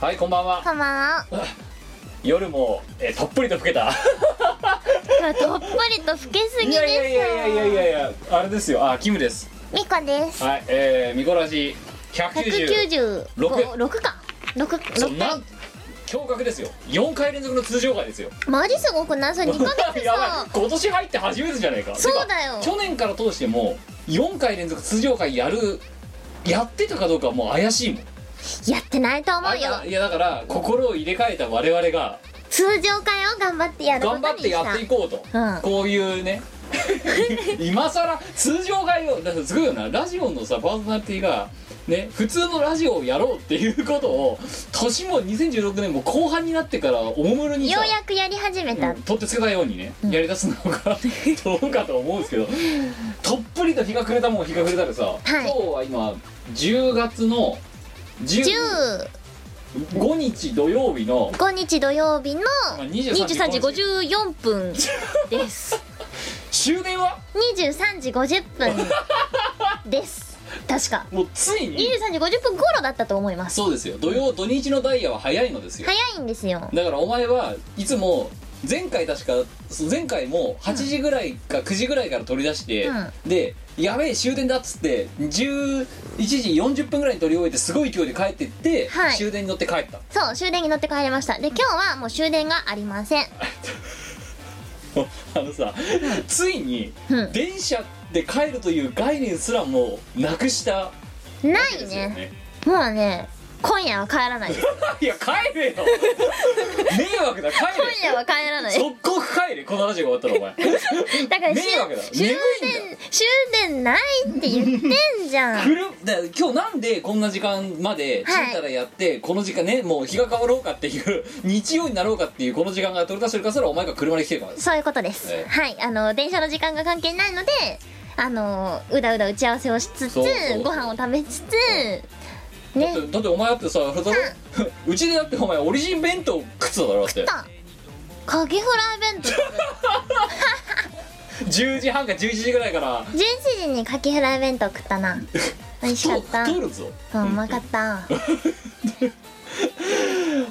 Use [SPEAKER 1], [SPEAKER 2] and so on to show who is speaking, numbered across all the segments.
[SPEAKER 1] はいこんばんは
[SPEAKER 2] こんばんは
[SPEAKER 1] 夜も、えーたっぷりと吹け た
[SPEAKER 2] 今日どっぷりと老けすぎ
[SPEAKER 1] いやいやいやいやい
[SPEAKER 2] ですよ
[SPEAKER 1] やいやあれですよあキムです
[SPEAKER 2] みこです
[SPEAKER 1] はいえー、ミコラジ190
[SPEAKER 2] 196
[SPEAKER 1] 六
[SPEAKER 2] か六
[SPEAKER 1] そ
[SPEAKER 2] 六
[SPEAKER 1] んな
[SPEAKER 2] 回
[SPEAKER 1] 驚愕ですよ4回連続の通常回ですよ
[SPEAKER 2] マジすごくないそれ2ヶ 月
[SPEAKER 1] やば
[SPEAKER 2] さ
[SPEAKER 1] い今年入って初めてじゃないか
[SPEAKER 2] そうだよ
[SPEAKER 1] てか去年から通しても4回連続通常回やるやってたかどうかはもう怪しいもん
[SPEAKER 2] やってないと思
[SPEAKER 1] あ
[SPEAKER 2] う
[SPEAKER 1] い
[SPEAKER 2] よ
[SPEAKER 1] やいやだから心を入れ替えた我々が
[SPEAKER 2] 通常会を頑張ってやること
[SPEAKER 1] 頑
[SPEAKER 2] に
[SPEAKER 1] 張ってやっていこうと、
[SPEAKER 2] うん
[SPEAKER 1] こういうね 今さら通常会をだからすごいよなラジオのさパーソナリティがね普通のラジオをやろうっていうことを年も2016年も後半になってからおもむろに
[SPEAKER 2] よ
[SPEAKER 1] さ
[SPEAKER 2] うやくやり始め
[SPEAKER 1] う
[SPEAKER 2] た、
[SPEAKER 1] ん取ってつけたようにね、やりだすの がどうかと思うんですけどとっぷりと日が暮れたもん日が暮れたらさ、今日は今10月の15
[SPEAKER 2] 15
[SPEAKER 1] 日土曜日の
[SPEAKER 2] 日土曜日の
[SPEAKER 1] まあ23
[SPEAKER 2] 23時54分です
[SPEAKER 1] 終電は
[SPEAKER 2] 23時50分です確か
[SPEAKER 1] もうついに
[SPEAKER 2] 23時50分頃だったと思います
[SPEAKER 1] そうですよ土曜土日のダイヤは早いのですよ、
[SPEAKER 2] 早いんですよ
[SPEAKER 1] だからお前はいつも前回確かそう前回も8時ぐらいか9時ぐらいから取り出して、
[SPEAKER 2] うん
[SPEAKER 1] でやべえ終電だっつって11時40分ぐらいに取り終えてすごい勢いで帰ってって、
[SPEAKER 2] はい
[SPEAKER 1] 終電に乗って帰った
[SPEAKER 2] そう終電に乗って帰りましたで今日はもう終電がありません
[SPEAKER 1] あのさ、ついに
[SPEAKER 2] うん
[SPEAKER 1] 電車で帰るという概念すらもうなくした
[SPEAKER 2] な
[SPEAKER 1] で
[SPEAKER 2] い
[SPEAKER 1] すよ
[SPEAKER 2] ね
[SPEAKER 1] ね
[SPEAKER 2] もうね今夜は帰らないです
[SPEAKER 1] いや帰れよ迷惑だ帰
[SPEAKER 2] 今
[SPEAKER 1] れ
[SPEAKER 2] 夜は帰らない
[SPEAKER 1] 即刻帰れこのラジオが終わったらお前
[SPEAKER 2] だから終
[SPEAKER 1] 迷惑だ
[SPEAKER 2] 終電
[SPEAKER 1] 眠いん
[SPEAKER 2] 終電ないって言ってん じゃん
[SPEAKER 1] 来るだ今日なんでこんな時間までちんたらやって、この時間ねもう日が変わろうかっていう 日曜になろうかっていうこの時間が取り出してるからそれはお前が車で来てるからです
[SPEAKER 2] そういうことです、
[SPEAKER 1] ええ
[SPEAKER 2] はいあの電車の時間が関係ないのであのうだうだ打ち合わせをしつつ
[SPEAKER 1] そうそうそう
[SPEAKER 2] ご飯を食べつつ
[SPEAKER 1] だ
[SPEAKER 2] ね
[SPEAKER 1] ってだってお前だってさあれだろ うちでだってお前オリジン弁当食ってただろだって
[SPEAKER 2] たカキフライ弁
[SPEAKER 1] 10時半か11時ぐらいから
[SPEAKER 2] 当11時にカキフライ弁当食っ たな美味しかった
[SPEAKER 1] 太
[SPEAKER 2] う
[SPEAKER 1] るぞ
[SPEAKER 2] んうまかった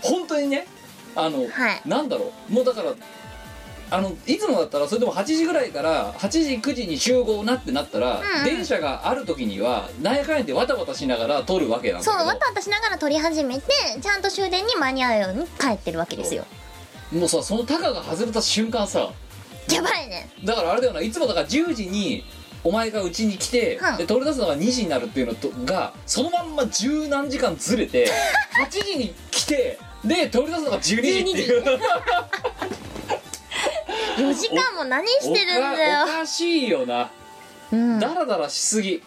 [SPEAKER 1] 本当にねあの、
[SPEAKER 2] はい
[SPEAKER 1] なんだろうもうだからあのいつもだったらそれでも8時ぐらいから8時9時に集合なってなったら、
[SPEAKER 2] うんうん
[SPEAKER 1] 電車がある時には何やかんやでわたわたしながら通るわけなんだけ
[SPEAKER 2] そ
[SPEAKER 1] ど
[SPEAKER 2] うわたわたしながら撮り始めてちゃんと終電に間に合うように帰ってるわけですよ
[SPEAKER 1] もうさそのタカが外れた瞬間さ
[SPEAKER 2] やばいね
[SPEAKER 1] だからあれだよないつもだから10時にお前がうちに来て、
[SPEAKER 2] うん
[SPEAKER 1] で取り出すのが2時になるっていうのとがそのまんま十何時間ずれ て8時に来てで取り出すのが12時っていう
[SPEAKER 2] 4時間も何し
[SPEAKER 1] お
[SPEAKER 2] てるんだ
[SPEAKER 1] か
[SPEAKER 2] よ
[SPEAKER 1] おかしいよな
[SPEAKER 2] うん、うん、
[SPEAKER 1] ダラダラしすぎ、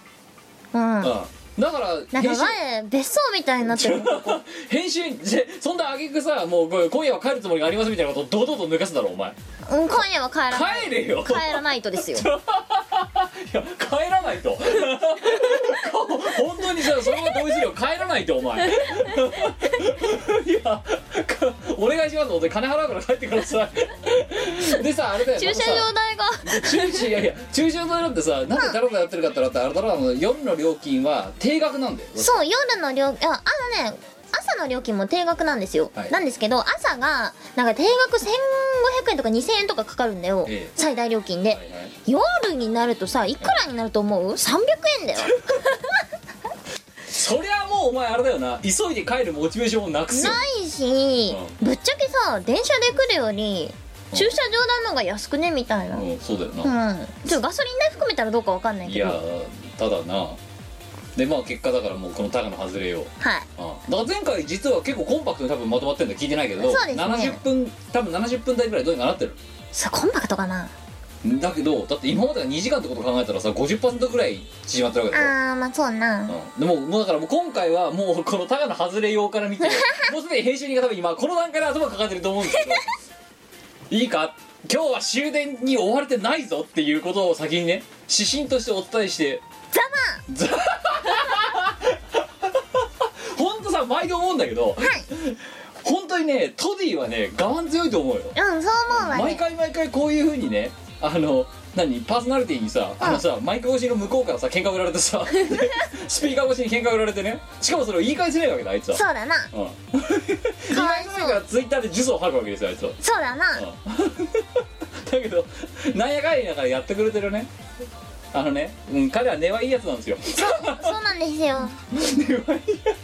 [SPEAKER 1] うんだ
[SPEAKER 2] な
[SPEAKER 1] から
[SPEAKER 2] んか前別荘みたいになって る
[SPEAKER 1] 編集編集でそんな挙句さもうこう今夜は帰るつもりがありますみたいなことを堂々と抜かすだろお前
[SPEAKER 2] うん今夜は帰らない
[SPEAKER 1] 帰れよ
[SPEAKER 2] 帰らないとですよ
[SPEAKER 1] いや帰らないと 本当にさそれは同意するよ帰らないとお前 いやかお願いしますので金払うから帰ってください でさあれだよ
[SPEAKER 2] 駐車場代が
[SPEAKER 1] 駐車いやいや駐車場代なんてさなんでダラダラやってるかってなったらあれだろあの夜の料金は定額なんだよ
[SPEAKER 2] そう夜の料ああのね朝の料金も定額なんですよ、
[SPEAKER 1] はい
[SPEAKER 2] なんですけど朝がなんか定額1500円とか2000円とかかかるんだよ、
[SPEAKER 1] ええ
[SPEAKER 2] 最大料金で、
[SPEAKER 1] はいはい
[SPEAKER 2] 夜になるとさいくらになると思う300円だよ
[SPEAKER 1] そりゃもうお前あれだよな急いで帰るモチベーションをなくすよ
[SPEAKER 2] ないし、ぶっちゃけさ電車で来るより
[SPEAKER 1] うん
[SPEAKER 2] 駐車場代の方が安くねみたいなうん、
[SPEAKER 1] うんそうだよな、
[SPEAKER 2] ちょっとガソリン代含めたらどうかわかんない
[SPEAKER 1] い
[SPEAKER 2] けど
[SPEAKER 1] や
[SPEAKER 2] はい
[SPEAKER 1] ーただなでまあ結果だからもうこのタガの外れよううん、だから前回実は結構コンパクトに多分まとまってるんだ聞いてないけど、
[SPEAKER 2] そうですね
[SPEAKER 1] 70分多分70分台ぐらいどうにかなってる
[SPEAKER 2] さコンパクトかな
[SPEAKER 1] だけどだって今までが2時間ってこと考えたらさ50%ぐらい縮まってるわけだよ
[SPEAKER 2] あーまあそうな
[SPEAKER 1] うん、でももうだからもう今回はもうこのタガの外れよう から見てもうすでに編集人が多分今この段階で頭抱えてると思うんですけどいいか今日は終電に追われてないぞっていうことを先にね指針としてお伝えして
[SPEAKER 2] ざ
[SPEAKER 1] ざほんとさ毎度思うんだけど、本当にねトディはね我慢強いと思うよ
[SPEAKER 2] まうんそう思うわ
[SPEAKER 1] 毎
[SPEAKER 2] ね
[SPEAKER 1] 回毎回こういうふうにねあの何パーソナリティにさあのさマイク越しの向こうからさ喧嘩売られて さスピーカー越しに喧嘩売られてねしかもそれを言い返せないわけだあいつは
[SPEAKER 2] そうだな
[SPEAKER 1] うん、言い返せないからツイッターで呪詛を吐くわけですよあいつは
[SPEAKER 2] そうだな、
[SPEAKER 1] だけどなんやかんやだからやってくれてるねあのね、うん、彼は根はいいやつなんですよ
[SPEAKER 2] そうなんですよ
[SPEAKER 1] 根はいいや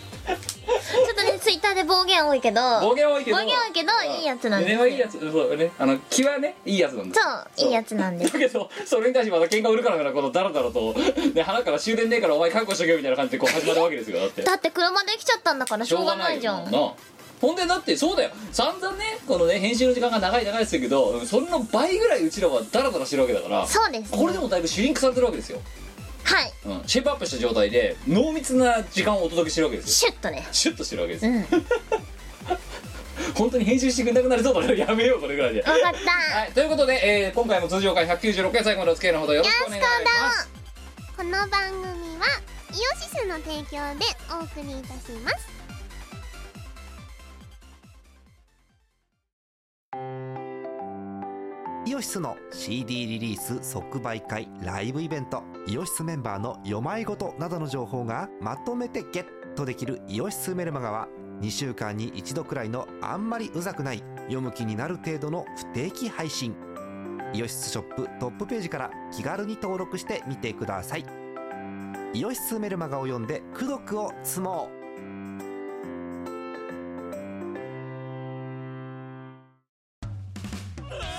[SPEAKER 2] ちょっとねツイッターで暴言多いけど
[SPEAKER 1] 暴言は多いけど
[SPEAKER 2] 暴言多いけど
[SPEAKER 1] うん
[SPEAKER 2] いいやつなんです
[SPEAKER 1] 根
[SPEAKER 2] よ
[SPEAKER 1] はいいやつそうねあの気はねいいやつなんです
[SPEAKER 2] そういいやつなんで
[SPEAKER 1] だ
[SPEAKER 2] す
[SPEAKER 1] けどそれに対してまた喧嘩売るからなこのダラダラとで腹から終電ねえからお前覚悟しとけよみたいな感じでこう始まるわけですよだって
[SPEAKER 2] だって車で来ちゃったんだからしょうがないじゃん
[SPEAKER 1] しょうがないよなほんでだってそうだよ散々ねこのね編集の時間が長い長いですけどうんそれの倍ぐらいうちらはダラダラしてるわけだから
[SPEAKER 2] そうです
[SPEAKER 1] これでもだいぶシュリンクされてるわけですよ、
[SPEAKER 2] はい
[SPEAKER 1] うん、シェイプアップした状態で濃密な時間をお届けしてるわけですよ
[SPEAKER 2] シュッとね
[SPEAKER 1] シュッとしてるわけです
[SPEAKER 2] う
[SPEAKER 1] よ
[SPEAKER 2] ん分かっ
[SPEAKER 1] 本当に編集してくれなくなりそうだからやめようこれぐらいで
[SPEAKER 2] た
[SPEAKER 1] はいということで、えー今回も通常回196回最後までお付き合いのほどよろしくお願いします
[SPEAKER 3] この番組はイオシスの提供でお送りいたします
[SPEAKER 4] イオシスの CD リリース即売会ライブイベントイオシスメンバーの読まいごとなどの情報がまとめてゲットできる「イオシスメルマガ」は2週間に1度くらいのあんまりうざくない読む気になる程度の不定期配信イオシスショップトップページから気軽に登録してみてくださいイオシスメルマガを読んで「功徳を積もう」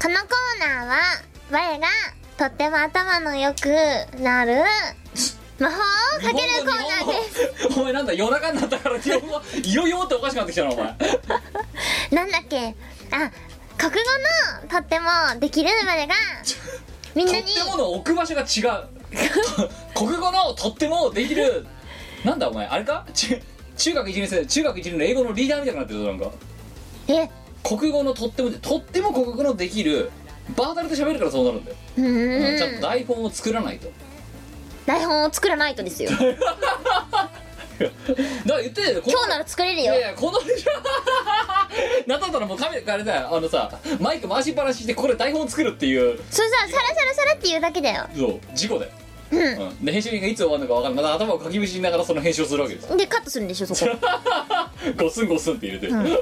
[SPEAKER 3] このコーナーは我がとっても頭の良くなる魔法をかけるコーナーです
[SPEAKER 1] すお前なんだ夜中になったから基本はいよいよっておかしくなってきたなお前
[SPEAKER 3] なんだっけあ国語のとってもできる我がみんなに
[SPEAKER 1] とってもの置く場所が違う国語のとってもできるなんだお前あれか中中学1年生中学1年の英語のリーダーみたいになってるぞなんか
[SPEAKER 3] え
[SPEAKER 1] 国語のとってもとっても国語のできるバータルで喋るからそうなるんだよ、
[SPEAKER 3] う
[SPEAKER 1] ちゃん
[SPEAKER 3] ー
[SPEAKER 1] と
[SPEAKER 3] ん
[SPEAKER 1] 台本を作らないと
[SPEAKER 2] 台本を作らないとですよ
[SPEAKER 1] だから言ってたよこの
[SPEAKER 2] 今日なら作れる
[SPEAKER 1] いやい
[SPEAKER 2] よ
[SPEAKER 1] やこの なったったらもうカメラあれだよあのさマイク回しっぱなししてこれ台本作るっていう
[SPEAKER 2] それささらさらさらって言うだけだよ
[SPEAKER 1] そう事故だよ、うんで編集人がいつ終わるのか分からないまた頭をかきむしりながらその編集をするわけです
[SPEAKER 2] でカットするんでしょそこ
[SPEAKER 1] ゴスンゴスンって入れてる、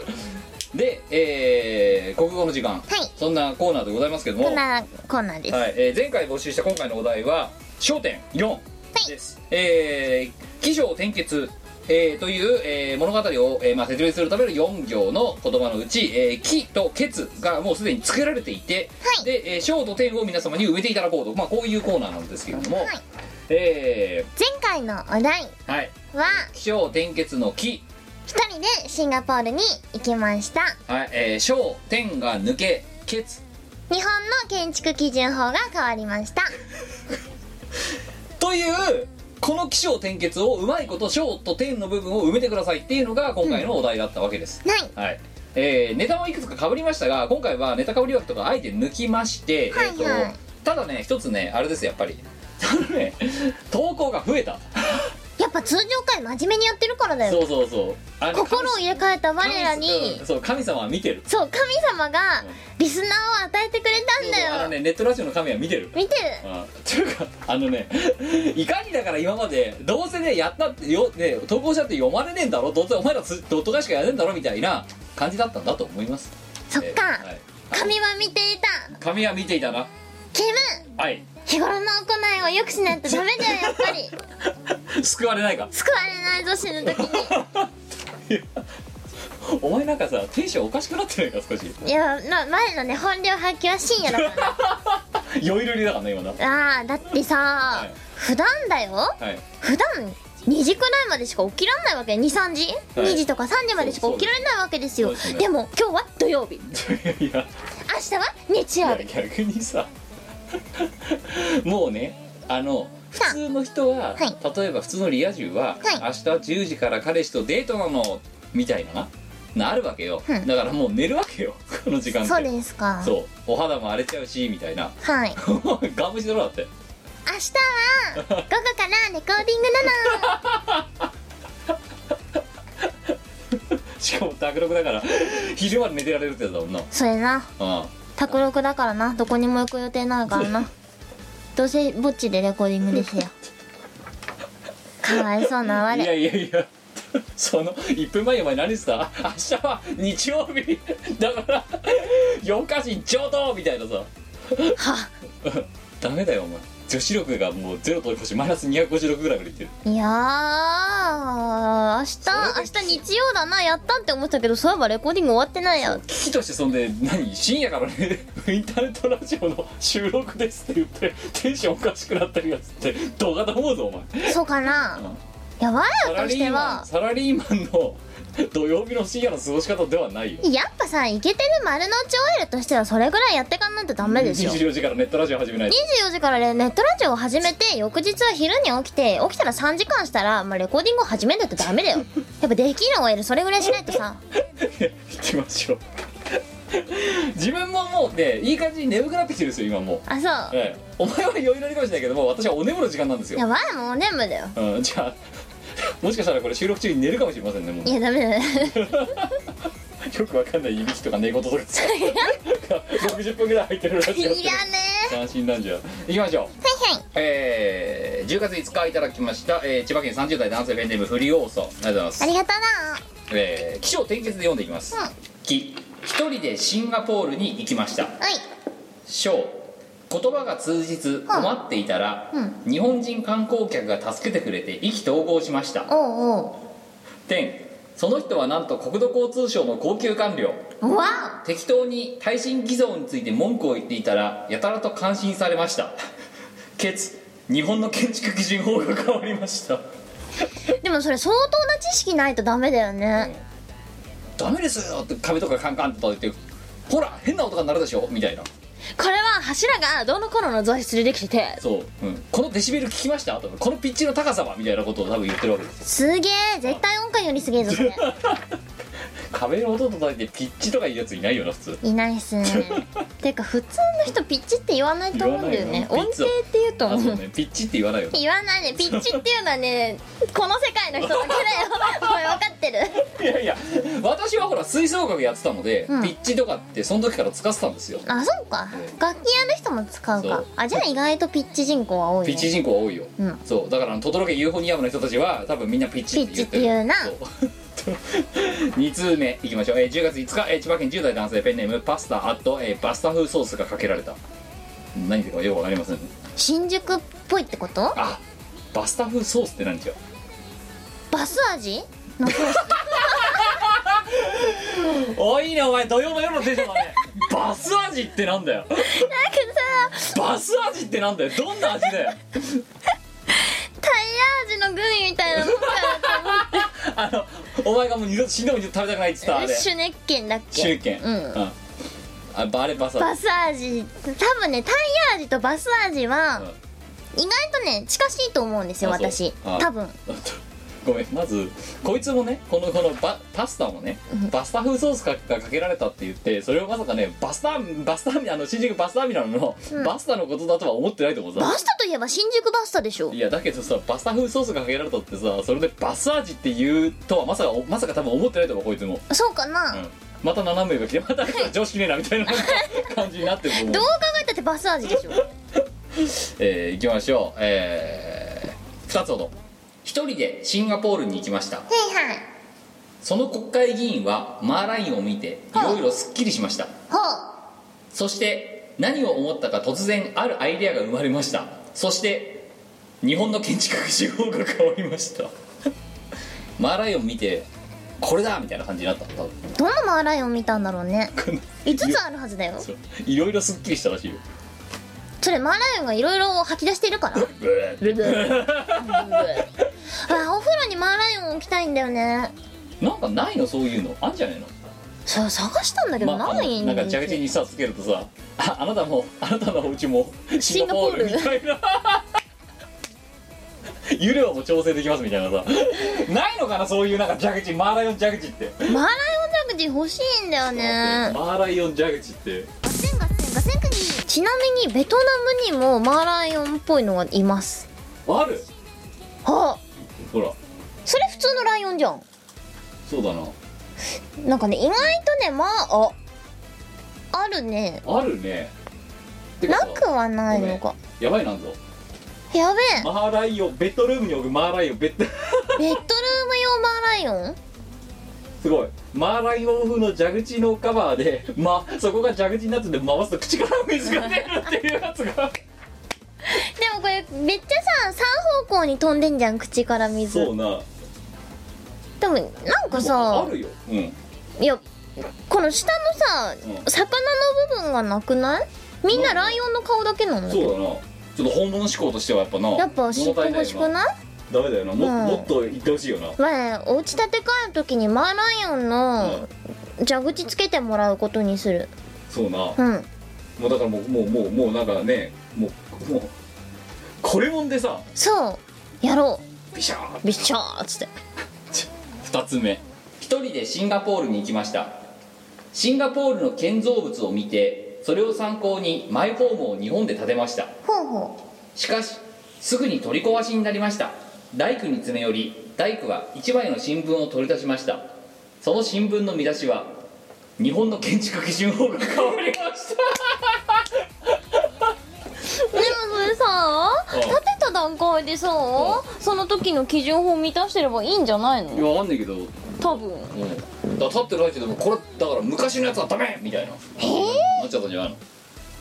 [SPEAKER 1] で、えー国語の時間、そんなコーナーでございますけども、
[SPEAKER 2] こんなコーナーです、
[SPEAKER 1] はいえー前回募集した今回のお題は「焦点4」です、えー起承転結」えーという、えー物語を、えーまあ、説明するための4行の言葉のうち「えー起」と「結」がもうすでに作られていて、で、えー小と点を皆様に埋めていただこうと、まあ、こういうコーナーなんですけれども、え
[SPEAKER 3] 前回のお題
[SPEAKER 1] ーはい
[SPEAKER 3] は
[SPEAKER 1] 起承転結の「起」
[SPEAKER 3] 一人でシンガポールに行きました
[SPEAKER 1] はいえー小点が抜け「結」
[SPEAKER 3] 日本の建築基準法が変わりました
[SPEAKER 1] というこの起承転結をうまいこと小と点の部分を埋めてくださいっていうのが今回のお題だったわけです、
[SPEAKER 3] ない
[SPEAKER 1] はいえーネタもいくつか被りましたが今回はネタ被り枠とかあえて抜きまして、
[SPEAKER 3] はいはい
[SPEAKER 1] えーとただね一つねあれですやっぱりあのね投稿が増えた
[SPEAKER 3] やっぱ通常回真面目にやってるからだよ
[SPEAKER 1] そうそうそうあの
[SPEAKER 3] 心を入れ替えた
[SPEAKER 1] 神
[SPEAKER 3] 我らに
[SPEAKER 1] うんそう神様は見てる
[SPEAKER 3] そう神様がリスナーを与えてくれたんだ
[SPEAKER 1] あの
[SPEAKER 3] よ
[SPEAKER 1] ねネットラジオの神は見てる
[SPEAKER 3] 見てる
[SPEAKER 1] あというかあのね いかにだから今までどうせねやったってよ、ね、投稿者って読まれねえんだろどうせお前らつドット会しかやれねえんだろみたいな感じだったんだと思います
[SPEAKER 3] そっ
[SPEAKER 1] え
[SPEAKER 3] か
[SPEAKER 1] ーはい
[SPEAKER 3] 神は見ていた
[SPEAKER 1] 紙は見ていたな
[SPEAKER 3] ケ
[SPEAKER 1] はい
[SPEAKER 3] ム日頃の行いを良くしないとダメだよやっぱり
[SPEAKER 1] 救われないか
[SPEAKER 3] 救われないぞ死ぬ時に
[SPEAKER 1] お前なんかさテンションおかしくなってないか少し
[SPEAKER 2] いや、ま、前のね本領発揮は深夜だか
[SPEAKER 1] 酔いるりだからね今な
[SPEAKER 2] らあーだってさ、
[SPEAKER 1] い
[SPEAKER 2] 普段だよ
[SPEAKER 1] はい
[SPEAKER 2] 普段2時くらいまでしか起きられないわけ23時、
[SPEAKER 1] はい
[SPEAKER 2] 2時とか3時までしか起きられないわけですよ
[SPEAKER 1] そうですね
[SPEAKER 2] でも今日は土曜日
[SPEAKER 1] いや
[SPEAKER 2] 明日は日曜日
[SPEAKER 1] いや逆にさ もうねあの
[SPEAKER 2] さあ
[SPEAKER 1] 普通の人は、
[SPEAKER 2] は
[SPEAKER 1] 例えば普通のリア充は、
[SPEAKER 2] はい
[SPEAKER 1] 明日10時から彼氏とデートなのみたいなななるわけよ、
[SPEAKER 2] うん
[SPEAKER 1] だからもう寝るわけよこの時間って
[SPEAKER 2] そうですか
[SPEAKER 1] そうお肌も荒れちゃうしみたいな
[SPEAKER 2] はい明日
[SPEAKER 1] ガムシだろだって
[SPEAKER 2] は午後からレコーディン グなの
[SPEAKER 1] しかも卓六だから昼まで寝てられるってやつだもんなうん
[SPEAKER 2] それな卓録だからなどこにも行く予定ないからなどうせぼっちでレコーディングで すよかわいそうな我
[SPEAKER 1] いやいやいや その1分前にお前何した 明日は日曜日 だから4日市ちょうどみたいなさ
[SPEAKER 2] は
[SPEAKER 1] ダメだよお前女子力がもうゼロと越しマイナス256ぐらいまでいってる
[SPEAKER 2] いやー明
[SPEAKER 1] そ
[SPEAKER 2] 日
[SPEAKER 1] れで
[SPEAKER 2] 明日日曜だなやったって思ったけどそういえばレコーディング終わってないや
[SPEAKER 1] 危機としてそんで何深夜からね インターネットラジオの収録ですって言ってテンションおかしくなってるやつって動画だと思うぞお前
[SPEAKER 2] そうかな、
[SPEAKER 1] うん
[SPEAKER 2] いや我
[SPEAKER 1] サラ
[SPEAKER 2] らと
[SPEAKER 1] リ
[SPEAKER 2] し
[SPEAKER 1] ーマ
[SPEAKER 2] て
[SPEAKER 1] ン
[SPEAKER 2] は
[SPEAKER 1] サラリーマンの 土曜日の深夜の過ごし方ではないよ
[SPEAKER 2] やっぱさイケてる丸の内 OL としてはそれぐらいやってかんないとダメです よ
[SPEAKER 1] 24時からネットラジオ始めないと
[SPEAKER 2] 24時からねネットラジオを始めて翌日は昼に起きて起きたら3時間したら、まあ、レコーディングを始めないとダメだよやっぱできる OL それぐらいしないとさ
[SPEAKER 1] 行きましょう自分ももうねいい感じに眠くなってきてるんですよ今もう、
[SPEAKER 2] あそう
[SPEAKER 1] ええ、お前は余裕のりかもしれないけども私はお眠の時間なんです
[SPEAKER 2] い
[SPEAKER 1] よ
[SPEAKER 2] や我らもお眠だよ
[SPEAKER 1] うん、じゃあもしかしたらこれ収録中に寝るかもしれませんねもう
[SPEAKER 2] いやダメだよ
[SPEAKER 1] よくわかんないいびきとか寝言とかさ60分ぐらい入ってるらし
[SPEAKER 2] い
[SPEAKER 1] い
[SPEAKER 2] ら
[SPEAKER 1] よ
[SPEAKER 2] ねえ
[SPEAKER 1] 斬新なんじゃいきましょう
[SPEAKER 2] はいはい
[SPEAKER 1] えー、10月5日いただきました、えー千葉県30代男性ペンネームフリーオーソありがとうございます
[SPEAKER 2] ありがと
[SPEAKER 1] えー、起承転結で読んでいきます
[SPEAKER 2] うん
[SPEAKER 1] 「き、一人でシンガポールに行きました」
[SPEAKER 2] うなはい
[SPEAKER 1] 「小言葉が通じず困っていたら、日本人観光客が助けてくれて意気投合しました」
[SPEAKER 2] おう
[SPEAKER 1] 「点その人はなんと国土交通省の高級官僚」
[SPEAKER 2] おうわ
[SPEAKER 1] 適当に耐震偽造について文句を言っていたらやたらと感心されました ケツ日本の建築基準法が変わりました
[SPEAKER 2] おでもそれ相当な知識ないとダメだよね
[SPEAKER 1] ダメですよって壁とかカンカンって叩いてほら変な音が鳴るでしょみたいな
[SPEAKER 2] これは柱がどの頃の材質でできてて
[SPEAKER 1] そう、うん、このデシベル聞きましたとかこのピッチの高さはみたいなことを多分言ってるわけですよ
[SPEAKER 2] すげえ絶対音感よりすげえぞそれ
[SPEAKER 1] 壁の音叩いてピッチとかいうやついないよな普通
[SPEAKER 2] いないっすねてか普通の人ピッチって言わないと思うんだよね
[SPEAKER 1] 言
[SPEAKER 2] 音
[SPEAKER 1] わないよ
[SPEAKER 2] 程って言う
[SPEAKER 1] あ
[SPEAKER 2] と思
[SPEAKER 1] そう
[SPEAKER 2] う
[SPEAKER 1] ねピッチって言わないよ
[SPEAKER 2] 言わないねピッチっていうのはねこの世界の人だけ だよおい分かってる
[SPEAKER 1] いやいや私はほら吹奏楽やってたので、
[SPEAKER 2] うん
[SPEAKER 1] ピッチとかってその時から使ってたんですよ
[SPEAKER 2] あそうか
[SPEAKER 1] うん
[SPEAKER 2] 楽器やる人も使う
[SPEAKER 1] そ
[SPEAKER 2] か
[SPEAKER 1] う
[SPEAKER 2] あじゃあ意外とピッチ人口は多い
[SPEAKER 1] ピッ
[SPEAKER 2] ね
[SPEAKER 1] チ人口は多いよ、
[SPEAKER 2] うん
[SPEAKER 1] そうだからあのトトロケユーフォニアムの人たちは多分みんなピッチって言ってる
[SPEAKER 2] ピッチって言うな
[SPEAKER 1] 2通目いきましょう、えー10月5日、えー千葉県10代男性ペンネームパスタあと、えーパスタ風ソースがかけられた何かよくわかりません
[SPEAKER 2] 新宿っぽいってこと
[SPEAKER 1] あパスタ風ソースって何じゃ
[SPEAKER 2] バス味のソース
[SPEAKER 1] おいいねお前土曜の夜のテンションだね バス味ってなんだよ
[SPEAKER 2] だけどさ
[SPEAKER 1] バス味ってなんだよどんな味だよ
[SPEAKER 2] タイヤ味のグミみたいなの
[SPEAKER 1] あのお前がもう二度と死んでも二度と食べたくないって言ったあれ
[SPEAKER 2] シュネッケンだっけ
[SPEAKER 1] シュリケン
[SPEAKER 2] うん
[SPEAKER 1] うん、ああれバス味
[SPEAKER 2] バス味多分ねタイヤ味とバス味は
[SPEAKER 1] うん
[SPEAKER 2] 意外とね近しいと思うんですよ
[SPEAKER 1] あそう
[SPEAKER 2] 私
[SPEAKER 1] あ
[SPEAKER 2] 多分
[SPEAKER 1] ごめんまずこいつもねこのこのバパスタもねバスタ風ソースがかけられたって言ってそれをまさかねバスタバスタあの新宿バスターミナルのバスタのことだとは思ってないと思う
[SPEAKER 2] バ
[SPEAKER 1] さ、
[SPEAKER 2] スタといえば新宿バスタでしょ
[SPEAKER 1] いやだけどさバスタ風ソースがかけられたってさそれでバス味って言うとはまさかまさか多分思ってないと思うこいつも、
[SPEAKER 2] そうかな、
[SPEAKER 1] うん、また斜めが来てまたあいつら常識ねえなみたいな感じになってると思う
[SPEAKER 2] どう考えたってバス味でしょ
[SPEAKER 1] えー、行きましょうえー、2つほど一人でシンガポールに行きました
[SPEAKER 2] はいはい
[SPEAKER 1] その国会議員はマーライオンを見ていろいろすっきりしました
[SPEAKER 2] ほ
[SPEAKER 1] そして何を思ったか突然あるアイデアが生まれましたそして 日本の建築基準法が変わりましたマーライオン見てこれだみたいな感じになったの多分
[SPEAKER 2] どのマーライオン見たんだろうね
[SPEAKER 1] こんな
[SPEAKER 2] 5つ あるはずだよ
[SPEAKER 1] そういろいろすっきりしたらしいよ
[SPEAKER 2] それマーライオンがいろいろ吐き出して るから
[SPEAKER 1] ブー
[SPEAKER 2] ブブーあお風呂にマーライオン置きたいんだよね
[SPEAKER 1] なんかないのそういうのあんじゃないの
[SPEAKER 2] そう探したんだけど、
[SPEAKER 1] まああの
[SPEAKER 2] ないん
[SPEAKER 1] なんか蛇口
[SPEAKER 2] よ
[SPEAKER 1] にさつけるとさ ああなたもあなたのお家もシンガポールみ
[SPEAKER 2] シンガ
[SPEAKER 1] たいな 湯量も調整できますみたいなさないのかなそういうなんか蛇口マーライオン蛇口って
[SPEAKER 2] マーライオン蛇口欲しいんだよね
[SPEAKER 1] マーライオン蛇口って
[SPEAKER 2] ガセンガセンガセンクニーちなみにベトナムにもマーライオンっぽいのがいます
[SPEAKER 1] ある
[SPEAKER 2] あ
[SPEAKER 1] ほら
[SPEAKER 2] それ普通のライオンじゃん
[SPEAKER 1] そうだな
[SPEAKER 2] なんかね意外とねまあああるね
[SPEAKER 1] あるねてか
[SPEAKER 2] な
[SPEAKER 1] さ
[SPEAKER 2] くはないのか
[SPEAKER 1] やばいなんぞ
[SPEAKER 2] やべえ
[SPEAKER 1] マーライオンベッドルームに置くマーライオンベッド
[SPEAKER 2] ベッドルーム用マーライオン
[SPEAKER 1] すごいマーライオン風の蛇口のカバーで、 ま、そこが蛇口になってて回すと口から水が出るっていうやつが
[SPEAKER 2] でもこれめっちゃさ3方向に飛んでんじゃん口から水
[SPEAKER 1] そうな
[SPEAKER 2] でもなんか
[SPEAKER 1] あ
[SPEAKER 2] さ
[SPEAKER 1] るよ、うん、
[SPEAKER 2] いやこの下の
[SPEAKER 1] う
[SPEAKER 2] さ、
[SPEAKER 1] ん
[SPEAKER 2] 魚の部分がなくないみんなライオンの顔だけなの
[SPEAKER 1] そうだなちょっと本物志向としてはやっぱな
[SPEAKER 2] やっぱ尻尾欲しく
[SPEAKER 1] い
[SPEAKER 2] ない
[SPEAKER 1] ダメだよなも,、
[SPEAKER 2] うん
[SPEAKER 1] もっと言ってほしいよな
[SPEAKER 2] 前お家建て替える時にマーライオンの蛇口つけてもらうことにする
[SPEAKER 1] そうな、も
[SPEAKER 2] うん
[SPEAKER 1] うだからもうもうもうもうなんかねもうもうこれもんでさ
[SPEAKER 2] そうやろ
[SPEAKER 1] ビシャー
[SPEAKER 2] うビシャーっつって
[SPEAKER 1] 2つ目一人でシンガポールに行きましたシンガポールの建造物を見てそれを参考にマイホームを日本で建てました
[SPEAKER 2] ほうほ
[SPEAKER 1] しかしすぐに取り壊しになりました大工に詰め寄り大工は一枚の新聞を取り出しましたその新聞の見出しは「日本の建築基準法が変わりました
[SPEAKER 2] うでもそれさ
[SPEAKER 1] うん
[SPEAKER 2] 建てた段階でさその時の基準法満たしてればいいんじゃない」の
[SPEAKER 1] わかんないけど、うん、
[SPEAKER 2] 多分
[SPEAKER 1] だから立ってる相手でもこれだから昔のやつはダメみたいなえなっちゃったんじゃないの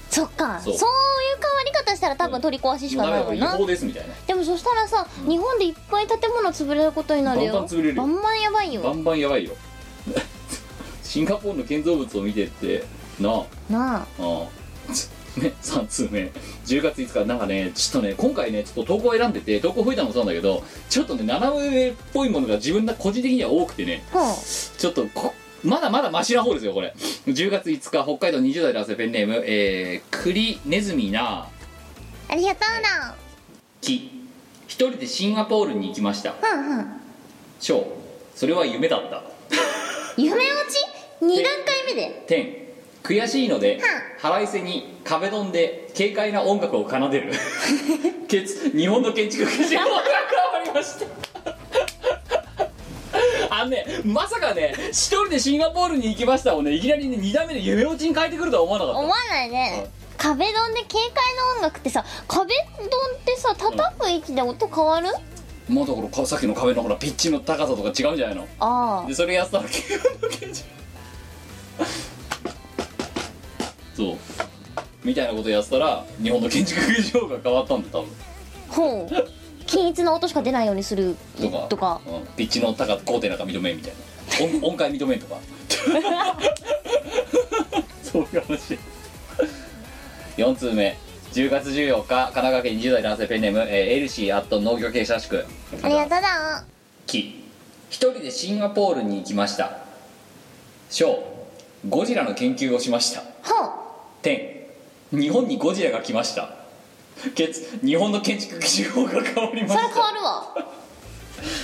[SPEAKER 2] そっか
[SPEAKER 1] そ
[SPEAKER 2] そうういう変わり方したら多分取り壊ししかない
[SPEAKER 1] も
[SPEAKER 2] も
[SPEAKER 1] うんなんか
[SPEAKER 2] な
[SPEAKER 1] 違法ですみたいな
[SPEAKER 2] でもそしたらさ日本でいっぱい建物潰れることになるよ
[SPEAKER 1] バンバン潰れるよ
[SPEAKER 2] バンバンやばい
[SPEAKER 1] バ
[SPEAKER 2] よ
[SPEAKER 1] ンバンやばいよ シンガポールの建造物を見てってなあ
[SPEAKER 2] なあ
[SPEAKER 1] ああね、3通目10月5日なんかねちょっとね今回ねちょっと投稿選んでて投稿増えたのもそうなんだけどちょっとね斜め上っぽいものが自分の個人的には多くてね
[SPEAKER 2] ほう
[SPEAKER 1] ちょっとこまだまだマシな方ですよこれ10月5日北海道20代男性ペンネームえー、栗ネズミな
[SPEAKER 2] ありがとう
[SPEAKER 1] 木一人でシンガポールに行きました
[SPEAKER 2] だうんうん
[SPEAKER 1] 小それは夢だった
[SPEAKER 2] 夢落ち2段階目で
[SPEAKER 1] 点悔しいので腹いせに壁ドンで軽快な音楽を奏で るケツ日本の建築基準法が変わりましたあのねまさかね一人でシンガポールに行きましたをねいきなりね2段目で夢落ちに変えてくるとは思わなか
[SPEAKER 2] 思
[SPEAKER 1] っ
[SPEAKER 2] わないね壁ドンで軽快な音楽ってさ壁ドンってさ叩く息で音変わる、
[SPEAKER 1] たもうだからかさっきの壁のほらピッチの高さとか違うんじゃないの
[SPEAKER 2] ああ
[SPEAKER 1] でそれやってたら 日本の建築そうみたいなことやってたら日本の建築基準法が変わったんだ多分
[SPEAKER 2] ほう均一な音しか出ないようにする
[SPEAKER 1] とか
[SPEAKER 2] とか
[SPEAKER 1] うん、ピッチの高高低なんか認めんみたいな 音音階認めんとかそういう話4通目10月14日神奈川県20代男性ペンネーム、えーエルシーアット農業系社宿
[SPEAKER 2] ありがとうだ
[SPEAKER 1] 木一人でシンガポールに行きました小ゴジラの研究をしました
[SPEAKER 2] ほ
[SPEAKER 1] 天日本にゴジラが来ましたケツ日本の建築基準法が変わりま
[SPEAKER 2] う
[SPEAKER 1] した
[SPEAKER 2] それ変わるわ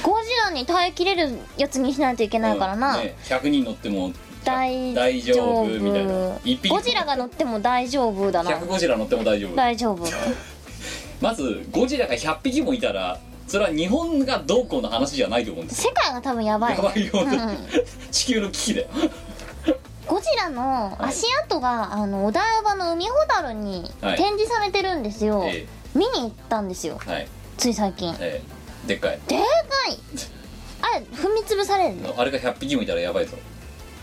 [SPEAKER 2] ゴジラに耐えきれるやつにしないといけないからな、
[SPEAKER 1] うんね100人乗っても
[SPEAKER 2] 大
[SPEAKER 1] 大
[SPEAKER 2] 丈
[SPEAKER 1] 丈
[SPEAKER 2] 夫
[SPEAKER 1] 夫みたいな一匹
[SPEAKER 2] ゴジラが乗っても大丈夫だな
[SPEAKER 1] 100ゴジラ乗っても大丈夫
[SPEAKER 2] 大丈夫
[SPEAKER 1] まずゴジラが100匹もいたらそれは日本がどうこうの話じゃないと思うんです
[SPEAKER 2] 世界が多分やばい
[SPEAKER 1] やばいよ、
[SPEAKER 2] うん
[SPEAKER 1] 地球の危機だよ
[SPEAKER 2] ゴジラの足跡が、あのお台場の海ほたるに
[SPEAKER 1] はい
[SPEAKER 2] 展示されてるんですよ、
[SPEAKER 1] え
[SPEAKER 2] 見に行ったんですよ
[SPEAKER 1] えはい
[SPEAKER 2] つい最近で
[SPEAKER 1] ええでっかい
[SPEAKER 2] かいあれ踏み潰されるの
[SPEAKER 1] あれが100匹もいたらやばいぞ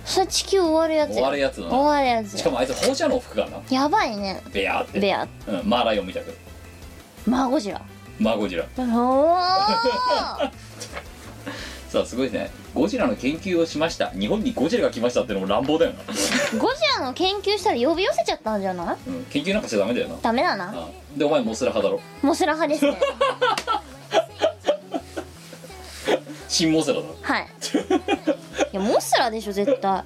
[SPEAKER 2] それ地球終わるやつ
[SPEAKER 1] 終わるやつだ
[SPEAKER 2] 終
[SPEAKER 1] な
[SPEAKER 2] わるやつ
[SPEAKER 1] しかもあいつ放射能服がな
[SPEAKER 2] やばいね
[SPEAKER 1] ベアーって
[SPEAKER 2] ベア
[SPEAKER 1] うん、マーライオンみたく
[SPEAKER 2] マーゴジラ
[SPEAKER 1] マーゴジラ
[SPEAKER 2] おー
[SPEAKER 1] さあすごいですねゴジラの研究をしました日本にゴジラが来ましたってのも乱暴だよな、
[SPEAKER 2] ゴジラの研究したら呼び寄せちゃったんじゃない
[SPEAKER 1] うん、研究なんかしちゃダメだよな
[SPEAKER 2] ダメだな
[SPEAKER 1] ああでお前モスラ派だろ
[SPEAKER 2] モスラ派 ですね
[SPEAKER 1] 新モスラだろ
[SPEAKER 2] はいいやモスラでしょ 絶対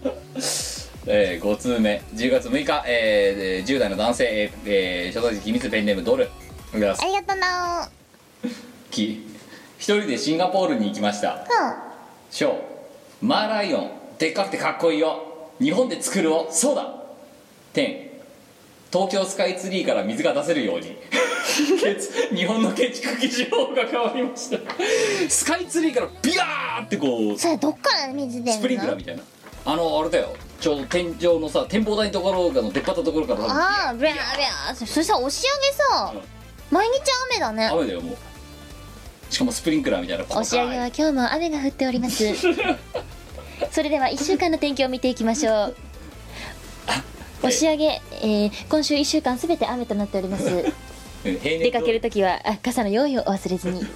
[SPEAKER 1] えー、5通目10月6日、えーえー10代の男性、えーえー、所在地秘密ペンネームドルいや
[SPEAKER 2] ありがとうな
[SPEAKER 1] き一人でシンガポールに行きましたショーマーライオンでっかくてかっこいいよ日本で作るをそうだ点東京スカイツリーから水が出せるようにケツ日本の建築基準法が変わりましたスカイツリーからビヤーってこう
[SPEAKER 2] それどっから水出
[SPEAKER 1] スプ
[SPEAKER 2] る
[SPEAKER 1] リンクラー
[SPEAKER 2] の
[SPEAKER 1] みたいなあのあれだよちょうど天井のさ展望台のところがの出っ張ったところから多分
[SPEAKER 2] ああビャービャーそそれさ押し上げさ毎日雨だね
[SPEAKER 1] 雨だよもうしかもスプリンクラーみたいな
[SPEAKER 2] 押し上げは今日も雨が降っております それでは1週間の天気を見ていきまし ょう押し上げ、えー今週1週間すべて雨となっております
[SPEAKER 1] うん平年と
[SPEAKER 2] 出かけるときはあ傘の用意をお忘れずに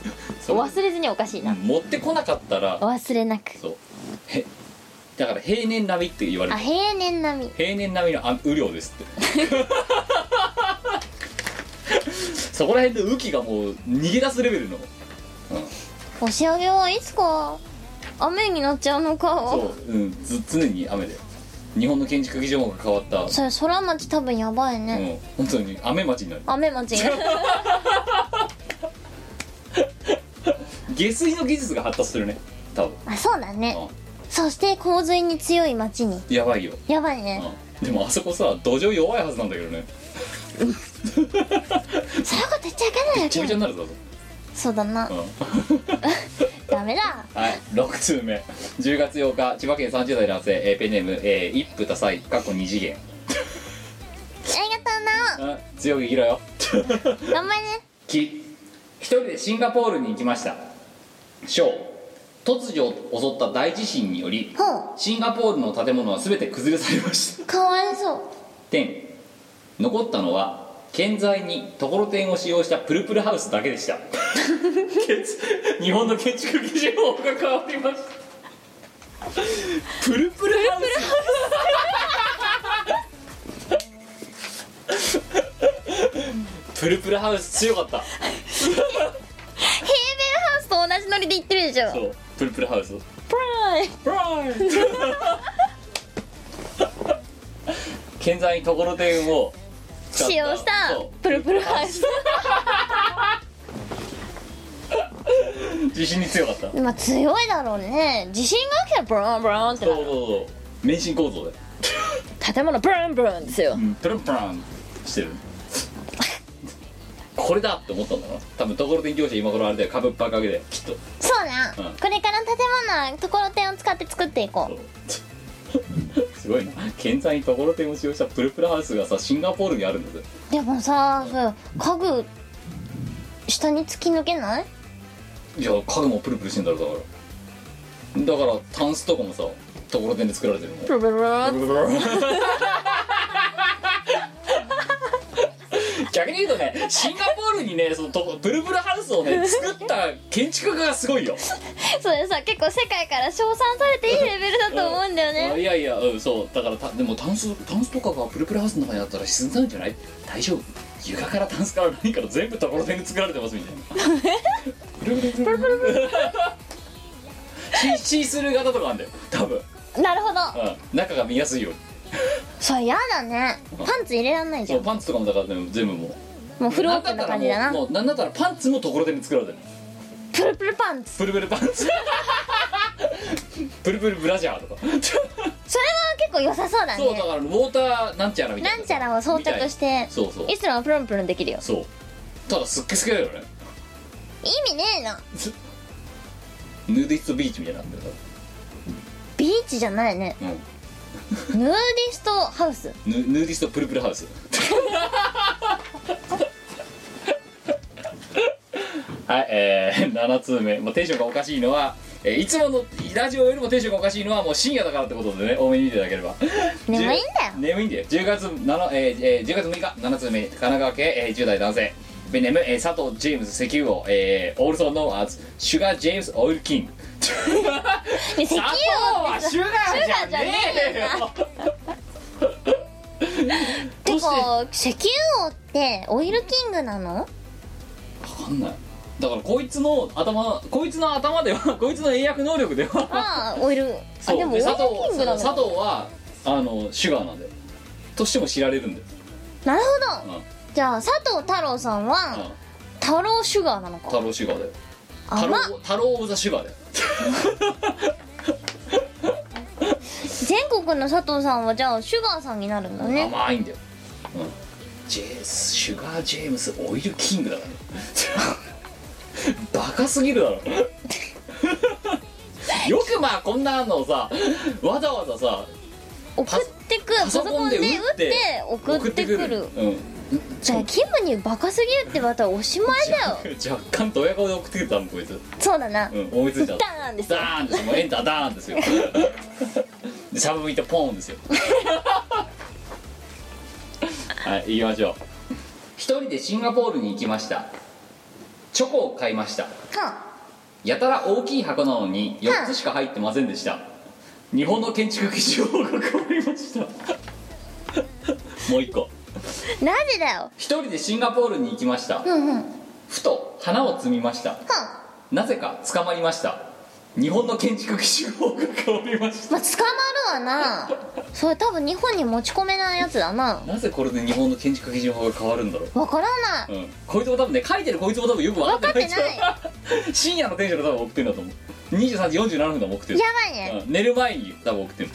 [SPEAKER 1] そ
[SPEAKER 2] お
[SPEAKER 1] う
[SPEAKER 2] 忘れずにおかしいな
[SPEAKER 1] 持ってこなかったら
[SPEAKER 2] お忘れなく
[SPEAKER 1] そうへだから平年並みって言われ
[SPEAKER 2] あ
[SPEAKER 1] る
[SPEAKER 2] 平年並み
[SPEAKER 1] 平年並みのあ雨量ですって そこら辺で雨季がもう逃げ出すレベルの、うん、
[SPEAKER 2] 押し上げはいつか雨になっちゃうのか
[SPEAKER 1] そう、うん、ず常に雨で日本の建築基準法が変わった、
[SPEAKER 2] それ空町多分やばいね、
[SPEAKER 1] うん、本当に雨町になる
[SPEAKER 2] 雨町が
[SPEAKER 1] 下水の技術が発達するね多分、
[SPEAKER 2] あそうだね
[SPEAKER 1] う
[SPEAKER 2] そして洪水に強い町に
[SPEAKER 1] ん、やばいよ、
[SPEAKER 2] やばいね
[SPEAKER 1] うん、でもあそこさ土壌弱いはずなんだけどね
[SPEAKER 2] そんなこと言っちゃいけない
[SPEAKER 1] めちゃ
[SPEAKER 2] よ
[SPEAKER 1] めちゃになるぞ、
[SPEAKER 2] そうだな
[SPEAKER 1] うん、
[SPEAKER 2] ダメだ
[SPEAKER 1] はい、6通目10月8日千葉県30代男性、えーペンネーム、えー、一夫多妻かっこ2次元
[SPEAKER 2] ありが
[SPEAKER 1] あ強く生きろよ
[SPEAKER 2] とうな頑張れね
[SPEAKER 1] き一人でシンガポールに行きました小突如襲った大地震により
[SPEAKER 2] ほ
[SPEAKER 1] シンガポールの建物は全て崩れ去りました
[SPEAKER 2] うかわいそう
[SPEAKER 1] 点残ったのは建材にところてんを使用したプルプルハウスだけでした建築日本の建築基準法が変わりましたプルプルハウスプルプルハウス強かった
[SPEAKER 2] ヘーベルハウスと同じノリで言ってるでしょ
[SPEAKER 1] そうプルプルハウス
[SPEAKER 2] プライ
[SPEAKER 1] 建材にところてんを使った
[SPEAKER 2] 使用した
[SPEAKER 1] そう
[SPEAKER 2] プルプルハウス
[SPEAKER 1] 地震に強かった
[SPEAKER 2] まあ強いだろうね地震が起きたらブロンブロンって
[SPEAKER 1] そう
[SPEAKER 2] な
[SPEAKER 1] そう
[SPEAKER 2] る
[SPEAKER 1] そう免震構造で
[SPEAKER 2] 建物ブロンブロンですよ
[SPEAKER 1] プルンプルンして るこれだって思ったんだな多分ところてん業者今頃あれだよ株ばっかけできっと
[SPEAKER 2] そうな、
[SPEAKER 1] うん
[SPEAKER 2] これから建物はところてんを使って作っていこ
[SPEAKER 1] そううすごいな建材にところてんを使用したプルプルハウスがさシンガポールにあるんだぜ
[SPEAKER 2] でもさそう家具下に突き抜けない
[SPEAKER 1] いや家具もプルプルしてんだろだからだからタンスとかもさところてんで作られてるの
[SPEAKER 2] ブルブルブルン
[SPEAKER 1] 逆に言うとねシンガポールにねそのとプルプルハウスをね作った建築家がすごいよ
[SPEAKER 2] それさ結構世界から称賛されていいレベルだと思うんだよ
[SPEAKER 1] あ
[SPEAKER 2] ね
[SPEAKER 1] いやいやうんそうだからたでもタンスタンスとかがプルプルハウスの中にあったら沈んじゃうんじゃない大丈夫床からタンスから何から全部ところてんで作られてますみたいな プルプルプルプルプルシーシースルー型とかあんだよ多分、
[SPEAKER 2] なるほど
[SPEAKER 1] うん、中が見やすいように
[SPEAKER 2] それやだねパンツ入れらんないじ
[SPEAKER 1] そ
[SPEAKER 2] ゃ
[SPEAKER 1] うんパンツとかもだからね全部もう
[SPEAKER 2] もうフロープな感じだな
[SPEAKER 1] もうなんだったらパンツもところてんで作られてる
[SPEAKER 2] プルプルパンツ
[SPEAKER 1] プルプルパン ツプルプルブラジャーとか
[SPEAKER 2] それは結構良さそうだ
[SPEAKER 1] そうだ
[SPEAKER 2] ね
[SPEAKER 1] からウォーターなんちゃらみたいな
[SPEAKER 2] なんちゃらを装着してて
[SPEAKER 1] そうそう
[SPEAKER 2] いつらもプルンプルンできるよ
[SPEAKER 1] そうただすっげすげだよね
[SPEAKER 2] 意味ねえな
[SPEAKER 1] ヌーディストビーチみたいになってるか
[SPEAKER 2] ビーチじゃないね
[SPEAKER 1] ら、うん、
[SPEAKER 2] ヌーディストハウス
[SPEAKER 1] ヌヌーディストプルプルハウス はいえー、7通目、まあ、テンションがおかしいのは、えーいつものラジオよりもテンションがおかしいのはもう深夜だからってことでね多めに見ていただければ
[SPEAKER 2] 眠いんだよ
[SPEAKER 1] 10眠いんだよ10月 ,7、えーえー10月6日7通目神奈川県、えー10代男性ベネム、えー佐藤ジェームズ石油王、えー、オールソンノーアーズシュガージェームズオイルキング
[SPEAKER 3] ね石
[SPEAKER 1] 砂
[SPEAKER 3] 油
[SPEAKER 1] 糖はシュガーじゃねえよ
[SPEAKER 2] て
[SPEAKER 1] どうしてわ
[SPEAKER 2] か石油王ってオイルキングなの
[SPEAKER 1] かんないだからこいつの頭こいつの頭ではこ いつの英訳能力では
[SPEAKER 2] ああオイルあ
[SPEAKER 1] そう
[SPEAKER 2] でもオイル
[SPEAKER 1] 佐藤
[SPEAKER 2] キングなの
[SPEAKER 1] 佐藤はあのシュガーなんでとしても知られるんで、
[SPEAKER 2] なる
[SPEAKER 1] う
[SPEAKER 2] ほ
[SPEAKER 1] ん
[SPEAKER 2] どじゃあ佐藤太郎さんは
[SPEAKER 1] う
[SPEAKER 2] 太郎シュガーなの
[SPEAKER 1] ん、
[SPEAKER 2] か
[SPEAKER 1] 太郎シュガーで太
[SPEAKER 2] 甘っ
[SPEAKER 1] 郎太郎オブザシュガーで
[SPEAKER 2] 全国の佐藤さんはじゃあシュガーさんになるんだね
[SPEAKER 1] 甘いんだよ、うん、ジェイスシュガージェームスオイルキングだからね バカすぎるだろよくまあこんなのをさわざわざさ
[SPEAKER 2] 送ってくパ
[SPEAKER 1] パソ
[SPEAKER 2] ソコ
[SPEAKER 1] コン
[SPEAKER 2] ン
[SPEAKER 1] で
[SPEAKER 2] で
[SPEAKER 1] 打
[SPEAKER 2] 打
[SPEAKER 1] っ
[SPEAKER 2] ってて送ってくるじゃあキムにバカすぎるって言われたらおしまいだよ
[SPEAKER 1] うん、若干ドヤ顔で送ってくるたもんこいつ、
[SPEAKER 2] そうだな
[SPEAKER 1] うん、思いついた
[SPEAKER 2] ダーンですよ
[SPEAKER 1] ダーンですよもうエンターダーンですよ でサブ向いてポーンですよ はい行きましょう一人でシンガポールに行きましたチョコを買いました
[SPEAKER 2] は
[SPEAKER 1] やたら大きい箱なのに4つしか入ってませんでした日本の建築基準法が変わりま したもう一個
[SPEAKER 2] あなぜだよ
[SPEAKER 1] 一人でシンガポールに行きました、
[SPEAKER 2] うんうんは
[SPEAKER 1] ふと花を摘みました
[SPEAKER 2] あ
[SPEAKER 1] なぜか捕まりました日本の建築基準法が変わりました
[SPEAKER 2] まあ捕まるわなそれ多分日本に持ち込めないやつだな
[SPEAKER 1] なぜこれで日本の建築基準法が変わるんだろう
[SPEAKER 2] わからな
[SPEAKER 1] うん、こいつも多分ね書いてるこいつも多分よく分かってない
[SPEAKER 2] 分か
[SPEAKER 1] 深夜のテンションで多分送ってんだと思う23時47分でも送って
[SPEAKER 2] い
[SPEAKER 1] る
[SPEAKER 2] やばいね
[SPEAKER 1] うん、寝る前に多分送ってる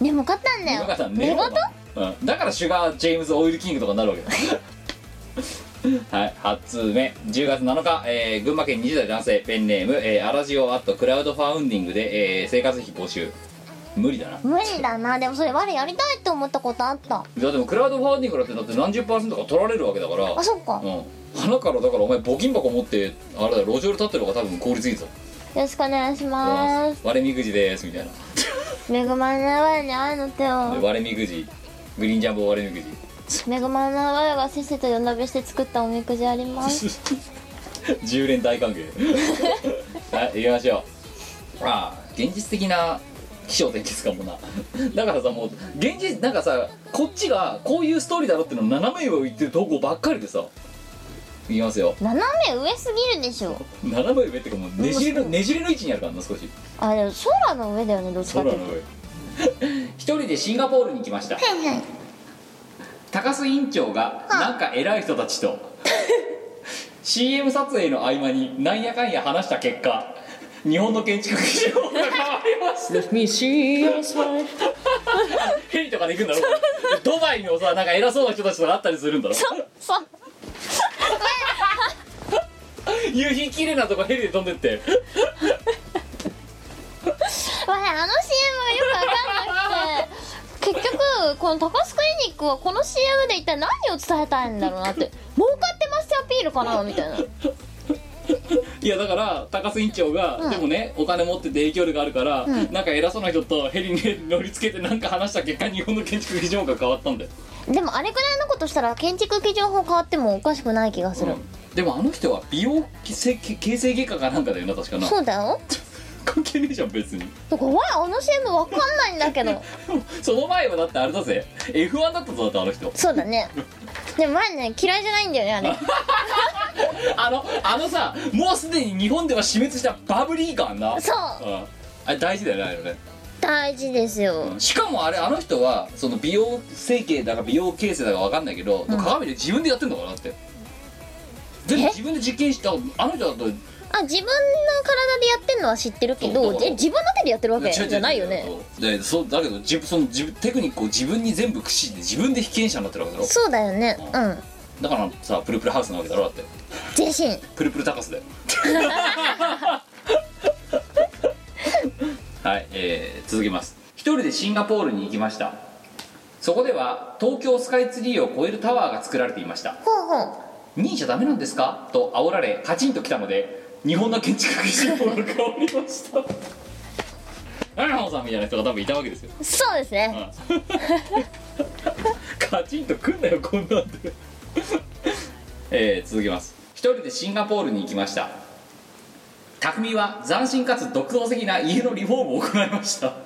[SPEAKER 2] 眠かったんだよ
[SPEAKER 1] よかった
[SPEAKER 2] 寝
[SPEAKER 1] 寝
[SPEAKER 2] 言
[SPEAKER 1] ろうん、だからシュガー・ジェームズ・オイル・キングとかになるわけだ はい8通目10月7日、えー群馬県20代男性ペンネーム、えーアラジオアットクラウドファウンディングで、えー生活費募集無理だな
[SPEAKER 2] 無理だなでもそれ我やりたいって思ったことあった
[SPEAKER 1] だってもうクラウドファウンディングだってだって何十パーセントか取られるわけだから
[SPEAKER 2] あそっか
[SPEAKER 1] うん花からだからお前募金箱持ってあれだよ路上で立ってる方が多分効率いいぞ
[SPEAKER 2] よろしくお願いします
[SPEAKER 1] 割れみくじですみたいな
[SPEAKER 2] 恵まれないわよに愛の手
[SPEAKER 1] で
[SPEAKER 2] を
[SPEAKER 1] 割れみくじグリーンジャンボ割れみくじ
[SPEAKER 2] 恵まれないわよがせっせと夜なべして作ったおみくじあります
[SPEAKER 1] 10連大歓迎はい行きましょうああ現実的な気象転結かもな だからさもう現実なんかさこっちがこういうストーリーだろってのを斜め上を言ってる投稿ばっかりでさいきますよ
[SPEAKER 2] 斜め上すぎるでしょ
[SPEAKER 1] 斜め上ってかもうねじれのねじれの位置にあるからな少し
[SPEAKER 2] あでも空の上だよねどっちかっ
[SPEAKER 1] 空
[SPEAKER 2] て
[SPEAKER 1] の
[SPEAKER 2] いうと
[SPEAKER 1] 上 一人でシンガポールに来ました
[SPEAKER 2] はいはい
[SPEAKER 1] 高須委員長がなんか偉い人たちと CM 撮影の合間になんやかんや話した結果日本の建築基準法が変わりました
[SPEAKER 5] Let me see your smile.
[SPEAKER 1] ヘリとかで行くんだろドバイのさなんか偉そうな人たちとかあったりするんだろ
[SPEAKER 2] そう
[SPEAKER 1] 夕日綺麗なとこヘリで飛んでって
[SPEAKER 2] わあの CM がよくわかんなくて結局この高須クリニックはこの CM で一体何を伝えたいんだろうなって儲かってますってアピールかなみたいない
[SPEAKER 1] やだから高須委員長が、でもねお金持ってて影響力があるから、なんか偉そうな人とヘリに乗りつけてなんか話した結果日本の建築基準法が変わったんだよ
[SPEAKER 2] でもあれくらいのことしたら建築基準法変わってもおかしくない気がする、
[SPEAKER 1] でもあの人は美容形形成外科かなんかだよな確かな
[SPEAKER 2] そうだよ
[SPEAKER 1] 関係ねえじゃん別に
[SPEAKER 2] だからわあの CM わかんないんだけど
[SPEAKER 1] その前はだってあれだぜ F1 だったぞだってあの人
[SPEAKER 2] そうだねでも前ね嫌いじゃないんだよねあれ
[SPEAKER 1] あのあのさもうすでに日本では死滅したバブリー感な、
[SPEAKER 2] そうん
[SPEAKER 1] あれ大事だよねあれね
[SPEAKER 2] 大事ですよ、
[SPEAKER 1] しかもあれあの人はその美容整形だか美容形成だか分かんないけど、鏡で自分でやってんのかなって全部
[SPEAKER 2] え
[SPEAKER 1] 自分で実験したあの人だと
[SPEAKER 2] あ自分の体でやってんのは知ってる
[SPEAKER 1] そ
[SPEAKER 2] け
[SPEAKER 1] うだ
[SPEAKER 2] ど
[SPEAKER 1] から
[SPEAKER 2] え自分の手でやってるわけ
[SPEAKER 1] 違う違う違う
[SPEAKER 2] じゃないよね
[SPEAKER 1] でそうだけど自分その自分テクニックを自分に全部駆使して自分で被験者になってるわけだろ
[SPEAKER 2] そうだよねうん
[SPEAKER 1] だからさプルプルハウスなわけだろだって
[SPEAKER 2] 全身
[SPEAKER 1] プルプル高須 だよはい、えー続きます一人でシンガポールに行きましたそこでは東京スカイツリーを超えるタワーが作られていました
[SPEAKER 2] ほうほう
[SPEAKER 1] 忍者ダメなんですかと煽られカチンときたので日本の建築基準法が変わりました何なのさんみたいな人が多分いたわけですよ
[SPEAKER 2] そうですね、
[SPEAKER 1] うんカチンとくんなよこんなんで えー続きます一人でシンガポールに行きました匠は斬新かつ独創的な家のリフォームを行いました
[SPEAKER 2] ほう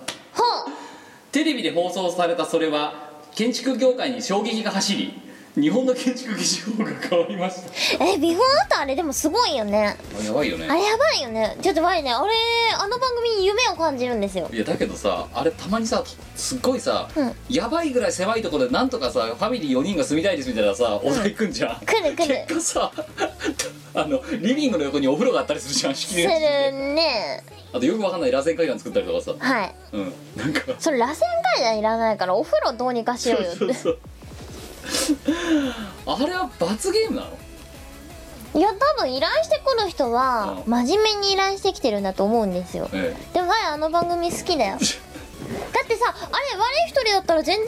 [SPEAKER 1] テレビで放送されたそれは建築業界に衝撃が走り日本の建築技術法が変わりました
[SPEAKER 2] えビフォーアフターあれでもすごいよね
[SPEAKER 1] やばいよね
[SPEAKER 2] あれやばいよねちょっと前ねあれあの番組に夢を感じるんですよ
[SPEAKER 1] いやだけどさあれたまにさすっごいさ、
[SPEAKER 2] うん
[SPEAKER 1] やばいぐらい狭いところでなんとかさファミリー4人が住みたいですみたいなさお題くんじゃん、
[SPEAKER 2] 来る来る
[SPEAKER 1] 結果さ あのリビングの横にお風呂があったりするじゃん仕切
[SPEAKER 2] す
[SPEAKER 1] り
[SPEAKER 2] る
[SPEAKER 1] のやつで
[SPEAKER 2] ね
[SPEAKER 1] あとよくわかんない螺旋階段作ったりとかさ
[SPEAKER 2] はい
[SPEAKER 1] うんなんか
[SPEAKER 2] それ螺旋階段いらないからお風呂どうにかしよ うよっ
[SPEAKER 1] そう
[SPEAKER 2] て
[SPEAKER 1] そうあれは罰ゲームなの
[SPEAKER 2] いや多分依頼してくる人は
[SPEAKER 1] うん
[SPEAKER 2] 真面目に依頼してきてるんだと思うんですよ
[SPEAKER 1] え
[SPEAKER 2] でもはいあの番組好 きだよだってさあれ我一人だったら全然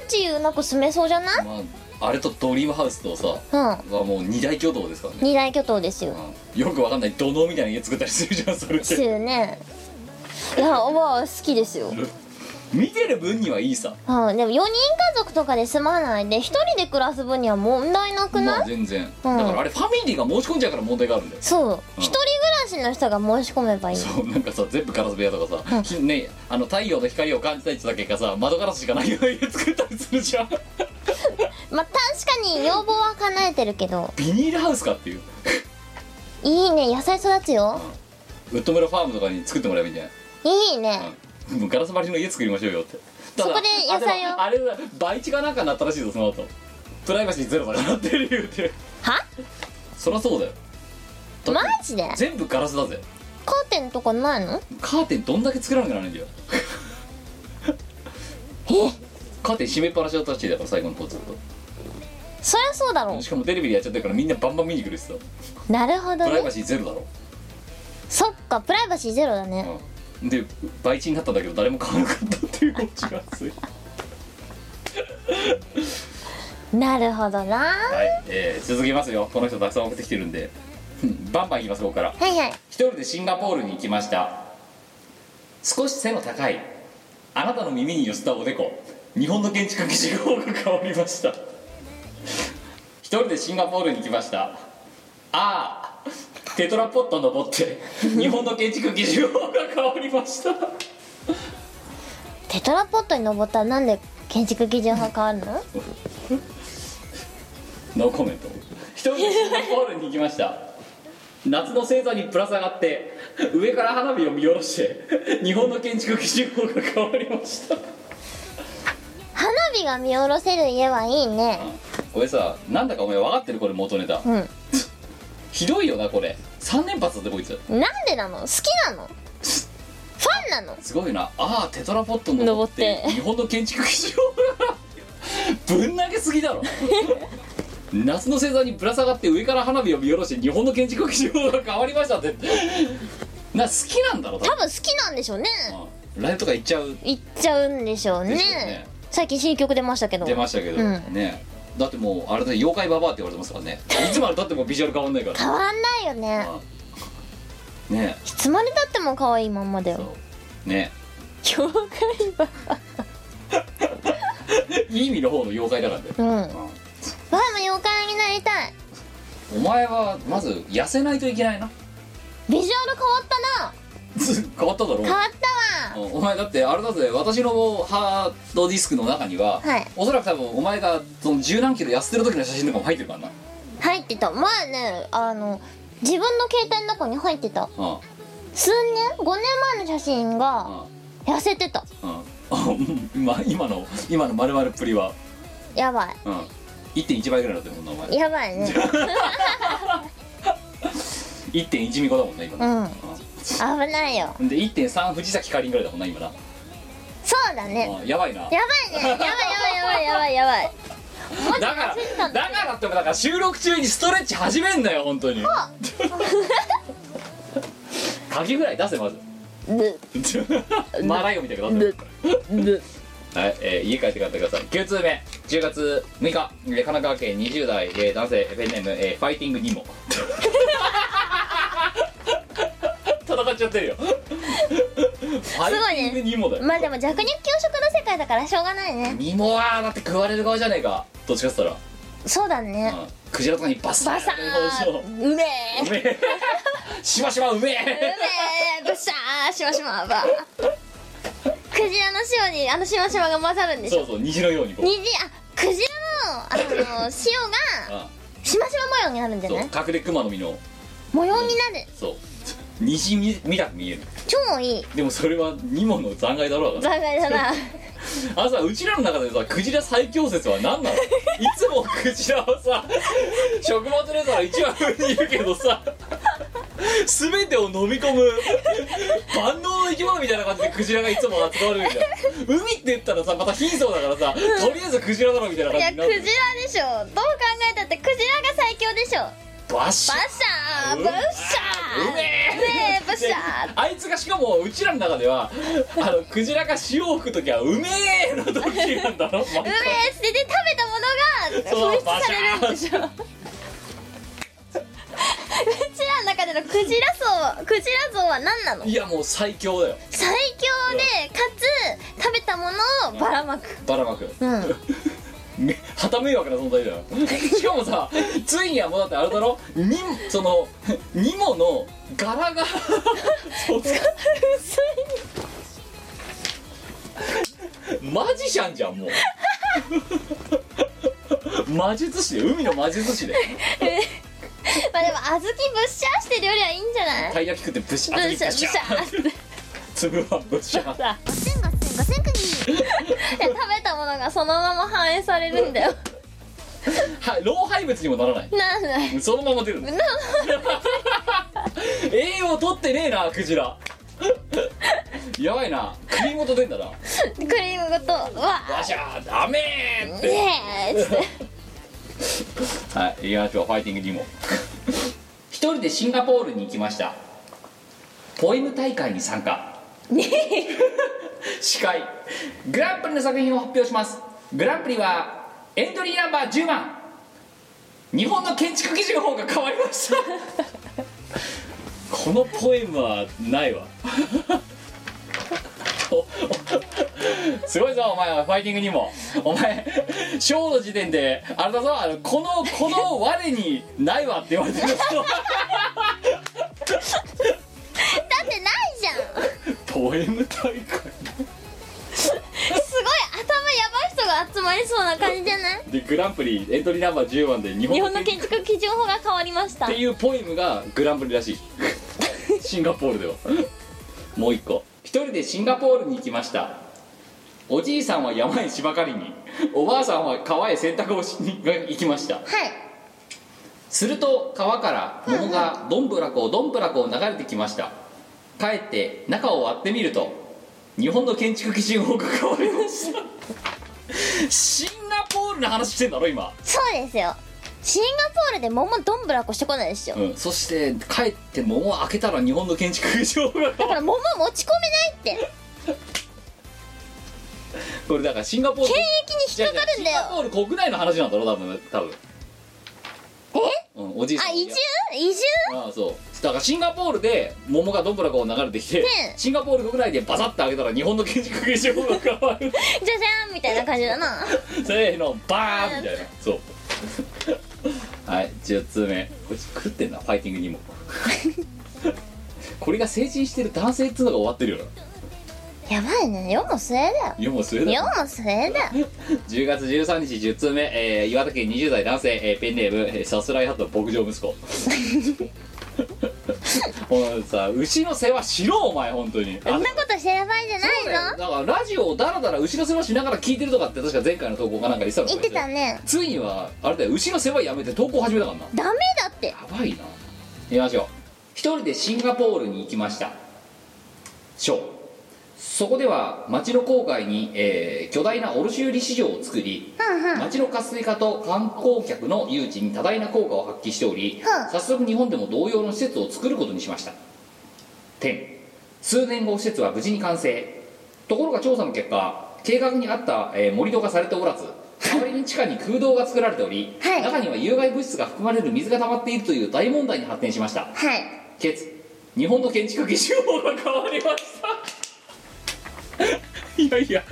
[SPEAKER 2] 不自由なく住めそうじゃな
[SPEAKER 1] え
[SPEAKER 2] い
[SPEAKER 1] まああれとドリームハウスとさは
[SPEAKER 2] うん
[SPEAKER 1] もう二大挙動ですからね、
[SPEAKER 2] 二大巨頭ですよ
[SPEAKER 1] うんよくわかんない土のうみたいな家作ったりするじゃんそれっ
[SPEAKER 2] で
[SPEAKER 1] て
[SPEAKER 2] すよねいやまあ好きですよ、
[SPEAKER 1] 見てる分にはいいさ
[SPEAKER 2] はいでも4人家族とかで住まないで1人で暮らす分には問題なくない、
[SPEAKER 1] まあ全然、だからあれファミリーが申し込んじゃうから問題があるんだよ
[SPEAKER 2] そう、
[SPEAKER 1] うん
[SPEAKER 2] 一人暮らしの人が申し込めばいい
[SPEAKER 1] そうなんかさ全部ガラス部屋とかさ、ひねあの太陽の光を感じたいってだけかさ窓ガラスしかないような家作ったりするじ ゃん
[SPEAKER 2] まあ確かに要望は叶えてるけど
[SPEAKER 1] ビニールハウスかっていう
[SPEAKER 2] いいね野菜育つよ
[SPEAKER 1] ウッドメロファームとかに作ってもらえばいいんじゃない
[SPEAKER 2] いいね、
[SPEAKER 1] うんガラス張りの家作りましょうよってた
[SPEAKER 2] そこで野菜
[SPEAKER 1] あで
[SPEAKER 2] を
[SPEAKER 1] もあれだ倍地かなんかになったらしいぞその後プライバシーゼロからなってる言うて
[SPEAKER 2] は
[SPEAKER 1] そりゃそうだよだって
[SPEAKER 2] マジで
[SPEAKER 1] 全部ガラスだぜ
[SPEAKER 2] カーテンとかないの
[SPEAKER 1] カーテンどんだけ作らなきゃなら ないんだよカーテン閉めっぱなしだったらしいだから最後の方ずっと
[SPEAKER 2] そりゃそうだろ
[SPEAKER 1] しかもテレビでやっちゃってるからみんなバンバン見に来るしさプ
[SPEAKER 2] うなるほど
[SPEAKER 1] ライバ
[SPEAKER 2] ね
[SPEAKER 1] シーゼロだろ、
[SPEAKER 2] そっかプライバシーゼロだね
[SPEAKER 1] うん、で倍地になったんだけど誰も買わなかったっていうこっちが熱い
[SPEAKER 2] なるほどな
[SPEAKER 1] はい、えー続きますよこの人たくさん送ってきてるんでバンバンいきますここから
[SPEAKER 2] はいはい
[SPEAKER 1] 一人でシンガポールに行きました少し背の高いあなたの耳に寄せたおでこ日本の建築基準法が変わりました一人でシンガポールに行きましたああテトラポット登って日本の建築基準法が変わりました
[SPEAKER 2] テトラポットに登ったらなんで建築基準法変わるの
[SPEAKER 1] ノーコメント一人でシンガポールに行きました夏の星座にぶら下がって上から花火を見下ろして日本の建築基準法が変わりました
[SPEAKER 2] 花火が見下ろせる家はいいね
[SPEAKER 1] これさなんだかお前分かってるこれ元ネタ
[SPEAKER 2] うん
[SPEAKER 1] ひどいよなこれ3連発だぜこいつ
[SPEAKER 2] なんでなの好きなのファンなの
[SPEAKER 1] すごいなああテトラポット登って
[SPEAKER 2] 登って
[SPEAKER 1] 日本の建築基準法が ぶん投げすぎだろ 夏の星座にぶら下がって上から花火を見下ろして日本の建築基準法が変わりましたってな好きなんだろ多
[SPEAKER 2] 多分好きなんでしょうね
[SPEAKER 1] 分うんライブとか行っちゃう
[SPEAKER 2] 行っちゃうんでしょうね
[SPEAKER 1] でしょうね
[SPEAKER 2] 最近新曲出ましたけど
[SPEAKER 1] 出
[SPEAKER 2] 変わ
[SPEAKER 1] ましたけど、
[SPEAKER 2] うん
[SPEAKER 1] ねだってもうあれで妖怪ババアって言われてますからねいつまでたってもビジュアル変わんないから
[SPEAKER 2] んないよね
[SPEAKER 1] うんね
[SPEAKER 2] いつまでたっても可愛いまんまだよ
[SPEAKER 1] そうね
[SPEAKER 2] 妖怪は
[SPEAKER 1] いい意味の方の妖怪だからね
[SPEAKER 2] うんわあもう妖怪になりたい
[SPEAKER 1] お前はまず痩せないといけないな
[SPEAKER 2] ビジュアル変わったな
[SPEAKER 1] 変わっただろ
[SPEAKER 2] 変わったわ
[SPEAKER 1] うんお前だってあれだぜ私のハードディスクの中には、
[SPEAKER 2] はい
[SPEAKER 1] おそらく多分お前がその十何キロ痩せてる時の写真とかも入ってるからな、
[SPEAKER 2] 入ってた前ねあの自分の携帯の中に入ってた
[SPEAKER 1] うん
[SPEAKER 2] 数年5年前の写真が痩せてた
[SPEAKER 1] うんうん 今今の今の丸々っぷりは、
[SPEAKER 2] やば
[SPEAKER 1] うん、1.1倍ぐらいだったよもんなお前
[SPEAKER 2] いやばい ね
[SPEAKER 1] 1.1ミコだもんね今ね、
[SPEAKER 2] うん危ないよ
[SPEAKER 1] うんで1.3藤崎かりんぐらいだもんな今な、
[SPEAKER 2] そうだね
[SPEAKER 1] うんやばいな
[SPEAKER 2] やばいねやばいやばいやばいやばいやばい
[SPEAKER 1] だからだからってだから収録中にストレッチ始めんなよ本当に鍵ぐらい出せ まずマーライオンみたいな出せはい、えー家帰って帰ってください9通目10月6日えー神奈川県20代、えー男性ペンネーム、えーファイティングニ モ戦っちゃってるよファイティングニモだよ、
[SPEAKER 2] まあでも弱肉強食の世界だからしょうがないね
[SPEAKER 1] ニモはだって食われる側じゃねえかどっちかっつったら
[SPEAKER 2] そうだね
[SPEAKER 1] うんクジラとかにバサ
[SPEAKER 2] バサ
[SPEAKER 1] そうそう
[SPEAKER 2] ーンうめえ
[SPEAKER 1] うめえしましまうめ
[SPEAKER 2] うめ
[SPEAKER 1] え
[SPEAKER 2] えブシャーしまし まばクジラの塩にあのしましまが混ざるんでし
[SPEAKER 1] そ
[SPEAKER 2] ょ
[SPEAKER 1] うそう虹のようにこう
[SPEAKER 2] 虹あクジラのあの塩が
[SPEAKER 1] あ
[SPEAKER 2] しましま模様になるんじゃ
[SPEAKER 1] そう
[SPEAKER 2] ない
[SPEAKER 1] 隠れ熊の実の
[SPEAKER 2] 模様になる
[SPEAKER 1] そう虹み見たく見える
[SPEAKER 2] 超いい
[SPEAKER 1] でもそれはニモの残骸だろうが
[SPEAKER 2] 残骸だな
[SPEAKER 1] あのさうちらの中でさクジラ最強説は何なのいつもクジラはさ食物連鎖の一番上にいるけどさ全てを飲み込む万能の生き物みたいな感じでクジラがいつも扱われるじゃん海って言ったらさまた貧相だからさとりあえずクジラだろみたいない感じ
[SPEAKER 2] や
[SPEAKER 1] に
[SPEAKER 2] クジ
[SPEAKER 1] な
[SPEAKER 2] ラ
[SPEAKER 1] って
[SPEAKER 2] でしょどう考えたってクジラが最強でしょ
[SPEAKER 1] バシ
[SPEAKER 2] バ
[SPEAKER 1] ッ
[SPEAKER 2] シャーブッシャー
[SPEAKER 1] うめえ
[SPEAKER 2] ねえブッシャー
[SPEAKER 1] あいつがしかもうちらの中ではあのクジラが潮を吹く時は「うめえ!」の時なんだ ろ
[SPEAKER 2] うめえ捨てて食べたものが
[SPEAKER 1] そう
[SPEAKER 2] 噴出されるんでしょうちらの中でのクジラ像クジラ像は何なの
[SPEAKER 1] いやもう最強だよ
[SPEAKER 2] 最強でかつ食べたものをばらまく
[SPEAKER 1] バラマく
[SPEAKER 2] うん
[SPEAKER 1] め旗迷惑な存在 だよしかもさついにはもうだってあれだろにそのニモの柄 がそうマジシャンじゃん もう魔術師で海の魔術師で
[SPEAKER 2] まあでも小豆ぶっしゃーしてるよりはいいんじゃない
[SPEAKER 1] たい焼き食ってブシャ
[SPEAKER 2] ぶ
[SPEAKER 1] ー
[SPEAKER 2] っしゃぶっしゃー
[SPEAKER 1] 粒はブシャー
[SPEAKER 2] ガセンガセンガセンクニーいや食べたものがそのまま反映されるんだよ
[SPEAKER 1] は老廃物にもならない
[SPEAKER 2] なんだよ
[SPEAKER 1] そのまま出るの栄養取ってねえなクジラ やばいな首元出んだな
[SPEAKER 2] クリームごとうわ
[SPEAKER 1] バシャーダメーっ
[SPEAKER 2] ね
[SPEAKER 1] て
[SPEAKER 2] えっつって
[SPEAKER 1] はい行きましょうファイティングディモ 一人でシンガポールに行きましたポエム大会に参加司会グランプリの作品を発表しますグランプリはエントリーナンバー10番日本の建築基準法が変わりました このポエムはない わおお すごいぞお前はファイティングにもお前ショーの時点であれだぞあのこのこの我にないわって言われてるぞ
[SPEAKER 2] だってないじゃん
[SPEAKER 1] ポエム大会
[SPEAKER 2] すごい頭やばい人が集まりそうな感じじゃない
[SPEAKER 1] でグランプリエントリーナンバー10番で日
[SPEAKER 2] 日
[SPEAKER 1] 本
[SPEAKER 2] 本
[SPEAKER 1] の
[SPEAKER 2] の
[SPEAKER 1] 建
[SPEAKER 2] 建
[SPEAKER 1] 築
[SPEAKER 2] 築基準法が変わりました
[SPEAKER 1] っていうポエムがグランプリらしいシンガポールではもう一個一人でシンガポールに行きましたおじいさんは山へ芝刈りにおばあさんは川へ洗濯をしに行きました
[SPEAKER 2] はい
[SPEAKER 1] すると川から桃がどんぶらこどんぶらこ流れてきました帰って中を割ってみると日本の建築基準法が変わりましたシンガポールの話してんだろ今、
[SPEAKER 2] そうですよシンガポールで桃どんぶらこしてこないですよ
[SPEAKER 1] うん、そして帰って桃を開けたら日本の建築基準法が
[SPEAKER 2] だから桃持ち込めないって
[SPEAKER 1] これだからシンガポール
[SPEAKER 2] 権益に引っかかるんだ
[SPEAKER 1] 違う違うシンガポ
[SPEAKER 2] よ
[SPEAKER 1] ール国内の話なんだろ多分多分え、うん、おじいさん
[SPEAKER 2] あ
[SPEAKER 1] が
[SPEAKER 2] 移住移住
[SPEAKER 1] ああそうだからシンガポールで桃がどんぶらこう流れてきて、
[SPEAKER 2] ねえ
[SPEAKER 1] シンガポール国内でバサッと上げたら日本の建築基準法が変わる
[SPEAKER 2] じゃじゃーんみたいな感じだな
[SPEAKER 1] せーのバーンみたいなそう はい10通目こいつ食ってんなファイティングにもこれが成人してる男性っつうのが終わってるよな
[SPEAKER 2] やばいね世も末だよ
[SPEAKER 1] 世もそれだ
[SPEAKER 2] 世も末だよ
[SPEAKER 1] 10月13日10通目、えー岩手県20代男性、えーペンネームえーさすらいハットの牧場息 子 お前さ牛の世話しろお前本当に
[SPEAKER 2] そんなことしてる場合じゃない
[SPEAKER 1] そうだよ
[SPEAKER 2] ぞ
[SPEAKER 1] だからラジオをダラダラ牛の世話しながら聞いてるとかって確か前回の投稿かなんか言ってたの
[SPEAKER 2] 言ってたね
[SPEAKER 1] ついにはあれだよ牛の世話やめて投稿始めたからな
[SPEAKER 2] ダメだって
[SPEAKER 1] やばいな見ましょう一人でシンガポールに行きましたショーそこでは町の郊外に、えー巨大な卸売市場を作り町の活性化と観光客の誘致に多大な効果を発揮しており
[SPEAKER 2] うん
[SPEAKER 1] 早速日本でも同様の施設を作ることにしました点数年後施設は無事に完成ところが調査の結果計画に合った、えー盛り土がされておらず代わりに地下に空洞が作られており、
[SPEAKER 2] はい
[SPEAKER 1] 中には有害物質が含まれる水が溜まっているという大問題に発展しました
[SPEAKER 2] はい
[SPEAKER 1] ケツ日本の建築基準法が変わりました いやいや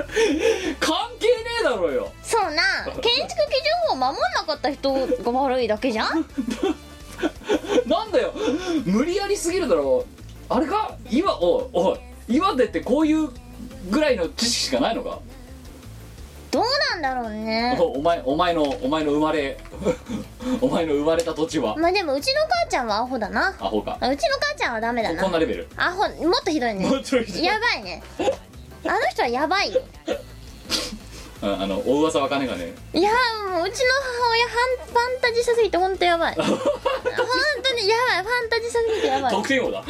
[SPEAKER 1] 関係ねえだろうよ
[SPEAKER 2] そうな建築基準法を守んなかった人が悪いだけじゃ ん
[SPEAKER 1] なんだよ無理やりすぎるだろうあれか今おいおい今でってこういうぐらいの知識しかないのか、
[SPEAKER 2] どうなんだろうね
[SPEAKER 1] おお前お前のお前の生まれ お前の生まれた土地は、
[SPEAKER 2] まあでもうちの母ちゃんはアホだなう
[SPEAKER 1] アホか
[SPEAKER 2] ちの母ちゃんはダメだ
[SPEAKER 1] こん
[SPEAKER 2] な
[SPEAKER 1] なレベル
[SPEAKER 2] アホもっとひどいね
[SPEAKER 1] もうちょいじゃ
[SPEAKER 2] やばいねあの人はやばいよ
[SPEAKER 1] うんあの大噂は金が ね
[SPEAKER 2] いやもううちの母親ハンファンタジーさすぎて本当やばい本当にやばいファンタジーさすぎて やばいも
[SPEAKER 1] 得点王だ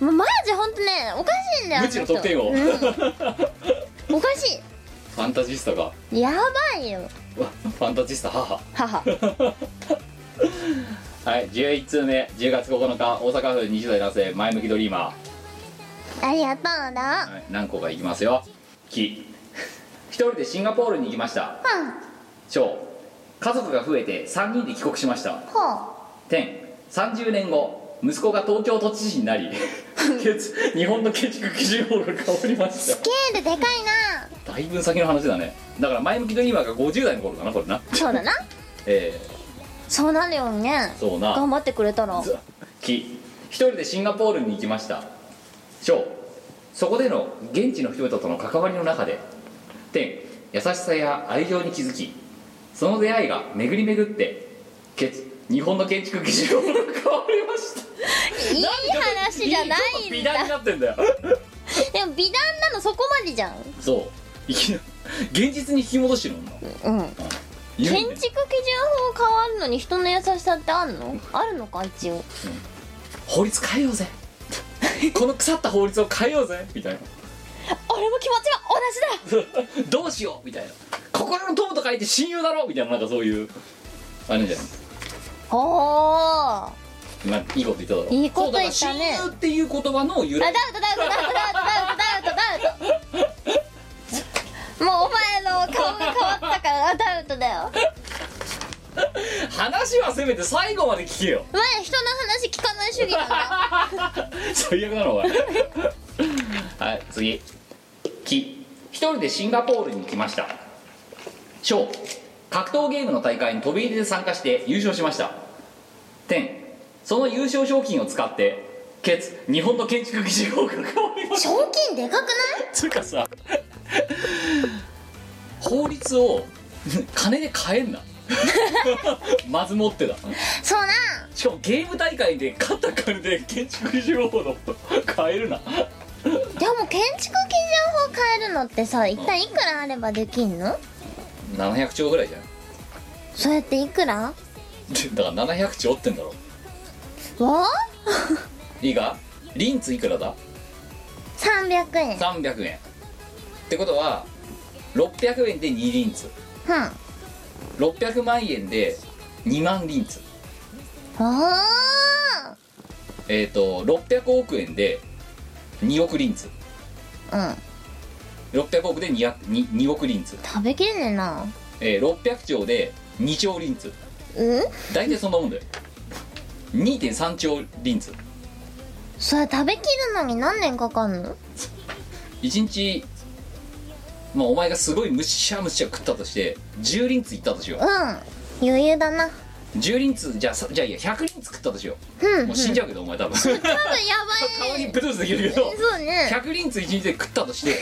[SPEAKER 2] うマジ本当ねおかしいんだよ
[SPEAKER 1] 無知の得点王、
[SPEAKER 2] あの人うんおかし
[SPEAKER 1] ファンタジスタが
[SPEAKER 2] いやばいよ
[SPEAKER 1] ファンタジスタ母
[SPEAKER 2] 母
[SPEAKER 1] はい11通目10月9日大阪府20代男性前向きドリーマ
[SPEAKER 2] ありがとう
[SPEAKER 1] ー、
[SPEAKER 2] な
[SPEAKER 1] はい、何個かいきますよき一人でシンガポールに行きました小家族が増えて3人で帰国しました
[SPEAKER 2] ほう
[SPEAKER 1] 点30年後息子が東京都知事になりケツ日本の建築基準法が変わりまし
[SPEAKER 2] ゲールでかいな
[SPEAKER 1] ただいぶ先の話だねだから前向きドリーマーが50代の頃かなこれな
[SPEAKER 2] そうだな
[SPEAKER 1] え
[SPEAKER 2] そうなるよね
[SPEAKER 1] ー、そうな
[SPEAKER 2] 頑張ってくれたら
[SPEAKER 1] き一人でシンガポールに行きました小そこでの現地の人々との関わりの中で点優しさや愛情に気づきその出会いが巡り巡ってけつ日本の建築基準法が変わりました
[SPEAKER 2] いい話じゃない
[SPEAKER 1] 美
[SPEAKER 2] ん
[SPEAKER 1] 談に
[SPEAKER 2] だ
[SPEAKER 1] なってんだよ
[SPEAKER 2] でも美談なのそこまでじゃん
[SPEAKER 1] そういきな現実に引き戻してるもんな
[SPEAKER 2] うん
[SPEAKER 1] 言う
[SPEAKER 2] 建
[SPEAKER 1] よね
[SPEAKER 2] 築基準法変わるのに人の優しさってあんのあるのか一応
[SPEAKER 1] 法律変えようぜこの腐った法律を変えようぜみたいな
[SPEAKER 2] 俺も気持ちが同じ だ
[SPEAKER 1] どうしようみたいな心の友と書いて親友だろみたいななんかそういうあれじゃ
[SPEAKER 2] おお
[SPEAKER 1] んなんかいいこと言っただろ
[SPEAKER 2] いいこと言ったね
[SPEAKER 1] そうだから親友っていう言葉の由
[SPEAKER 2] ダウ
[SPEAKER 1] 来
[SPEAKER 2] トダウトダウトダウトダウトダウトダウトもうお前の顔が変わったからダウトだよ
[SPEAKER 1] 話はせめて最後まで聞けよ
[SPEAKER 2] 前人の話聞かない主義なんだ
[SPEAKER 1] 最悪だなお前はい次き一人でシンガポールに行きました小格闘ゲームの大会に飛び入りで参加して優勝しました点その優勝賞金を使ってケツ日本の建築技術を関わりました
[SPEAKER 2] 賞金でかくない
[SPEAKER 1] つうかさ法律を金で買え んなまず持ってだ
[SPEAKER 2] そうな
[SPEAKER 1] しかもゲーム大会で勝った金で建築情報の買えるな
[SPEAKER 2] でも建築基準法変えるのってさ一体いくらあればできんの
[SPEAKER 1] 700兆ぐらいじゃん
[SPEAKER 2] そうやっていくらわ
[SPEAKER 1] だから700兆ってんだろ
[SPEAKER 2] あ
[SPEAKER 1] いいかリンツいくらだ
[SPEAKER 2] 300円
[SPEAKER 1] 300円ってことは600円で2リンツ
[SPEAKER 2] うん
[SPEAKER 1] 600万円で2万リンツ
[SPEAKER 2] おー
[SPEAKER 1] えっ、と600億円で2億リンツ
[SPEAKER 2] うん
[SPEAKER 1] 600億で 2, 2, 億リンツ、
[SPEAKER 2] 食べきれねえな
[SPEAKER 1] えー、600兆で2兆リンツ
[SPEAKER 2] うん
[SPEAKER 1] 大体そんなもんだよ2.3兆リンツ
[SPEAKER 2] それ食べきるのに何年かかんの
[SPEAKER 1] 1日まあお前がすごいむしゃむしゃ食ったとして10リンツいったとしよ
[SPEAKER 2] うん
[SPEAKER 1] う
[SPEAKER 2] 余裕だな
[SPEAKER 1] 10リンツじゃあさじゃあいや100リンツ食ったとしよ
[SPEAKER 2] うん、
[SPEAKER 1] う
[SPEAKER 2] う
[SPEAKER 1] もう
[SPEAKER 2] ん、多
[SPEAKER 1] 死ん
[SPEAKER 2] 分
[SPEAKER 1] じゃうけどお前多分
[SPEAKER 2] やば
[SPEAKER 1] 顔
[SPEAKER 2] い
[SPEAKER 1] に
[SPEAKER 2] ね
[SPEAKER 1] ペトスできるけど
[SPEAKER 2] そうね
[SPEAKER 1] 100リンツ1日で食ったとして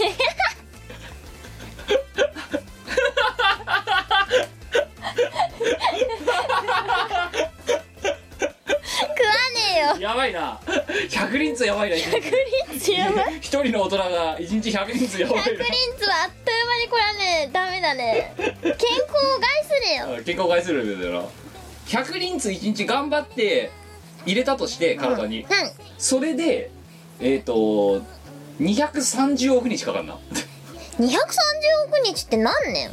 [SPEAKER 2] 食わねえよ
[SPEAKER 1] やばいな100リンツやばいな1
[SPEAKER 2] クリンツやばい
[SPEAKER 1] 人の大人が1日100リンツやば
[SPEAKER 2] ク
[SPEAKER 1] い
[SPEAKER 2] リ
[SPEAKER 1] な
[SPEAKER 2] ンツはあっという間にこれはねダメだね健康を害するよ
[SPEAKER 1] 健康を害するんだよな100リンツ1日頑張って入れたとして体に、
[SPEAKER 2] 何
[SPEAKER 1] それでえっ、と230億日かかるな
[SPEAKER 2] 230億日って何年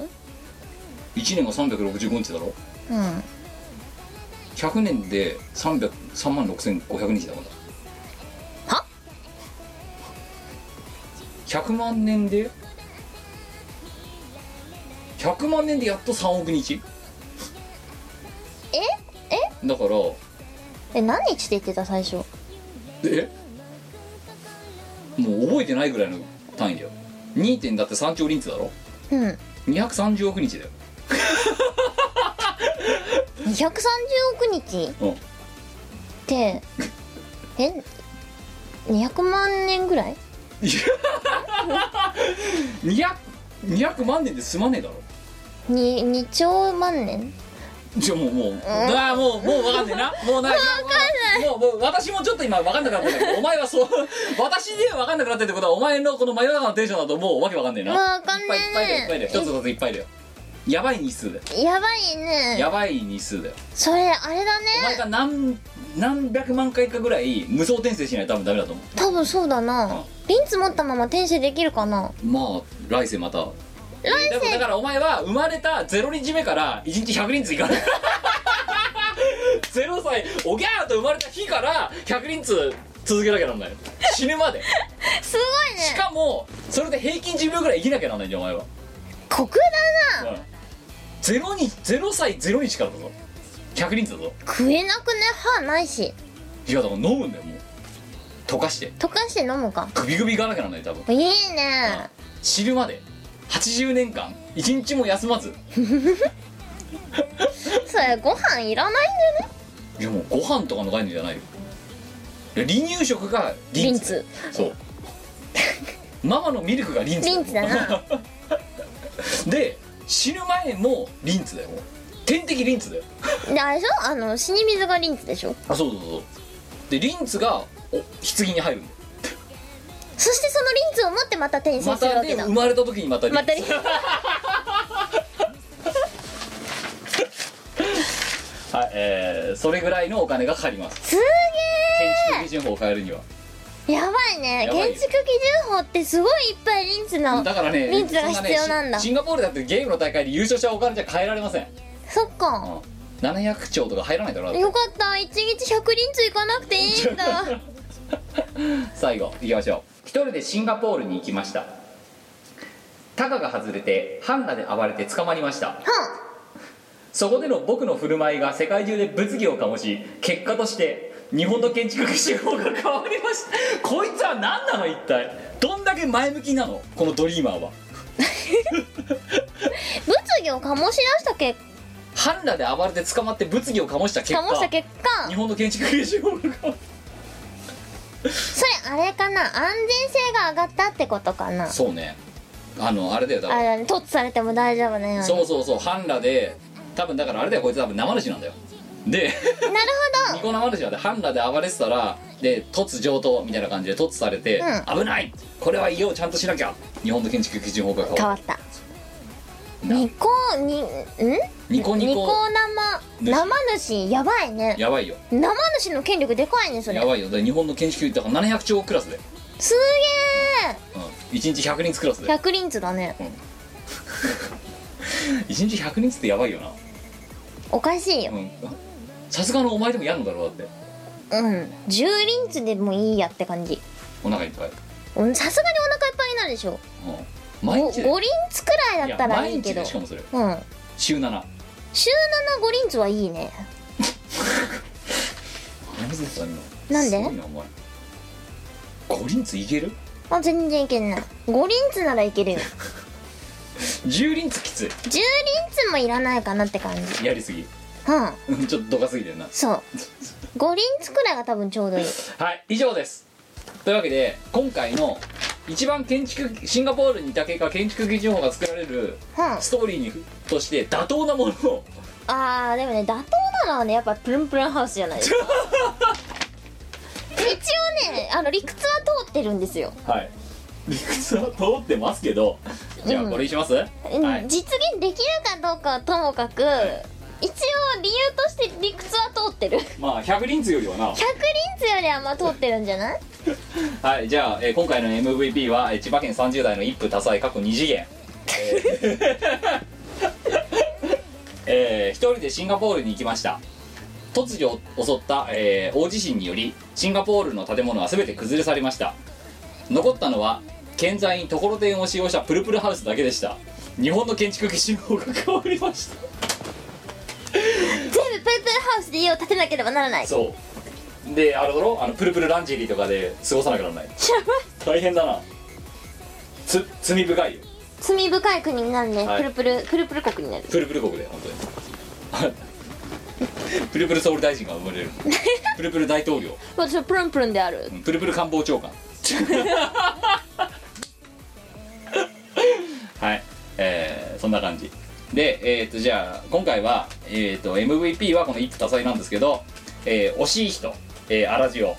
[SPEAKER 1] 1年が365日だろ
[SPEAKER 2] うん
[SPEAKER 1] 100年で300 3万6500日だもんだ
[SPEAKER 2] は
[SPEAKER 1] 100万年で100万年でやっと3億日
[SPEAKER 2] え
[SPEAKER 1] だから
[SPEAKER 2] え何日って言ってた最初
[SPEAKER 1] えもう覚えてないぐらいの単位だよ2点だって3兆リンツだろ
[SPEAKER 2] うん
[SPEAKER 1] 230億日だよ
[SPEAKER 2] 230億日っ
[SPEAKER 1] うん
[SPEAKER 2] てえ200万年ぐらい
[SPEAKER 1] 200 200万年で済まねえだろ
[SPEAKER 2] に2兆万年
[SPEAKER 1] じゃあもうもう、ああもうもう分かんねえなもうな分かんないもうもう私もちょっと今分かんなくなったけどお前はそう私では分かんなくなってるってことはお前のこの真夜中のテンションだともうわけ分かんねえな
[SPEAKER 2] わかんね
[SPEAKER 1] いっぱいいっぱいだよいっぱいだよ一つ一ついっぱいだよやばい日数だよ
[SPEAKER 2] やばいね
[SPEAKER 1] やばい日数だよ
[SPEAKER 2] それあれだ
[SPEAKER 1] お前
[SPEAKER 2] ね
[SPEAKER 1] が何何百万回かぐらい無双転生しないと多分ダメだと思
[SPEAKER 2] 多分そうだ
[SPEAKER 1] うん
[SPEAKER 2] なリンツ持ったまま転生できるかな
[SPEAKER 1] うまあ来世また来世だからお前は生まれたゼロ日目から1日100輪通いかない ゼロ歳おぎゃーと生まれた日から100輪通続けなきゃなんないよ死ぬまです
[SPEAKER 2] ごい
[SPEAKER 1] し
[SPEAKER 2] ね
[SPEAKER 1] かもそれで平均寿命ぐらい生きなきゃなんないんだよお前は
[SPEAKER 2] 酷だな
[SPEAKER 1] うんゼロにゼロ歳ゼロ日からだぞ100輪通だぞ
[SPEAKER 2] 食えなくね歯ないし
[SPEAKER 1] いやだから飲むんだよもう溶かして
[SPEAKER 2] 溶かして飲むか
[SPEAKER 1] グビグビいかなきゃなんない多分
[SPEAKER 2] いいね
[SPEAKER 1] 死ぬまで80年間一日も休まず
[SPEAKER 2] それご飯いらないんだよね
[SPEAKER 1] いやもうご飯とかの概念じゃないよいや離乳食が
[SPEAKER 2] リ
[SPEAKER 1] リ
[SPEAKER 2] ン
[SPEAKER 1] ン
[SPEAKER 2] ツ
[SPEAKER 1] ツそうママのミルクがリンツ
[SPEAKER 2] リンツだな
[SPEAKER 1] で死ぬ前もリンツだよもう天敵リンツだよ
[SPEAKER 2] であれでしょあの死に水がリンツでしょ
[SPEAKER 1] あそうそうそうでリンツがお棺に入るんだよ
[SPEAKER 2] そしてそのリンツを持ってまた転生
[SPEAKER 1] ます
[SPEAKER 2] る
[SPEAKER 1] た
[SPEAKER 2] わ
[SPEAKER 1] で
[SPEAKER 2] けだ
[SPEAKER 1] 生まれた時にまたリンツ
[SPEAKER 2] またリンツ
[SPEAKER 1] はいえー、それぐらいのお金がかかります
[SPEAKER 2] すげ
[SPEAKER 1] 建築基準法を変えるには
[SPEAKER 2] えやばいね
[SPEAKER 1] やばいよ
[SPEAKER 2] 建築基準法ってすごいいっぱいリンツな
[SPEAKER 1] だからね
[SPEAKER 2] リンツが
[SPEAKER 1] そね
[SPEAKER 2] 必要なんだ
[SPEAKER 1] シンシンガポールだってゲームの大会で優勝したお金じゃ変えられません、
[SPEAKER 2] そっ
[SPEAKER 1] う
[SPEAKER 2] か
[SPEAKER 1] ん、700兆とか入らないだろうな
[SPEAKER 2] よかった1日100リンツ行かなくていいんだ
[SPEAKER 1] 最後いきましょう一人でシンガポールに行きましたタカが外れてハンガで暴れて捕まりましたそこでの僕の振る舞いが世界中で物議を醸し結果として日本の建築手法が変わりましたこいつは何なの一体どんだけ前向きなのこのドリーマーは
[SPEAKER 2] 物議を醸し出した結
[SPEAKER 1] ハンガで暴れて捕まって物議を醸した結
[SPEAKER 2] 果
[SPEAKER 1] 果
[SPEAKER 2] 醸した結果
[SPEAKER 1] 日本の建築手法が変わりました
[SPEAKER 2] それあれかな安全性が上がったってことかな
[SPEAKER 1] そうねあのあれだよ多
[SPEAKER 2] あれ
[SPEAKER 1] 分
[SPEAKER 2] だね突されても大丈夫なように
[SPEAKER 1] そうそうそう半裸で多分だからあれだよこいつ多分生主なんだよで
[SPEAKER 2] なるほ
[SPEAKER 1] ニ
[SPEAKER 2] ど
[SPEAKER 1] コ生主なんで半裸で暴れてたらで突上等みたいな感じで突されて、
[SPEAKER 2] う
[SPEAKER 1] 危ないこれは家をちゃんとしなきゃ日本の建築基準法が変
[SPEAKER 2] 変
[SPEAKER 1] わ
[SPEAKER 2] わった
[SPEAKER 1] るな
[SPEAKER 2] ニコにん
[SPEAKER 1] ニコニコ
[SPEAKER 2] ニコ生
[SPEAKER 1] 主
[SPEAKER 2] 生主やばいね
[SPEAKER 1] やばいよ
[SPEAKER 2] 生主の権力でかいねそれ
[SPEAKER 1] やばいよで日本の建築だから700兆クラスで、
[SPEAKER 2] す
[SPEAKER 1] うん、1日100人クラス
[SPEAKER 2] げえ
[SPEAKER 1] で
[SPEAKER 2] 100リンツだね
[SPEAKER 1] 1日100人ってやばいよな
[SPEAKER 2] おかしいよ
[SPEAKER 1] うんさすがのお前でもやるのだろうだって
[SPEAKER 2] うん10リンツでもいいやって感じ
[SPEAKER 1] お腹いっぱい、う
[SPEAKER 2] うんさすがにお腹いっぱいになるでしょ
[SPEAKER 1] ん、毎
[SPEAKER 2] 5,
[SPEAKER 1] 日だよ
[SPEAKER 2] リンツくらいだったらいいけど
[SPEAKER 1] や毎日でしかもそれ
[SPEAKER 2] うん
[SPEAKER 1] 週7
[SPEAKER 2] 週7五リンツはいいね
[SPEAKER 1] 何でそん
[SPEAKER 2] なんです
[SPEAKER 1] ごいなお前五輪ツいける
[SPEAKER 2] あ全然いけない5リンツならい けるよ
[SPEAKER 1] 十輪ツきつ
[SPEAKER 2] 10リンツもいらないかなって感じ
[SPEAKER 1] いやりすぎ
[SPEAKER 2] うん
[SPEAKER 1] ちょっとどかすぎてるな
[SPEAKER 2] そう5リンツくらいが多分ちょうどいい
[SPEAKER 1] はい以上ですというわけで今回の一番建築シンガポールにいた結果建築基準法が作られる
[SPEAKER 2] うんあ
[SPEAKER 1] ストーリーにとして妥当なものを
[SPEAKER 2] ーでもね妥当なのはねやっぱプルンプルンハウスじゃないですか 一応ねあの理屈は通ってるんですよ、
[SPEAKER 1] はい理屈は通ってますけどじゃあこれにします、
[SPEAKER 2] うん
[SPEAKER 1] はい
[SPEAKER 2] 実現できるかどうかはともかく一応理由として理屈は通ってる100リン
[SPEAKER 1] まあ百輪ツよりはな
[SPEAKER 2] ツよりはまあ通ってるんじゃ ない
[SPEAKER 1] はいじゃあ、えー今回の MVP はえー千葉県30代の一夫多妻過去2次元えーえー 一人でシンガポールに行きました突如襲った、えー大地震によりシンガポールの建物は全て崩れ去りました残ったのは建材にところてんを使用したプルプルハウスだけでした日本の建築基準法が変わりました
[SPEAKER 2] 全部プルプルハウスで家を建てなければなら ない
[SPEAKER 1] そうであれだろあのプルプルランジェリーとかで過ごさなきゃならない大変だなつ罪深いよ
[SPEAKER 2] 罪深い国になるね、
[SPEAKER 1] はい
[SPEAKER 2] プルプルプルプル国になる
[SPEAKER 1] プルプル国で本当に プルプル総理大臣が生まれるプルプル大統領
[SPEAKER 2] 私はプルンプルンである
[SPEAKER 1] うんプルプル官房長官 はいえー、そんな感じでえっ、とじゃあ今回は、えー、と MVP はこの一夫多妻なんですけど、えー惜しい人、えー、アラジオ、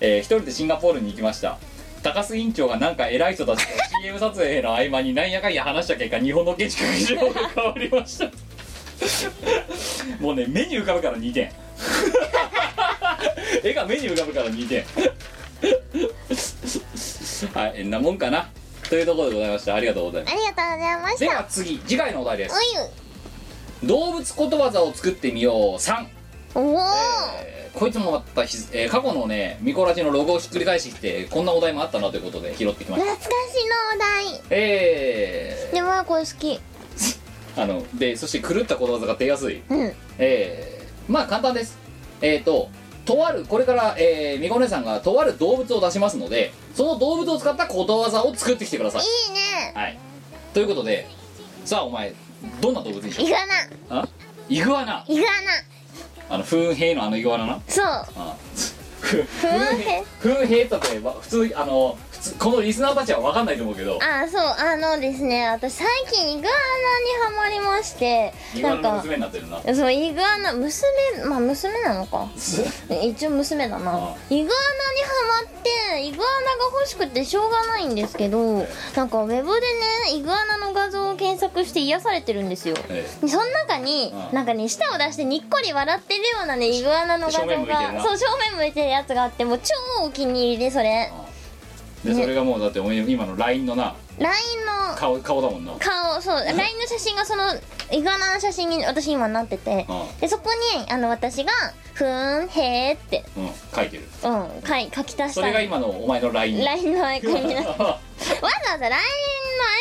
[SPEAKER 1] えー一人でシンガポールに行きました高須委員長がなんか偉い人たちと CM 撮影の合間になんやかんや話した結果日本の建築基準法が変わりましたもうね目に浮かぶから2点 絵が目に浮かぶから2点 はい、えんなもんかな。というところでございました。ありがとうございま
[SPEAKER 2] ありがとうございまし
[SPEAKER 1] す。で
[SPEAKER 2] た
[SPEAKER 1] は次、次回のお題です。
[SPEAKER 2] う
[SPEAKER 1] 動物ことわざを作ってみよう三。
[SPEAKER 2] いうおお、
[SPEAKER 1] えーこいつもまたひず、えー過去のね、ミコラジのロゴをひっくり返してきて、こんなお題もあったなということで拾ってきました。
[SPEAKER 2] 懐かしのお題
[SPEAKER 1] え
[SPEAKER 2] でもこれ好き
[SPEAKER 1] ー、あの、で、そして狂ったことわざが出やすい。
[SPEAKER 2] うん
[SPEAKER 1] えー、まあ簡単です。えっ、と、とある、これから、えー、みこねさんがとある動物を出しますので、その動物を使ったことわざを作ってきてください。
[SPEAKER 2] いいね
[SPEAKER 1] はい。ということで、さあお前、どんな動物にしよ
[SPEAKER 2] イ
[SPEAKER 1] う
[SPEAKER 2] グアナ
[SPEAKER 1] あイグアナ。
[SPEAKER 2] イグアナ
[SPEAKER 1] あの、風兵のあのイグアナな。
[SPEAKER 2] そう
[SPEAKER 1] あ風
[SPEAKER 2] 兵
[SPEAKER 1] 風兵って例えば、普通、あの、普通、このリスナーたちは分かんないと思うけど、
[SPEAKER 2] あそうあのですね私最近イグアナにハマりまして
[SPEAKER 1] イグ
[SPEAKER 2] な
[SPEAKER 1] ア
[SPEAKER 2] ん
[SPEAKER 1] ナの
[SPEAKER 2] か
[SPEAKER 1] 娘になってるな。
[SPEAKER 2] そうイグアナ娘まあ娘なのか一応娘だな
[SPEAKER 1] ああ
[SPEAKER 2] イグアナにハマってイグアナが欲しくてしょうがないんですけどなんかウェブでねイグアナの画像を検索して癒されてるんですよ
[SPEAKER 1] え
[SPEAKER 2] その中に
[SPEAKER 1] ああ
[SPEAKER 2] なんかね舌を出してにっこり笑ってるようなねイグアナの画像
[SPEAKER 1] 正面向いてる
[SPEAKER 2] が
[SPEAKER 1] な
[SPEAKER 2] そう正面向いてるやつがあってもう超お気に入りでそれ
[SPEAKER 1] えで、それがもうだってお前今の LINE のな、
[SPEAKER 2] LINE の
[SPEAKER 1] 顔、顔だもんな。
[SPEAKER 2] 顔そう LINE の写真がそのイグアナの写真に私今なってて
[SPEAKER 1] あ
[SPEAKER 2] でそこにあの私が「ふーんへー」って、
[SPEAKER 1] うん、書いてる。
[SPEAKER 2] うん、書い書き足し
[SPEAKER 1] そ
[SPEAKER 2] た
[SPEAKER 1] れが今のお前の LINE。
[SPEAKER 2] LINE のアイコンに なってわざわざ LINE のアイ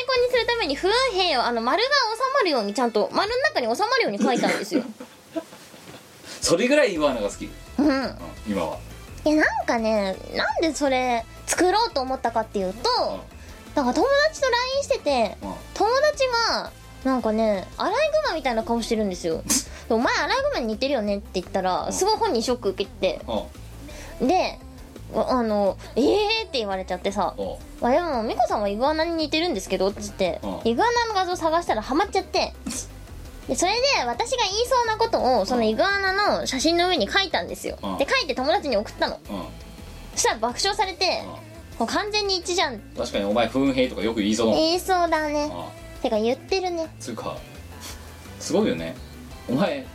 [SPEAKER 2] コンにするために「ふーんへー」をあの丸が収まるようにちゃんと丸の中に収まるように書いた んですよ
[SPEAKER 1] それぐらいイグアナが好き。うん、
[SPEAKER 2] うん
[SPEAKER 1] 今は。
[SPEAKER 2] いやなんかねなんでそれ作ろうと思ったかっていうとなんか友達と LINE してて
[SPEAKER 1] うん。うん
[SPEAKER 2] 友達がなんかねアライグマみたいな顔してるんで すよでお前アライグマに似てるよねって言ったらすごい本人ショック受けて
[SPEAKER 1] うん。
[SPEAKER 2] であの「ええー!」って言われちゃってさ
[SPEAKER 1] うん。
[SPEAKER 2] 「あでも美子さんはイグアナに似てるんですけど」っつって
[SPEAKER 1] うん
[SPEAKER 2] イグアナの画像探したらハマっちゃってでそれで私が言いそうなことをそのイグアナの写真の上に書いたんですよ
[SPEAKER 1] うん
[SPEAKER 2] で書いて友達に送ったの
[SPEAKER 1] うん。
[SPEAKER 2] そしたら爆笑されて「もう完全に一致じゃん」
[SPEAKER 1] 確かにお前不運兵とかよく言いそうだもん
[SPEAKER 2] 言いそうだね
[SPEAKER 1] ああ
[SPEAKER 2] てか言ってるね
[SPEAKER 1] つうかすごいよねお前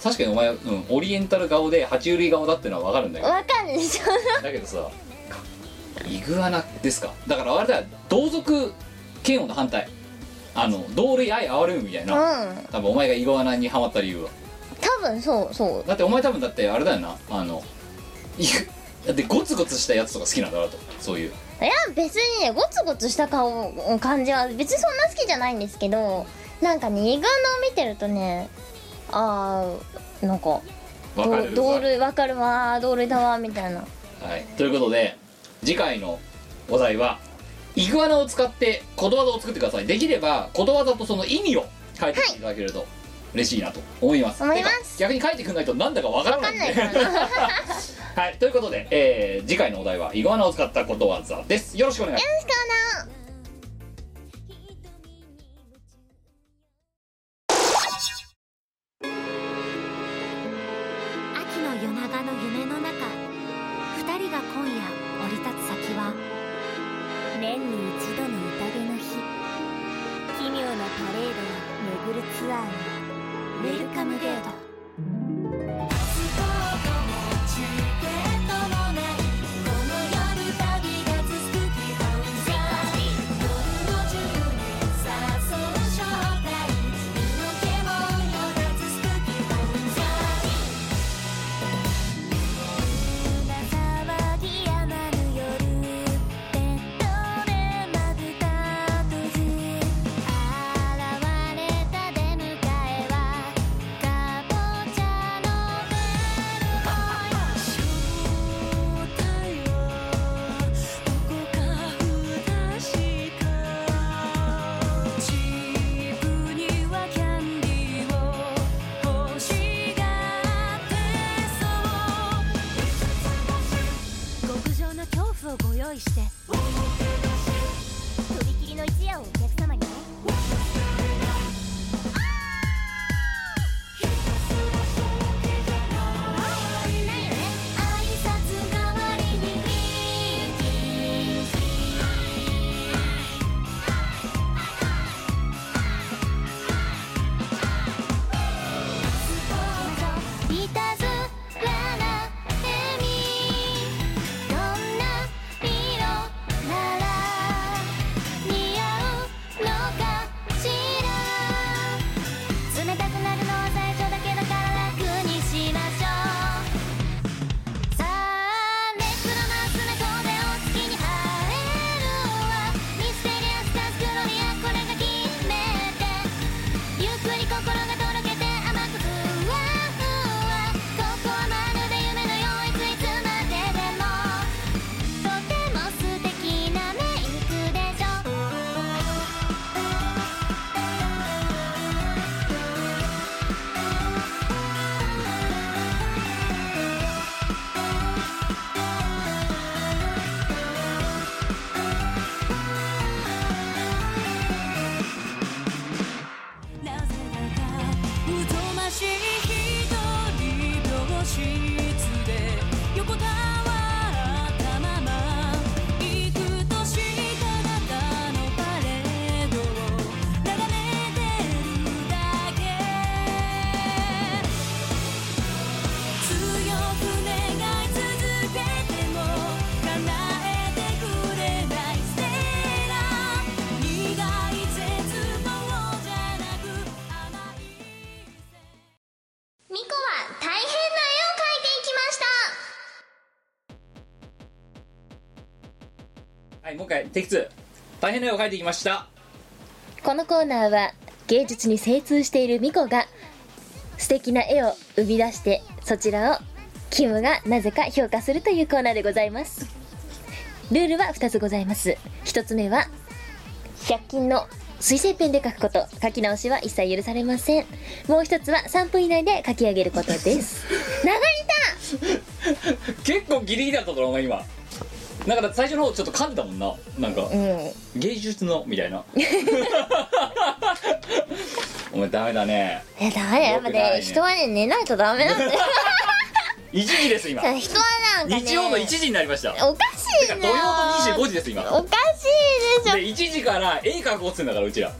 [SPEAKER 1] 確かにお前、うん、オリエンタル顔で爬虫類顔だってのは分かるんだけど
[SPEAKER 2] わかるでしょ
[SPEAKER 1] だけどさイグアナですかだからあれだよ同族嫌悪の反対あの同類愛憐れむみたいうな、
[SPEAKER 2] ん
[SPEAKER 1] 多分お前がイグアナにハマった理由は
[SPEAKER 2] 多分そうそう
[SPEAKER 1] だってお前多分だってあれだよなあのイグだってゴツゴツしたやつとか好きなんだなとそういう
[SPEAKER 2] いや別にねゴツゴツした顔感じは別にそんな好きじゃないんですけどなんかねイグアナを見てるとねあーなんか
[SPEAKER 1] 分かる
[SPEAKER 2] ど同類わかるわ同類だわみたいな
[SPEAKER 1] はい、ということで次回のお題はイグアナを使ってことわざを作ってくださいできればことわざとその意味を書いてきていただけると嬉しいなと思います、
[SPEAKER 2] 思います
[SPEAKER 1] てか逆に書いてくんないとなんだかわからないんで
[SPEAKER 2] わかんない
[SPEAKER 1] はいということで、えー次回のお題はイグアナを使ったことわざですよろしくお願いします
[SPEAKER 6] 秋の夜長の夢の中二人が今夜降り立つ先は年に一度の宴の日奇妙なパレードを巡るツアーのウェルカムゲート
[SPEAKER 7] 騒ぎ止まる夜ベッドでまぶた閉じ現れた出迎えはカボ
[SPEAKER 6] フをご用意してとびきりの一夜をお客様にね
[SPEAKER 7] 挨拶代わりにミーティング「いたずらな笑み」「どんな色なら似合うのかしら」「冷たくなるのは最初だけだから楽にしましょう」さあ熱の真っすぐでお月に会えるわミステリアスタスクロリアこれが決めてゆっくり心がとろけて甘くふわふわここはまるで夢のよういついつまででもとても素敵なメイクでしょなぜだか疎ましい一人教室で横たわったまま幾としかたのパレードを眺めてるだけ強く願い続けても叶えてくれないステラ苦い絶望じゃなく甘い
[SPEAKER 2] ミコは大変な絵を描いていきました
[SPEAKER 1] はいもう一回テイク2大変な絵を描いてきました
[SPEAKER 3] このコーナーは芸術に精通しているミコが素敵な絵を生み出してそちらをキムがなぜか評価するというコーナーでございますルールは2つございます1つ目は100均の水性ペンで書くこと書き直しは一切許されませんもう1つは3分以内で書き上げることです長い
[SPEAKER 1] 結構ギリギリだったと思う今だから最初の方ちょっと噛んでたもんななんか、芸術のみた いなお前ダメだね
[SPEAKER 2] えダメだやっぱ
[SPEAKER 1] よくない
[SPEAKER 2] ね
[SPEAKER 1] ね
[SPEAKER 2] 人はね寝ないとダ メなんだよ
[SPEAKER 1] 1時です今
[SPEAKER 2] 人はなんかね
[SPEAKER 1] 日曜の1時になりました
[SPEAKER 2] おかしい
[SPEAKER 1] 土
[SPEAKER 2] な
[SPEAKER 1] 曜の25時です今
[SPEAKER 2] おかしいでしょ
[SPEAKER 1] で1時から絵描こうっつうんだからうちら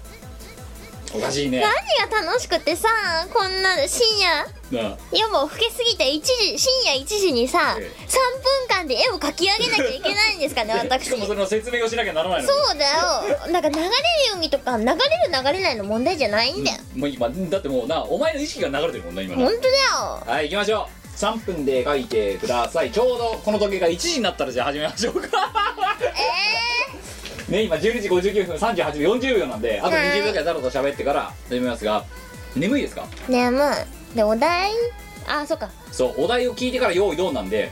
[SPEAKER 1] おかしいね
[SPEAKER 2] 何が楽しくてさこんな深夜
[SPEAKER 1] なあ
[SPEAKER 2] 夜も更けすぎて1時深夜1時にさ、
[SPEAKER 1] ええ
[SPEAKER 2] 3分間で絵を描き上げなきゃいけないんです かね私
[SPEAKER 1] しか
[SPEAKER 2] そ
[SPEAKER 1] も
[SPEAKER 2] う
[SPEAKER 1] それの説明をしなきゃならないの
[SPEAKER 2] だよなんか流れるようにとか流れる流れないの問題じゃないんだよ、
[SPEAKER 1] もう今だってもうなお前の意識が流れてるもんな今な
[SPEAKER 2] 本当だよ
[SPEAKER 1] はい行きましょう3分で描いてくださいちょうどこの時計が1時になったらじゃあ始めましょうかね今12時59分38秒40秒なんであと20秒くらいだろうと喋ってから始めますが眠いですか
[SPEAKER 2] ねもうでお題あそっか
[SPEAKER 1] そうお題を聞いてから用意どうなんで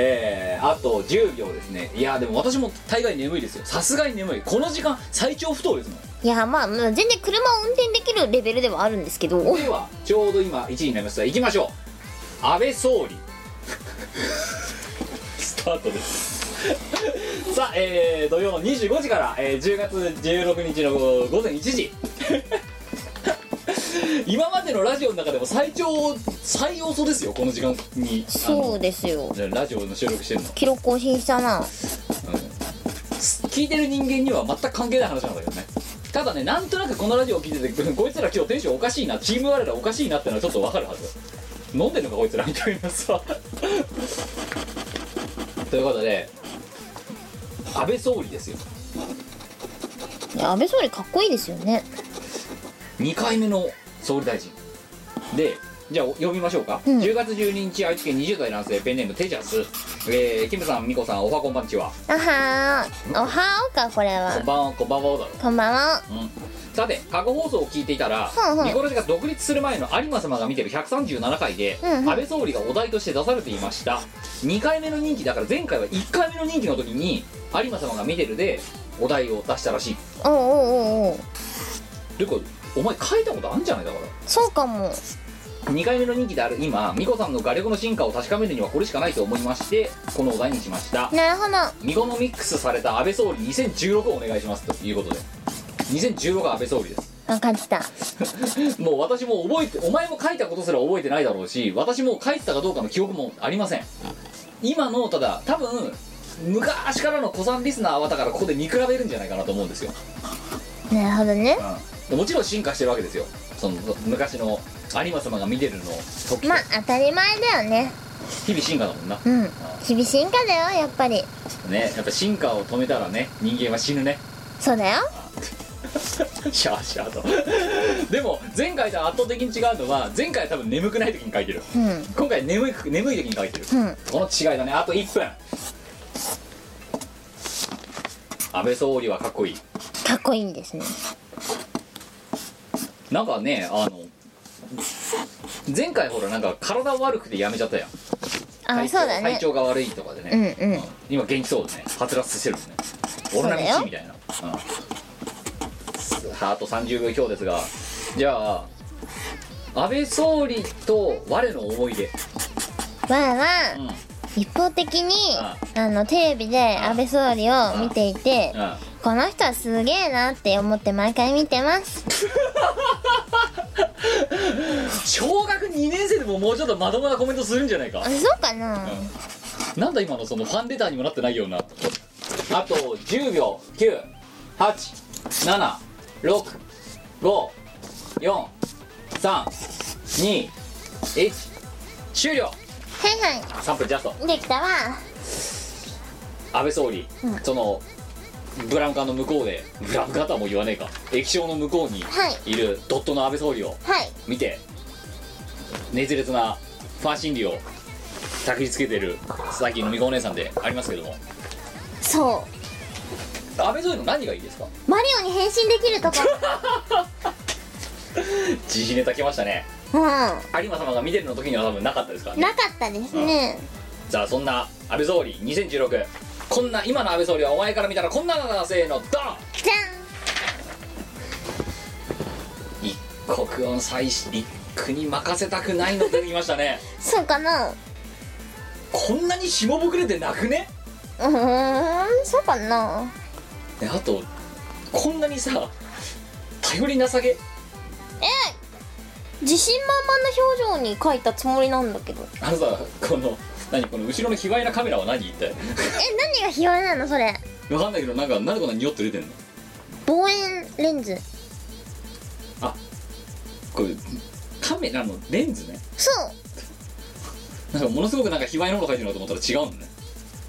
[SPEAKER 1] えー、あと10秒ですねいやでも私も大概眠いですよさすがに眠いこの時間最長不倒ですもん
[SPEAKER 2] いやまあまあ全然車を運転できるレベルではあるんですけど
[SPEAKER 1] ではちょうど今1位になりました行きましょう安倍総理 スタートです さあ、えー、土曜の25時から、えー10月16日の午前1時 今までのラジオの中でも最長最遅ですよこの時間にあの
[SPEAKER 2] そうですよ
[SPEAKER 1] ラジオの収録してるの、
[SPEAKER 2] 記録更新したな
[SPEAKER 1] うん聞いてる人間には全く関係ない話なんだけどねただねなんとなくこのラジオを聞いててこいつら今日テンションおかしいなチーム我らおかしいなってのはちょっとわかるはず飲んでんのかこいつらみたいなさ ということで安倍総理ですよ
[SPEAKER 2] いや安倍総理かっこいいですよね
[SPEAKER 1] 2回目の総理大臣でじゃあ読みましょうか、
[SPEAKER 2] うん
[SPEAKER 1] 10月12日愛知県20代男性ペンネームテジャス、えー、キムさんミコさんおはこんばんちは
[SPEAKER 2] あはーおはおかこれ
[SPEAKER 1] こん
[SPEAKER 2] は
[SPEAKER 1] ばんはこんばんはだろ
[SPEAKER 2] こんばんは
[SPEAKER 1] うんさて過去放送を聞いていたら
[SPEAKER 2] うんうん
[SPEAKER 1] ニコラジが独立する前の有馬様が見てる137回で、
[SPEAKER 2] うんうん
[SPEAKER 1] 安倍総理がお題として出されていました2回目の任期だから前回は1回目の任期の時に有馬様が見てるでお題を出したらしい
[SPEAKER 2] おうおうおうおう
[SPEAKER 1] ルコお前書いたことあるんじゃないだから
[SPEAKER 2] そうかも
[SPEAKER 1] 2回目の人気である今ミコさんの画力の進化を確かめるにはこれしかないと思いましてこのお題にしました
[SPEAKER 2] なるほど
[SPEAKER 1] ミコノミックスされた安倍総理2016をお願いしますということで2016は安倍総理です
[SPEAKER 2] 分かってた
[SPEAKER 1] もう私も覚えてお前も書いたことすら覚えてないだろうし私も書いてたかどうかの記憶もありません今のただ多分昔からの古参リスナーはだからここで見比べるんじゃないかなと思うんですよ、
[SPEAKER 2] なるほどね
[SPEAKER 1] うん、もちろん進化してるわけですよその昔の有馬様が見てるの時と
[SPEAKER 2] まあ当たり前だよね
[SPEAKER 1] 日々進化だもんな
[SPEAKER 2] うん厳しいんかだよやっぱり
[SPEAKER 1] ねやっぱ進化を止めたらね人間は死ぬね
[SPEAKER 2] そうだよ
[SPEAKER 1] シャーシャーと でも前回と圧倒的に違うのは前回は多分眠くない時に書いてる
[SPEAKER 2] うん
[SPEAKER 1] 今回眠い眠い時に書いてる
[SPEAKER 2] うん
[SPEAKER 1] この違いだねあと1分安倍総理はかっこいい
[SPEAKER 2] かっこいいんですね
[SPEAKER 1] なんかねあの前回ほらなんか体悪くてやめちゃったやん
[SPEAKER 2] あ
[SPEAKER 1] 体調
[SPEAKER 2] そうだね
[SPEAKER 1] 体調が悪いとかで
[SPEAKER 2] うん
[SPEAKER 1] ね、
[SPEAKER 2] うん
[SPEAKER 1] 今元気そうですねはつらつしてるんですねオルナミッチみたいな、うんハート30秒強ですがじゃあ安倍総理と我の思い出、
[SPEAKER 2] わあわ
[SPEAKER 1] うんうん
[SPEAKER 2] あ一方的に
[SPEAKER 1] あ
[SPEAKER 2] あのテレビで
[SPEAKER 1] あ
[SPEAKER 2] 安倍総理を見ていてこの人はすげえなって思って毎回見てます
[SPEAKER 1] 小学2年生でももうちょっとまともなコメントするんじゃないか
[SPEAKER 2] あそうかな
[SPEAKER 1] なんだ今のそのファンレターにもなってないようなあと10秒987654321終了
[SPEAKER 2] はい
[SPEAKER 1] 3分ジャスト
[SPEAKER 2] はいできたわ
[SPEAKER 1] 安倍総理、
[SPEAKER 2] うん
[SPEAKER 1] そのブラウン管の向こうでブラウン管とはもう言わねえか液晶の向こうに
[SPEAKER 2] はい
[SPEAKER 1] いるドットの安倍総理を
[SPEAKER 2] はい
[SPEAKER 1] 見て熱烈なファン心理をたきりつけてる最近のみこお姉さんでありますけども
[SPEAKER 2] そ
[SPEAKER 1] 安倍総理の何がいいですか
[SPEAKER 2] うマリオに変身できるとこ
[SPEAKER 1] 時事ネタ来ましたね
[SPEAKER 2] うん
[SPEAKER 1] 有馬様が見てるの時には多分なかったですからね
[SPEAKER 2] なかったですね
[SPEAKER 1] さあそんな安倍総理2016こんな今の安倍総理はお前から見たらこんなのだせーのドン
[SPEAKER 2] じゃ
[SPEAKER 1] 一国を祭し一句に任せたくないの出てきましたね
[SPEAKER 2] んそうかなう
[SPEAKER 1] こんなに下ぼくれてなくね
[SPEAKER 2] ーんそうかな
[SPEAKER 1] であとこんなにさ頼りなさげ
[SPEAKER 2] 自信満々な表情に書いたつもりなんだけど
[SPEAKER 1] あのさこの何この後ろの卑猥なカメラは何一体
[SPEAKER 2] え何が卑猥なのそれ
[SPEAKER 1] わかんないけどなんかなんでこんなに匂って出てんの
[SPEAKER 2] 望遠レンズ
[SPEAKER 1] これカメラのレンズね
[SPEAKER 2] そう
[SPEAKER 1] なんかものすごくなんか卑猥なもの書いてるなと思ったら違うのね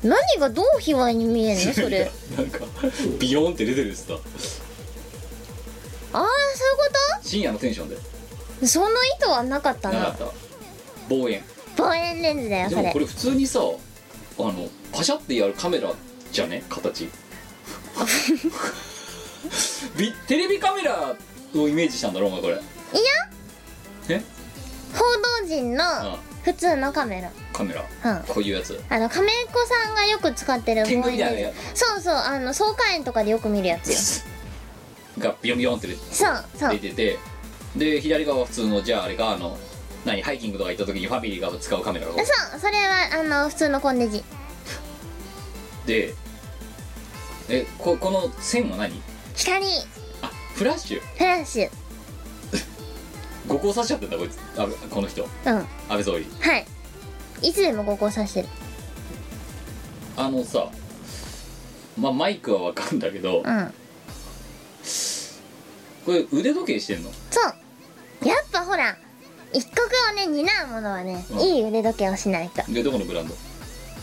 [SPEAKER 2] 何がどう卑猥に見えんの それ
[SPEAKER 1] なんかビヨーンって出てるっすさ
[SPEAKER 2] ああそういう
[SPEAKER 1] 深夜のテンションで
[SPEAKER 2] ことその意図はなかった
[SPEAKER 1] なか
[SPEAKER 2] な
[SPEAKER 1] った望遠
[SPEAKER 2] 望遠レンズだよ
[SPEAKER 1] で
[SPEAKER 2] そ
[SPEAKER 1] も
[SPEAKER 2] れ
[SPEAKER 1] これ普通にさあのパシャってやるカメラじゃね形 びテレビカメラをイメージしたんだろうがこれ
[SPEAKER 2] 報道陣の
[SPEAKER 1] あ
[SPEAKER 2] 普通のカメラ
[SPEAKER 1] カメラ
[SPEAKER 2] うん
[SPEAKER 1] こういうやつ
[SPEAKER 2] あの亀子さんがよく使ってる
[SPEAKER 1] 天狗みたいな
[SPEAKER 2] レ
[SPEAKER 1] や
[SPEAKER 2] ンズそうそうあの総会員とかでよく見るやつよ
[SPEAKER 1] つがビヨンビヨンって出て
[SPEAKER 2] そうそう
[SPEAKER 1] 出ててで左側は普通のじゃああれかあの何ハイキングとか行った時にファミリーが使うカメラだろ
[SPEAKER 2] そうそれはあの普通のコンデジ
[SPEAKER 1] でえここの線は何
[SPEAKER 2] 光フ
[SPEAKER 1] あフラッシュ
[SPEAKER 2] ラッシュ
[SPEAKER 1] 五光差しちゃってんだこいつあこの人
[SPEAKER 2] うんは
[SPEAKER 1] 安倍総理
[SPEAKER 2] いいつでもここを指してる
[SPEAKER 1] あのさまあマイクはわかるんだけど
[SPEAKER 2] うん
[SPEAKER 1] これ腕時計してんの
[SPEAKER 2] そうやっぱほら一刻をね担うものはね、
[SPEAKER 1] うん
[SPEAKER 2] いい腕時計をしないと
[SPEAKER 1] でどこのブランド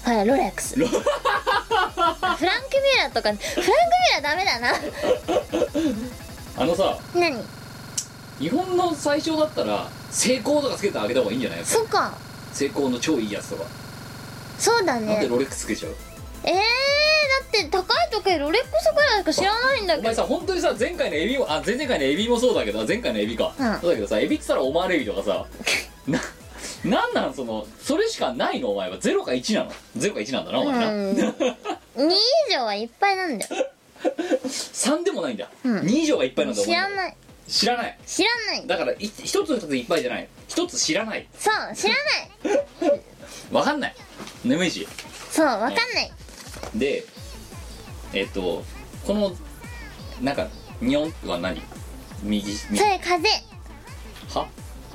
[SPEAKER 2] ほらロレックスフランクミュラーとかフランクミュラーダメだな
[SPEAKER 1] あのさ
[SPEAKER 2] 何
[SPEAKER 1] 日本の最初だったら成功とかつけてあげた方がいいんじゃないですか
[SPEAKER 2] そっか
[SPEAKER 1] 成功の超いいやつとか
[SPEAKER 2] そうだ
[SPEAKER 1] なんで
[SPEAKER 2] ね
[SPEAKER 1] ロレックスつけちゃう
[SPEAKER 2] えー、だって高い時計ロレックスくらいしか知らないんだ
[SPEAKER 1] お
[SPEAKER 2] けど
[SPEAKER 1] 前さ本当にさ前回のエビもあ前々回のエビもそうだけど前回のエビか、
[SPEAKER 2] うん
[SPEAKER 1] そうだけどさエビって言ったらオマールエビとか さななんなんそのそれしかないのお前は0か1なの0か1なんだなお
[SPEAKER 2] う
[SPEAKER 1] 前な、
[SPEAKER 2] ん2以上はいっぱいなんだよ
[SPEAKER 1] 3でもないんだ、
[SPEAKER 2] うん
[SPEAKER 1] 2以上がいっぱいなんだお
[SPEAKER 2] 知
[SPEAKER 1] 前
[SPEAKER 2] らない
[SPEAKER 1] 知らない
[SPEAKER 2] 知らない
[SPEAKER 1] だからい一つ二ついっぱいじゃない一一つ知らない
[SPEAKER 2] そう知らない
[SPEAKER 1] わかんない眠いし
[SPEAKER 2] そうわかんない
[SPEAKER 1] でえっとこのなんかにょんは何右右
[SPEAKER 2] それ風
[SPEAKER 1] は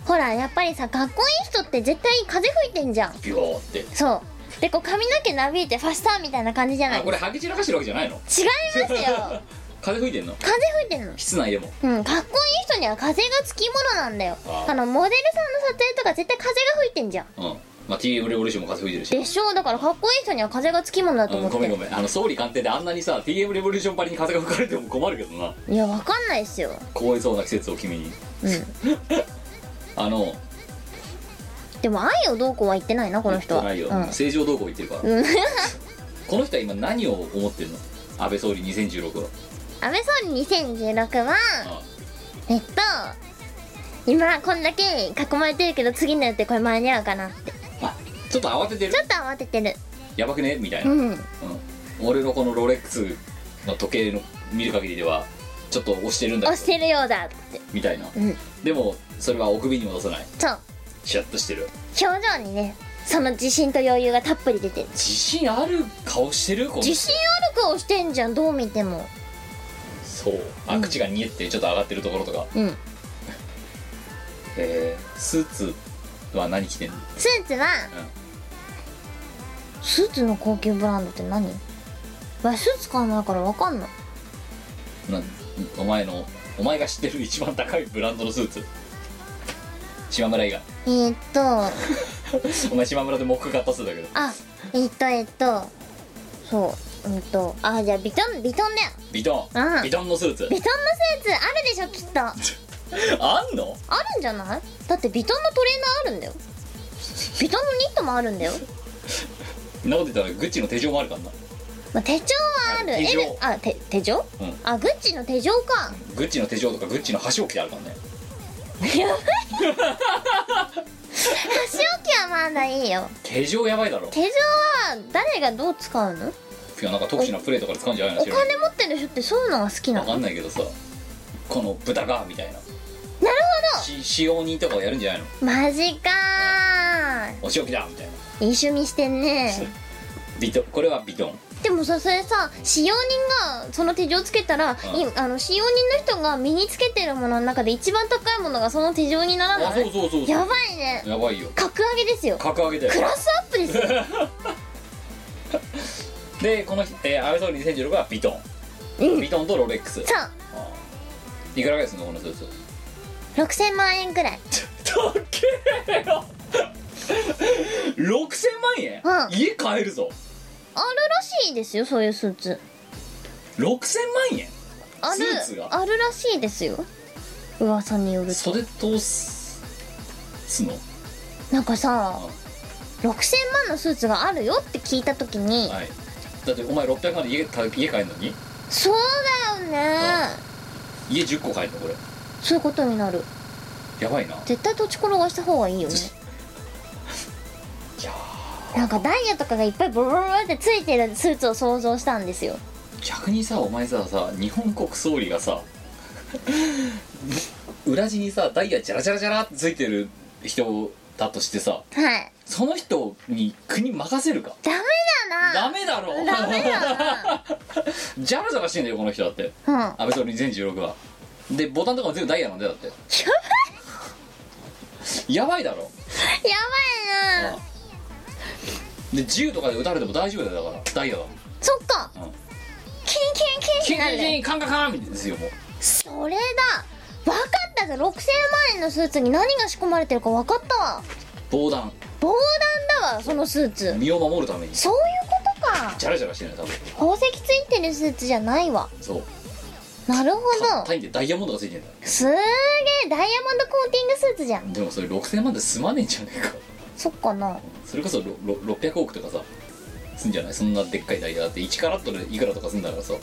[SPEAKER 2] ほらやっぱりさかっこいい人って絶対風吹いてんじゃん
[SPEAKER 1] ビョーって
[SPEAKER 2] そうでこう髪の毛なびいてファスターみたいな感じじゃな
[SPEAKER 1] あ
[SPEAKER 2] い違い
[SPEAKER 1] これハゲ散らかしてるわけじゃないの
[SPEAKER 2] ますよ
[SPEAKER 1] 風吹いてんの
[SPEAKER 2] 風吹いてんの
[SPEAKER 1] 室内でも
[SPEAKER 2] うん、かっこいい人には風がつきものなんだよ
[SPEAKER 1] あ
[SPEAKER 2] あ
[SPEAKER 1] ー
[SPEAKER 2] のモデルさんの撮影とか絶対風が吹いてんじゃん
[SPEAKER 1] うんまあ TM レボリューションも風吹いてるし
[SPEAKER 2] でしょだからかっこいい人には風がつきものだと
[SPEAKER 1] う
[SPEAKER 2] 思
[SPEAKER 1] ん、
[SPEAKER 2] って
[SPEAKER 1] ごめんごめんあの総理官邸であんなにさ TM レボリューションパリに風が吹かれても困るけどない
[SPEAKER 2] やわかんないっすよ
[SPEAKER 1] 凍えそうな季節を君に
[SPEAKER 2] うん
[SPEAKER 1] あの
[SPEAKER 2] でも愛をどうこうは言ってないなこの人は
[SPEAKER 1] 言って
[SPEAKER 2] う
[SPEAKER 1] ないよ、
[SPEAKER 2] ん
[SPEAKER 1] 正常動向言ってるから、
[SPEAKER 2] うん
[SPEAKER 1] この人は今何を思ってるの安倍総理2016は
[SPEAKER 2] 安倍総理2016は
[SPEAKER 1] あ
[SPEAKER 2] えっと今こんだけ囲まれてるけど次の予定これ間に合うかなって
[SPEAKER 1] あちょっと慌ててる
[SPEAKER 2] ちょっと慌ててる
[SPEAKER 1] やばくねみたいな、
[SPEAKER 2] う
[SPEAKER 1] うん
[SPEAKER 2] ん
[SPEAKER 1] 俺のこのロレックスの時計の見る限りではちょっと押してるんだ
[SPEAKER 2] 押
[SPEAKER 1] け
[SPEAKER 2] し
[SPEAKER 1] ど
[SPEAKER 2] てるようだって
[SPEAKER 1] みたいな
[SPEAKER 2] うん
[SPEAKER 1] でもそれはお首にも出さない
[SPEAKER 2] そう
[SPEAKER 1] シャッとしてる
[SPEAKER 2] 表情にねその自信と余裕がたっぷり出てる
[SPEAKER 1] 自信ある顔してるこの
[SPEAKER 2] 自信ある顔してんじゃんどう見ても
[SPEAKER 1] そうあ、口がにえってちょっと上がってるところとか
[SPEAKER 2] うん
[SPEAKER 1] えー、スーツは何着てんの
[SPEAKER 2] スーツは、スーツの高級ブランドって何わスーツ買わないからわかんない
[SPEAKER 1] なんお前のお前が知ってる一番高いブランドのスーツ島村 以外
[SPEAKER 2] えー、っと
[SPEAKER 1] お前島村でモック買った数だけど
[SPEAKER 2] あえー、っとえー、っとそううんとあじゃあビトンビトンだよ
[SPEAKER 1] ビトン、
[SPEAKER 2] うん
[SPEAKER 1] ビトンのスーツ
[SPEAKER 2] ビトンのスーツあるでしょき っとあ
[SPEAKER 1] あんの
[SPEAKER 2] るんじゃないだってビトンのトレーナーあるんだよビトンのニットもあるんだよ、
[SPEAKER 1] そんなこと言ったらグッチの手錠もあるからな
[SPEAKER 2] まあ、手錠はある
[SPEAKER 1] 手錠
[SPEAKER 2] L あ手手錠、
[SPEAKER 1] うん
[SPEAKER 2] あグッチの手錠か
[SPEAKER 1] グッチの手錠とかグッチの箸置きであるからね
[SPEAKER 2] や ばい箸置きはまだいいよ
[SPEAKER 1] 手錠やばいだろ
[SPEAKER 2] 手錠は誰がどう使うの
[SPEAKER 1] いやなんか特殊なプレーとかで使うんじゃないの
[SPEAKER 2] お
[SPEAKER 1] 知らない
[SPEAKER 2] 金持ってる人ってそういうのが好きな
[SPEAKER 1] わか
[SPEAKER 2] の
[SPEAKER 1] んないけどさこの豚がみたいななるほど使用人とかをやるんじゃないの
[SPEAKER 2] マジか
[SPEAKER 1] お仕置きだみたいな
[SPEAKER 2] ーいい趣味してんね
[SPEAKER 1] ビトンこれはビトン
[SPEAKER 2] でもさそれさ使用人がその手錠つけたら、
[SPEAKER 1] うん
[SPEAKER 2] いあの使用人の人が身につけてるものの中で一番高いものがその手錠になら
[SPEAKER 1] あ
[SPEAKER 2] な
[SPEAKER 1] そう
[SPEAKER 2] い
[SPEAKER 1] そうそうそう
[SPEAKER 2] やばいね
[SPEAKER 1] やばいよ
[SPEAKER 2] 格上げですよ
[SPEAKER 1] 格上げだよ
[SPEAKER 2] クラスアップですよ
[SPEAKER 1] でこの、えー、安倍総理2016はビトン、ビトンとロレックス
[SPEAKER 2] さあ
[SPEAKER 1] あーいくらぐらいするのこのスーツ
[SPEAKER 2] 6000万円くらい
[SPEAKER 1] 高えよ6000万円、
[SPEAKER 2] うん
[SPEAKER 1] 家買えるぞ
[SPEAKER 2] あるらしいですよそういうスーツ
[SPEAKER 1] 6000万円
[SPEAKER 2] ある
[SPEAKER 1] スーツが
[SPEAKER 2] あるらしいですよ噂によると
[SPEAKER 1] 袖通すすの
[SPEAKER 2] なんかさ6000万のスーツがあるよって聞いた時に、
[SPEAKER 1] はいだってお前600万で家た家買えるのに
[SPEAKER 2] そうだよね
[SPEAKER 1] 家10個買えるのこれ
[SPEAKER 2] そういうことになる
[SPEAKER 1] やばいない
[SPEAKER 2] 絶対土地転がした方がいいよね
[SPEAKER 1] や
[SPEAKER 2] なんかダイヤとかがいっぱいボロボロボロってついてるスーツを想像したんですよ
[SPEAKER 1] 逆にさお前ささ日本国総理がさ 裏地にさダイヤジャラジャラジャラってついてる人だとしてさ
[SPEAKER 2] はい
[SPEAKER 1] その人に国任せるか
[SPEAKER 2] ダメだ
[SPEAKER 1] ダ
[SPEAKER 2] な
[SPEAKER 1] メだろ
[SPEAKER 2] ダメだ
[SPEAKER 1] ジャラジャラしてんだよこの人だって
[SPEAKER 2] なうん
[SPEAKER 1] 安 倍総理2016はでボタンとかも全部ダイヤなんだよだってやばいだろ
[SPEAKER 2] やばいな
[SPEAKER 1] で銃とかで撃たれても大丈夫だよだからダイヤだもん
[SPEAKER 2] そっか、
[SPEAKER 1] うん
[SPEAKER 2] キンキンキ
[SPEAKER 1] キ
[SPEAKER 2] ンっ
[SPEAKER 1] ン
[SPEAKER 2] てな
[SPEAKER 1] キン
[SPEAKER 2] る
[SPEAKER 1] キ
[SPEAKER 2] ね
[SPEAKER 1] ンカンカンカンみたいですよもう
[SPEAKER 2] それだ分かったぞ6000万円のスーツに何が仕込まれてるか分かったわ
[SPEAKER 1] 防弾
[SPEAKER 2] 防弾だわそのスーツ
[SPEAKER 1] 身を守るために
[SPEAKER 2] そういうことか
[SPEAKER 1] ジャラジャラしてんだよ多分
[SPEAKER 2] 宝石ついてるスーツじゃないわ
[SPEAKER 1] そう
[SPEAKER 2] なるほど
[SPEAKER 1] 単位でダイヤモンドがついてんだよ
[SPEAKER 2] すーげえダイヤモンドコーティングスーツじゃん
[SPEAKER 1] でもそれ6000万で済まねえんじゃねえか
[SPEAKER 2] そっかな
[SPEAKER 1] それこそろろ600億とかさすんじゃないそんなでっかいダイヤだって1カラットでいくらとかすんだからさ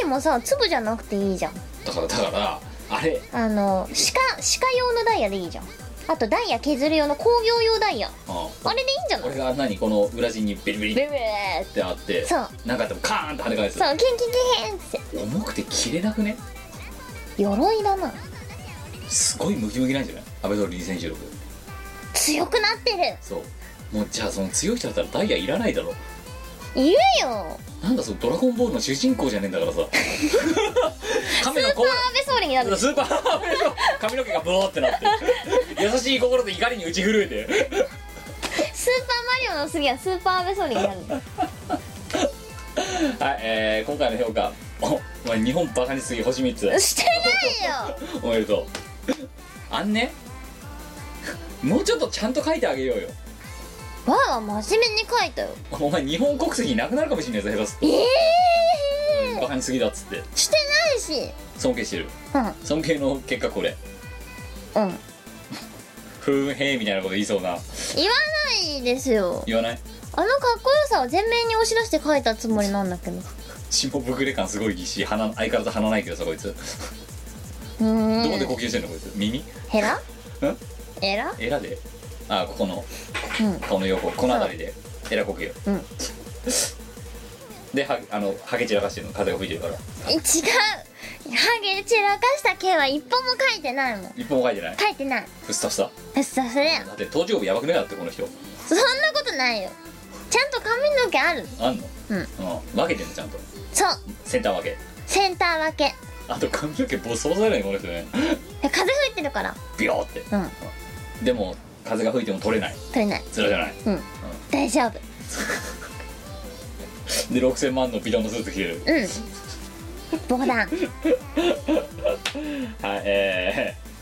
[SPEAKER 2] 何もさ粒じゃなくていいじゃん
[SPEAKER 1] だからだからあれ
[SPEAKER 2] あの鹿鹿用のダイヤでいいじゃんあとダイヤ削る用の工業用ダイヤ
[SPEAKER 1] あ
[SPEAKER 2] あれでいいんじゃない
[SPEAKER 1] 俺が何この裏地にベリベリ
[SPEAKER 2] ブ
[SPEAKER 1] っ
[SPEAKER 2] ブーって
[SPEAKER 1] てあって
[SPEAKER 2] そう
[SPEAKER 1] なんかでもカーンって跳ね返す
[SPEAKER 2] そうキンキンキンって
[SPEAKER 1] 重くて切れなくね
[SPEAKER 2] 鎧だな
[SPEAKER 1] すごいムキムキなんじゃない安倍総理2016
[SPEAKER 2] 強くなってる
[SPEAKER 1] そうもうじゃあその強い人だったらダイヤいらないだろ
[SPEAKER 2] いるよ
[SPEAKER 1] なんだそのドラゴンボールの主人公じゃねえんだからさ神の甲羅
[SPEAKER 2] 安倍総理になる
[SPEAKER 1] スーパーハーフの髪の毛がブワーってなって優しい心と怒りに打ち震えて
[SPEAKER 2] スーパーマリオの次はスーパー安倍総理になる
[SPEAKER 1] はい、えー、今回の評価おお前日本バカにしすぎ星3つ
[SPEAKER 2] してないよ
[SPEAKER 1] おめでとうあんねもうちょっとちゃんと書いてあげようよ
[SPEAKER 2] わあは真面目に書いたよ
[SPEAKER 1] お前日本国籍なくなるかもしれないぞ下手す
[SPEAKER 2] ええ
[SPEAKER 1] るとバカにしすぎだっつって
[SPEAKER 2] してないし
[SPEAKER 1] 尊敬してる
[SPEAKER 2] う
[SPEAKER 1] 尊敬の結果これ
[SPEAKER 2] んうん
[SPEAKER 1] ふーんへーみたいなこと言いそうな
[SPEAKER 2] 言わないですよ
[SPEAKER 1] 言わない
[SPEAKER 2] あのかっこよさを前面に押し出して書いたつもりなんだけどう
[SPEAKER 1] 血もぶくれ感すごいし鼻相変わらず鼻ないけどさこいつ
[SPEAKER 2] ーん
[SPEAKER 1] どこで呼吸してんのこいつ耳
[SPEAKER 2] ヘラ
[SPEAKER 1] ん
[SPEAKER 2] エラ
[SPEAKER 1] エラであここの
[SPEAKER 2] うん
[SPEAKER 1] この横この辺りでエラ呼吸
[SPEAKER 2] うん
[SPEAKER 1] ではあのハゲ散らかしてるの風が吹いてるから
[SPEAKER 2] え違うハゲ散らかした毛は一本も書いてないもん
[SPEAKER 1] 一本も書いてない
[SPEAKER 2] 書いてない
[SPEAKER 1] ふっさふさ
[SPEAKER 2] うっさそれ
[SPEAKER 1] だって頭頂部やばくねえだってこの人
[SPEAKER 2] そんなことないよちゃんと髪の毛ある
[SPEAKER 1] あんの
[SPEAKER 2] うん
[SPEAKER 1] 分けてんのちゃんと
[SPEAKER 2] そう
[SPEAKER 1] 先端分け
[SPEAKER 2] センター分け
[SPEAKER 1] あと髪の毛暴走だよねこの人ね
[SPEAKER 2] 風吹いてるから
[SPEAKER 1] ビヨーって
[SPEAKER 2] うん
[SPEAKER 1] でも風が吹いても取れない
[SPEAKER 2] 取れない
[SPEAKER 1] ずらじゃない
[SPEAKER 2] うん大丈夫
[SPEAKER 1] で6000万のビロンのスーツ着てる
[SPEAKER 2] うん防弾
[SPEAKER 1] はいえー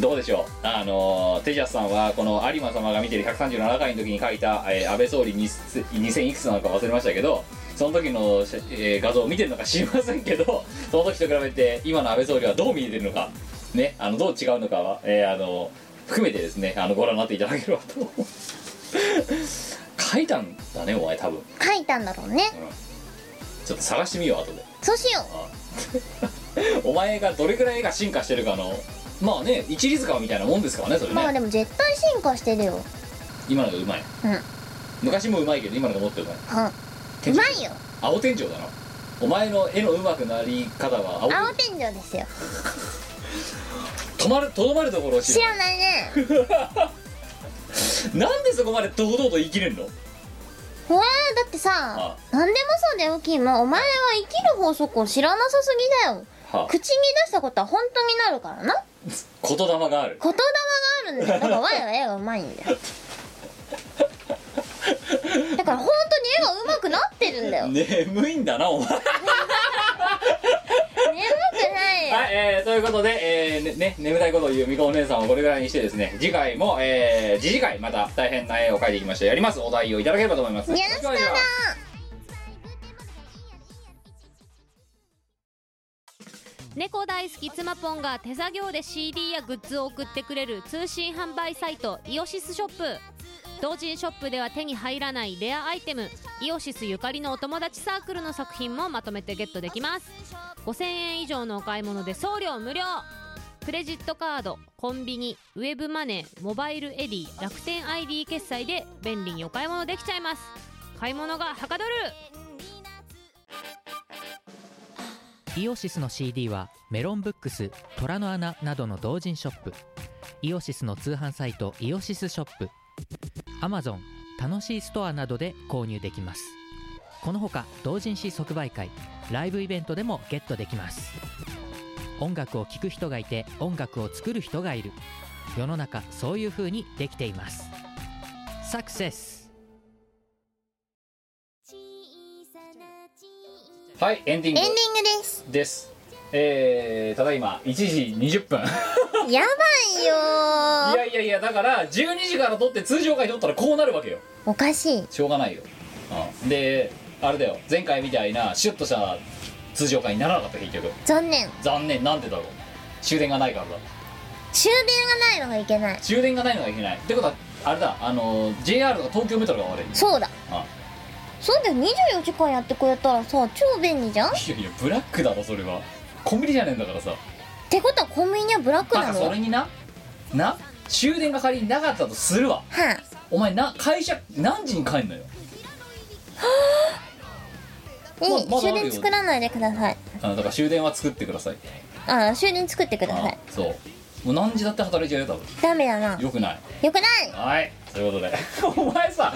[SPEAKER 1] どうでしょうあのーテジャスさんはこの有馬様が見てる137回の時に書いた、えー安倍総理につ2000いくつなのか忘れましたけどその時の、えー画像を見てるのか知りませんけど その時と比べて今の安倍総理はどう見えてるのかねあのどう違うのかは、えーあの含めてですねあのご覧になっていただければと思う 書いたんだねお前多分、うん
[SPEAKER 2] 書いたんだろうね
[SPEAKER 1] ちょっと探してみよう後で
[SPEAKER 2] そうしよ
[SPEAKER 1] お前がどれくらい絵が進化してるかのまあね一里塚みたいなもんですからねそれ
[SPEAKER 2] う
[SPEAKER 1] ね、
[SPEAKER 2] まあでも絶対進化してるよ
[SPEAKER 1] 今のがうまい
[SPEAKER 2] うん
[SPEAKER 1] 昔もうまいけど今のがもっとうまい
[SPEAKER 2] うんうまいよ
[SPEAKER 1] 青天井だなお前の絵のうまくなり方は青
[SPEAKER 2] 青天井ですよ
[SPEAKER 1] 止まるとどまるところを知
[SPEAKER 2] 知
[SPEAKER 1] る
[SPEAKER 2] らないね
[SPEAKER 1] なんでそこまで堂々と生きれんの
[SPEAKER 2] えー、だってさ
[SPEAKER 1] あ
[SPEAKER 2] 何でもそうだよキムお前は生きる法則を知らなさすぎだよ
[SPEAKER 1] はあ
[SPEAKER 2] 口に出したことは本当になるからな
[SPEAKER 1] 言霊がある
[SPEAKER 2] 言霊 があるんだよだからワイは絵がうまいんだよだから本当に絵がうまくなってるんだよ眠
[SPEAKER 1] 眠いんだなお前はい
[SPEAKER 2] くないよ
[SPEAKER 1] えー、ということで、えーねね眠たいことを言うみこお姉さんをこれぐらいにしてですね次回も、えー、次次回また大変な絵を描いていきましょうやりますお題をいただければと思います
[SPEAKER 2] よろしくな
[SPEAKER 1] お願いします
[SPEAKER 8] 猫大好き妻ぽんが手作業で CD やグッズを送ってくれる通信販売サイトイオシスショップ同人ショップでは手に入らないレアアイテムイオシスゆかりのお友達サークルの作品もまとめてゲットできます5000円以上のお買い物で送料無料クレジットカードコンビニウェブマネーモバイルエディ楽天 ID 決済で便利にお買い物できちゃいます買い物がはかどる
[SPEAKER 9] イオシスの CD はメロンブックス虎の穴などの同人ショップイオシスの通販サイトイオシスショップ Amazon 楽しいストアなどで購入できますこのほか同人誌即売会ライブイベントでもゲットできます音楽を聴く人がいて音楽を作る人がいる世の中そういう風にできていますサクセス
[SPEAKER 1] はいエンディング
[SPEAKER 2] エンディングです
[SPEAKER 1] ですえー、ただいま1時20分
[SPEAKER 2] やばい
[SPEAKER 1] い
[SPEAKER 2] よ
[SPEAKER 1] やいやいやだから12時から撮って通常回撮ったらこうなるわけよ
[SPEAKER 2] おかしい
[SPEAKER 1] しょうがないよ、うん、であれだよ前回みたいなシュッとした通常回にならなかった結局
[SPEAKER 2] 残念
[SPEAKER 1] 残念なんでだろう終電がないからだ
[SPEAKER 2] 終電がないのがいけない
[SPEAKER 1] 終電がないのがいけないってことはあれだあの JR とか東京メトロが悪いんだ
[SPEAKER 2] そうだ
[SPEAKER 1] あ
[SPEAKER 2] そうだよ24時間やってくれたらさ超便利じゃんっ
[SPEAKER 1] いやいやブラックだろそれはコンビニじゃねえんだからさ
[SPEAKER 2] てことはコンビニはブラック
[SPEAKER 1] だ
[SPEAKER 2] な
[SPEAKER 1] から
[SPEAKER 2] の
[SPEAKER 1] そ
[SPEAKER 2] は
[SPEAKER 1] れになな終電が仮になかったとするわ
[SPEAKER 2] あ
[SPEAKER 1] お前な会社何時に帰んのよままだあ
[SPEAKER 2] いい終
[SPEAKER 1] るよ
[SPEAKER 2] 電作らないでください
[SPEAKER 1] あのだから終電は作ってください
[SPEAKER 2] ああ終電作ってください
[SPEAKER 1] そうもう何時だって働いちゃうよ多分
[SPEAKER 2] ダメだな
[SPEAKER 1] よくない
[SPEAKER 2] よくない
[SPEAKER 1] はいということで お前さ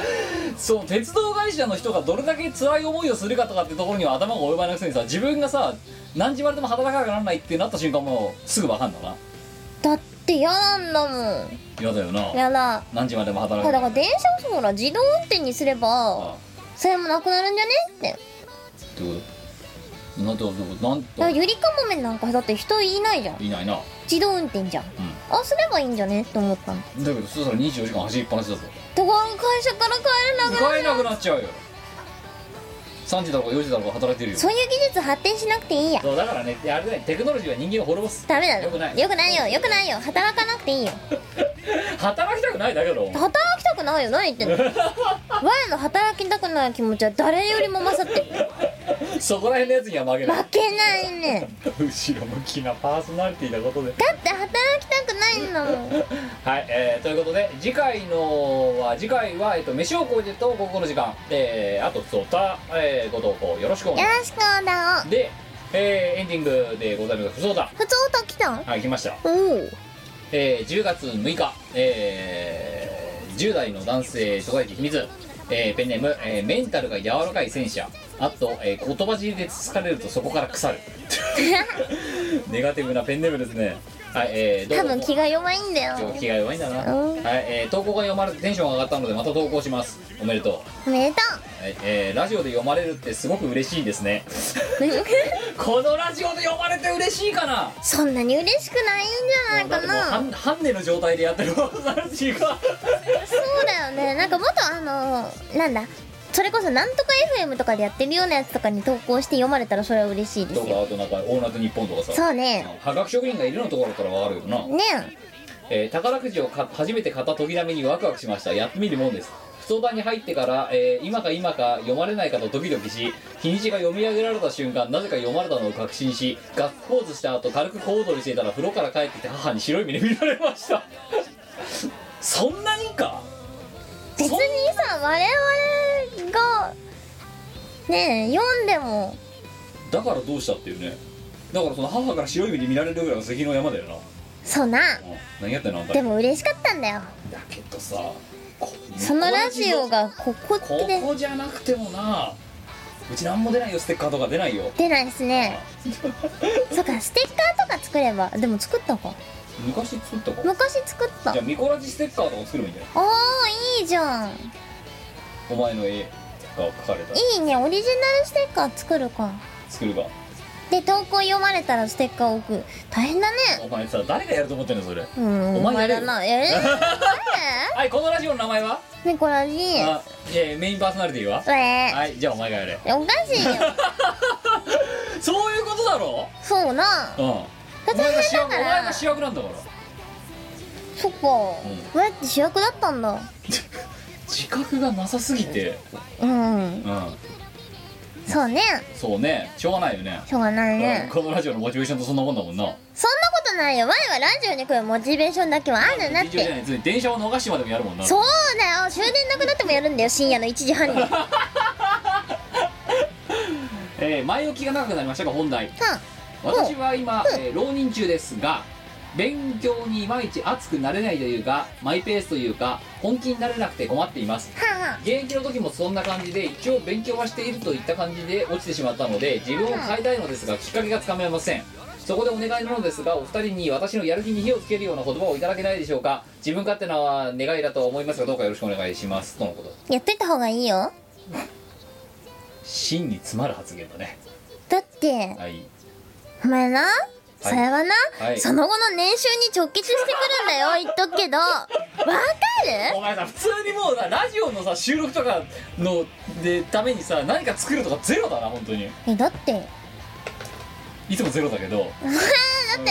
[SPEAKER 1] その鉄道会社の人がどれだけ辛い思いをするかとかってところには頭が及ばないくせにさ自分がさ何時まででも働かなくならないってなった瞬間もうすぐ分かんだな
[SPEAKER 2] だって嫌なんだもん
[SPEAKER 1] 嫌だよな
[SPEAKER 2] 嫌だ
[SPEAKER 1] 何時までも働
[SPEAKER 2] だ
[SPEAKER 1] く
[SPEAKER 2] から電車をそら自動運転にすれば
[SPEAKER 1] あ
[SPEAKER 2] それもなくなるんじゃねって
[SPEAKER 1] ってことなんてことなん
[SPEAKER 2] だから
[SPEAKER 1] て
[SPEAKER 2] ゆりかもめなんかだって人いないじゃん
[SPEAKER 1] いないな
[SPEAKER 2] 自動運転じゃん、あすればいいんじゃねって思ったのだか
[SPEAKER 1] だけどそしたら24時間走りっぱなしだぞ
[SPEAKER 2] ら会社から帰れなくなる
[SPEAKER 1] 使えなくなっちゃうよ3時だろうか4時だろうか働いてるよ
[SPEAKER 2] そういう技術発展しなくていいや
[SPEAKER 1] そうだからねあれだよテクノロジーは人間を滅ぼす
[SPEAKER 2] ダメだな
[SPEAKER 1] よくない
[SPEAKER 2] よくないよよくないよ働かなくていいよ
[SPEAKER 1] 働きたくないだけど
[SPEAKER 2] 働きたくないよ 何言ってんの我の働きたくない気持ちは誰よりも勝ってる
[SPEAKER 1] そこら辺のやつには負け ない
[SPEAKER 2] 負けないね
[SPEAKER 1] 後ろ向きなパーソナリティなことで
[SPEAKER 2] だって働きたくないんだもん
[SPEAKER 1] はい、えーということで次回のは次回は、えっと飯を超えてとここの時間、えーあとそうた、えーご投稿よろしくお願い
[SPEAKER 2] よ
[SPEAKER 1] し
[SPEAKER 2] ろしくおだ
[SPEAKER 1] ま
[SPEAKER 2] お
[SPEAKER 1] すで、えーエンディングでございます不相談
[SPEAKER 2] 普通と来たん
[SPEAKER 1] はい来ました
[SPEAKER 2] おお
[SPEAKER 1] えー10月6日、えー10代の男性諸外的秘密、えーペンネーム、えーメンタルが柔らかい戦車あと、えー言葉尻でつつかれるとそこから 腐るネガティブなペンネームですねはいえー、
[SPEAKER 2] 多
[SPEAKER 1] どう
[SPEAKER 2] 分
[SPEAKER 1] も
[SPEAKER 2] 気が弱いんだよ
[SPEAKER 1] 気が弱いんだな、
[SPEAKER 2] う
[SPEAKER 1] はい
[SPEAKER 2] ん
[SPEAKER 1] えー投稿が読まれてテンションが上がったのでまた投稿しますおめでと
[SPEAKER 2] おめでと
[SPEAKER 1] う、はいえーラジオで読まれるってすごく嬉しいですね
[SPEAKER 2] う
[SPEAKER 1] このラジオで読まれて嬉しいかな
[SPEAKER 2] そんなに嬉しくないんじゃないか
[SPEAKER 1] だって
[SPEAKER 2] な
[SPEAKER 1] もうハンハンネの状態でやってる わ私が
[SPEAKER 2] そうだよねなんかもっとあのなんだそれこそなんとか FM とかでやってるようなやつとかに投稿して読まれたらそれは嬉しいで
[SPEAKER 1] と
[SPEAKER 2] す
[SPEAKER 1] か
[SPEAKER 2] よ
[SPEAKER 1] あとなんか「オールナイトニッポン」とかさ
[SPEAKER 2] そうね
[SPEAKER 1] はがき職人がいるのところからわかるよな、
[SPEAKER 2] ね
[SPEAKER 1] えー宝くじをか初めて買った時だめにワクワクしましたやってみるもんです不相談に入ってから、えー今か今か読まれないかとドキドキし日にちが読み上げられた瞬間なぜか読まれたのを確信しガッツポーズした後軽く小躍りしていたら風呂から帰ってきて母に白い目で見られました そんなにか
[SPEAKER 2] 別にさ我々がねえ読んでも
[SPEAKER 1] だからどうしたっていうねだからその母から白い目で見られるぐらいの関の山だよな、うん
[SPEAKER 2] そうな
[SPEAKER 1] 何やってんのあんた
[SPEAKER 2] でも嬉しかったんだよ
[SPEAKER 1] だけどさこ
[SPEAKER 2] そのラジオがここ
[SPEAKER 1] こ
[SPEAKER 2] で
[SPEAKER 1] こじゃなくてもなうちなんも出ないよステッカーとか出ないよ
[SPEAKER 2] 出ないですね そうかステッカーとか作ればでも作ったか
[SPEAKER 1] 昔作ったか
[SPEAKER 2] 昔作った
[SPEAKER 1] じゃあミコラジステッカーとか作ればいいんじゃない
[SPEAKER 2] おーいいじゃん
[SPEAKER 1] お前の絵が描かれた
[SPEAKER 2] いいねオリジナルステッカー作るか
[SPEAKER 1] 作るが
[SPEAKER 2] で投稿読まれたらステッカーを置く大変だね
[SPEAKER 1] お前さ誰がやると思ってんのそれ
[SPEAKER 2] うん
[SPEAKER 1] お前やれよ
[SPEAKER 2] だなやれよ
[SPEAKER 1] はいこのラジオの名前は
[SPEAKER 2] ねこらじ
[SPEAKER 1] あいやいやメインパーソナリティは
[SPEAKER 2] ええ
[SPEAKER 1] はいじゃあお前がやれ
[SPEAKER 2] おかしいよ
[SPEAKER 1] そういうことだろ
[SPEAKER 2] そうな
[SPEAKER 1] うんお前が主役お
[SPEAKER 2] だから
[SPEAKER 1] 前が主役なんだから
[SPEAKER 2] そっか
[SPEAKER 1] ん
[SPEAKER 2] 俺だって主役だったんだ
[SPEAKER 1] 自覚がなさすぎて
[SPEAKER 2] うん
[SPEAKER 1] うん
[SPEAKER 2] そうね
[SPEAKER 1] そうねしょうがないよね
[SPEAKER 2] しょうがない
[SPEAKER 1] うん
[SPEAKER 2] ね
[SPEAKER 1] このラジオのモチベーションとそんなもんだもんな
[SPEAKER 2] そんなことないよ前はラジオに来るモチベーションだけはあるんだっ
[SPEAKER 1] 劇場じゃ
[SPEAKER 2] て
[SPEAKER 1] ない別に電車を逃してまでもやるもんな
[SPEAKER 2] そうだよ終電なくなってもやるんだよ深夜の1時半にうん
[SPEAKER 1] えー前置きが長くなりましたが本題私は今、えー浪人中ですが勉強にいまいち熱くなれないというかマイペースというか本気になれなくて困っています
[SPEAKER 2] はあはあ
[SPEAKER 1] 現役の時もそんな感じで一応勉強はしているといった感じで落ちてしまったので自分を変えたいのですがきっかけがつかめませんそこでお願いなのですがお二人に私のやる気に火をつけるような言葉をいただけないでしょうか自分勝手な願いだと思いますがどうかよろしくお願いしますとのこと
[SPEAKER 2] やっといた方がいいよ
[SPEAKER 1] 真に詰まる発言だね
[SPEAKER 2] だって
[SPEAKER 1] はい
[SPEAKER 2] お前なそれはな、
[SPEAKER 1] はい
[SPEAKER 2] その後の年収に直結してくるんだよ言っとくけどわかる
[SPEAKER 1] お前さ普通にもうさラジオのさ収録とかのでためにさ何か作るとかゼロだな本当に
[SPEAKER 2] えだって
[SPEAKER 1] いつも ゼロだけどだ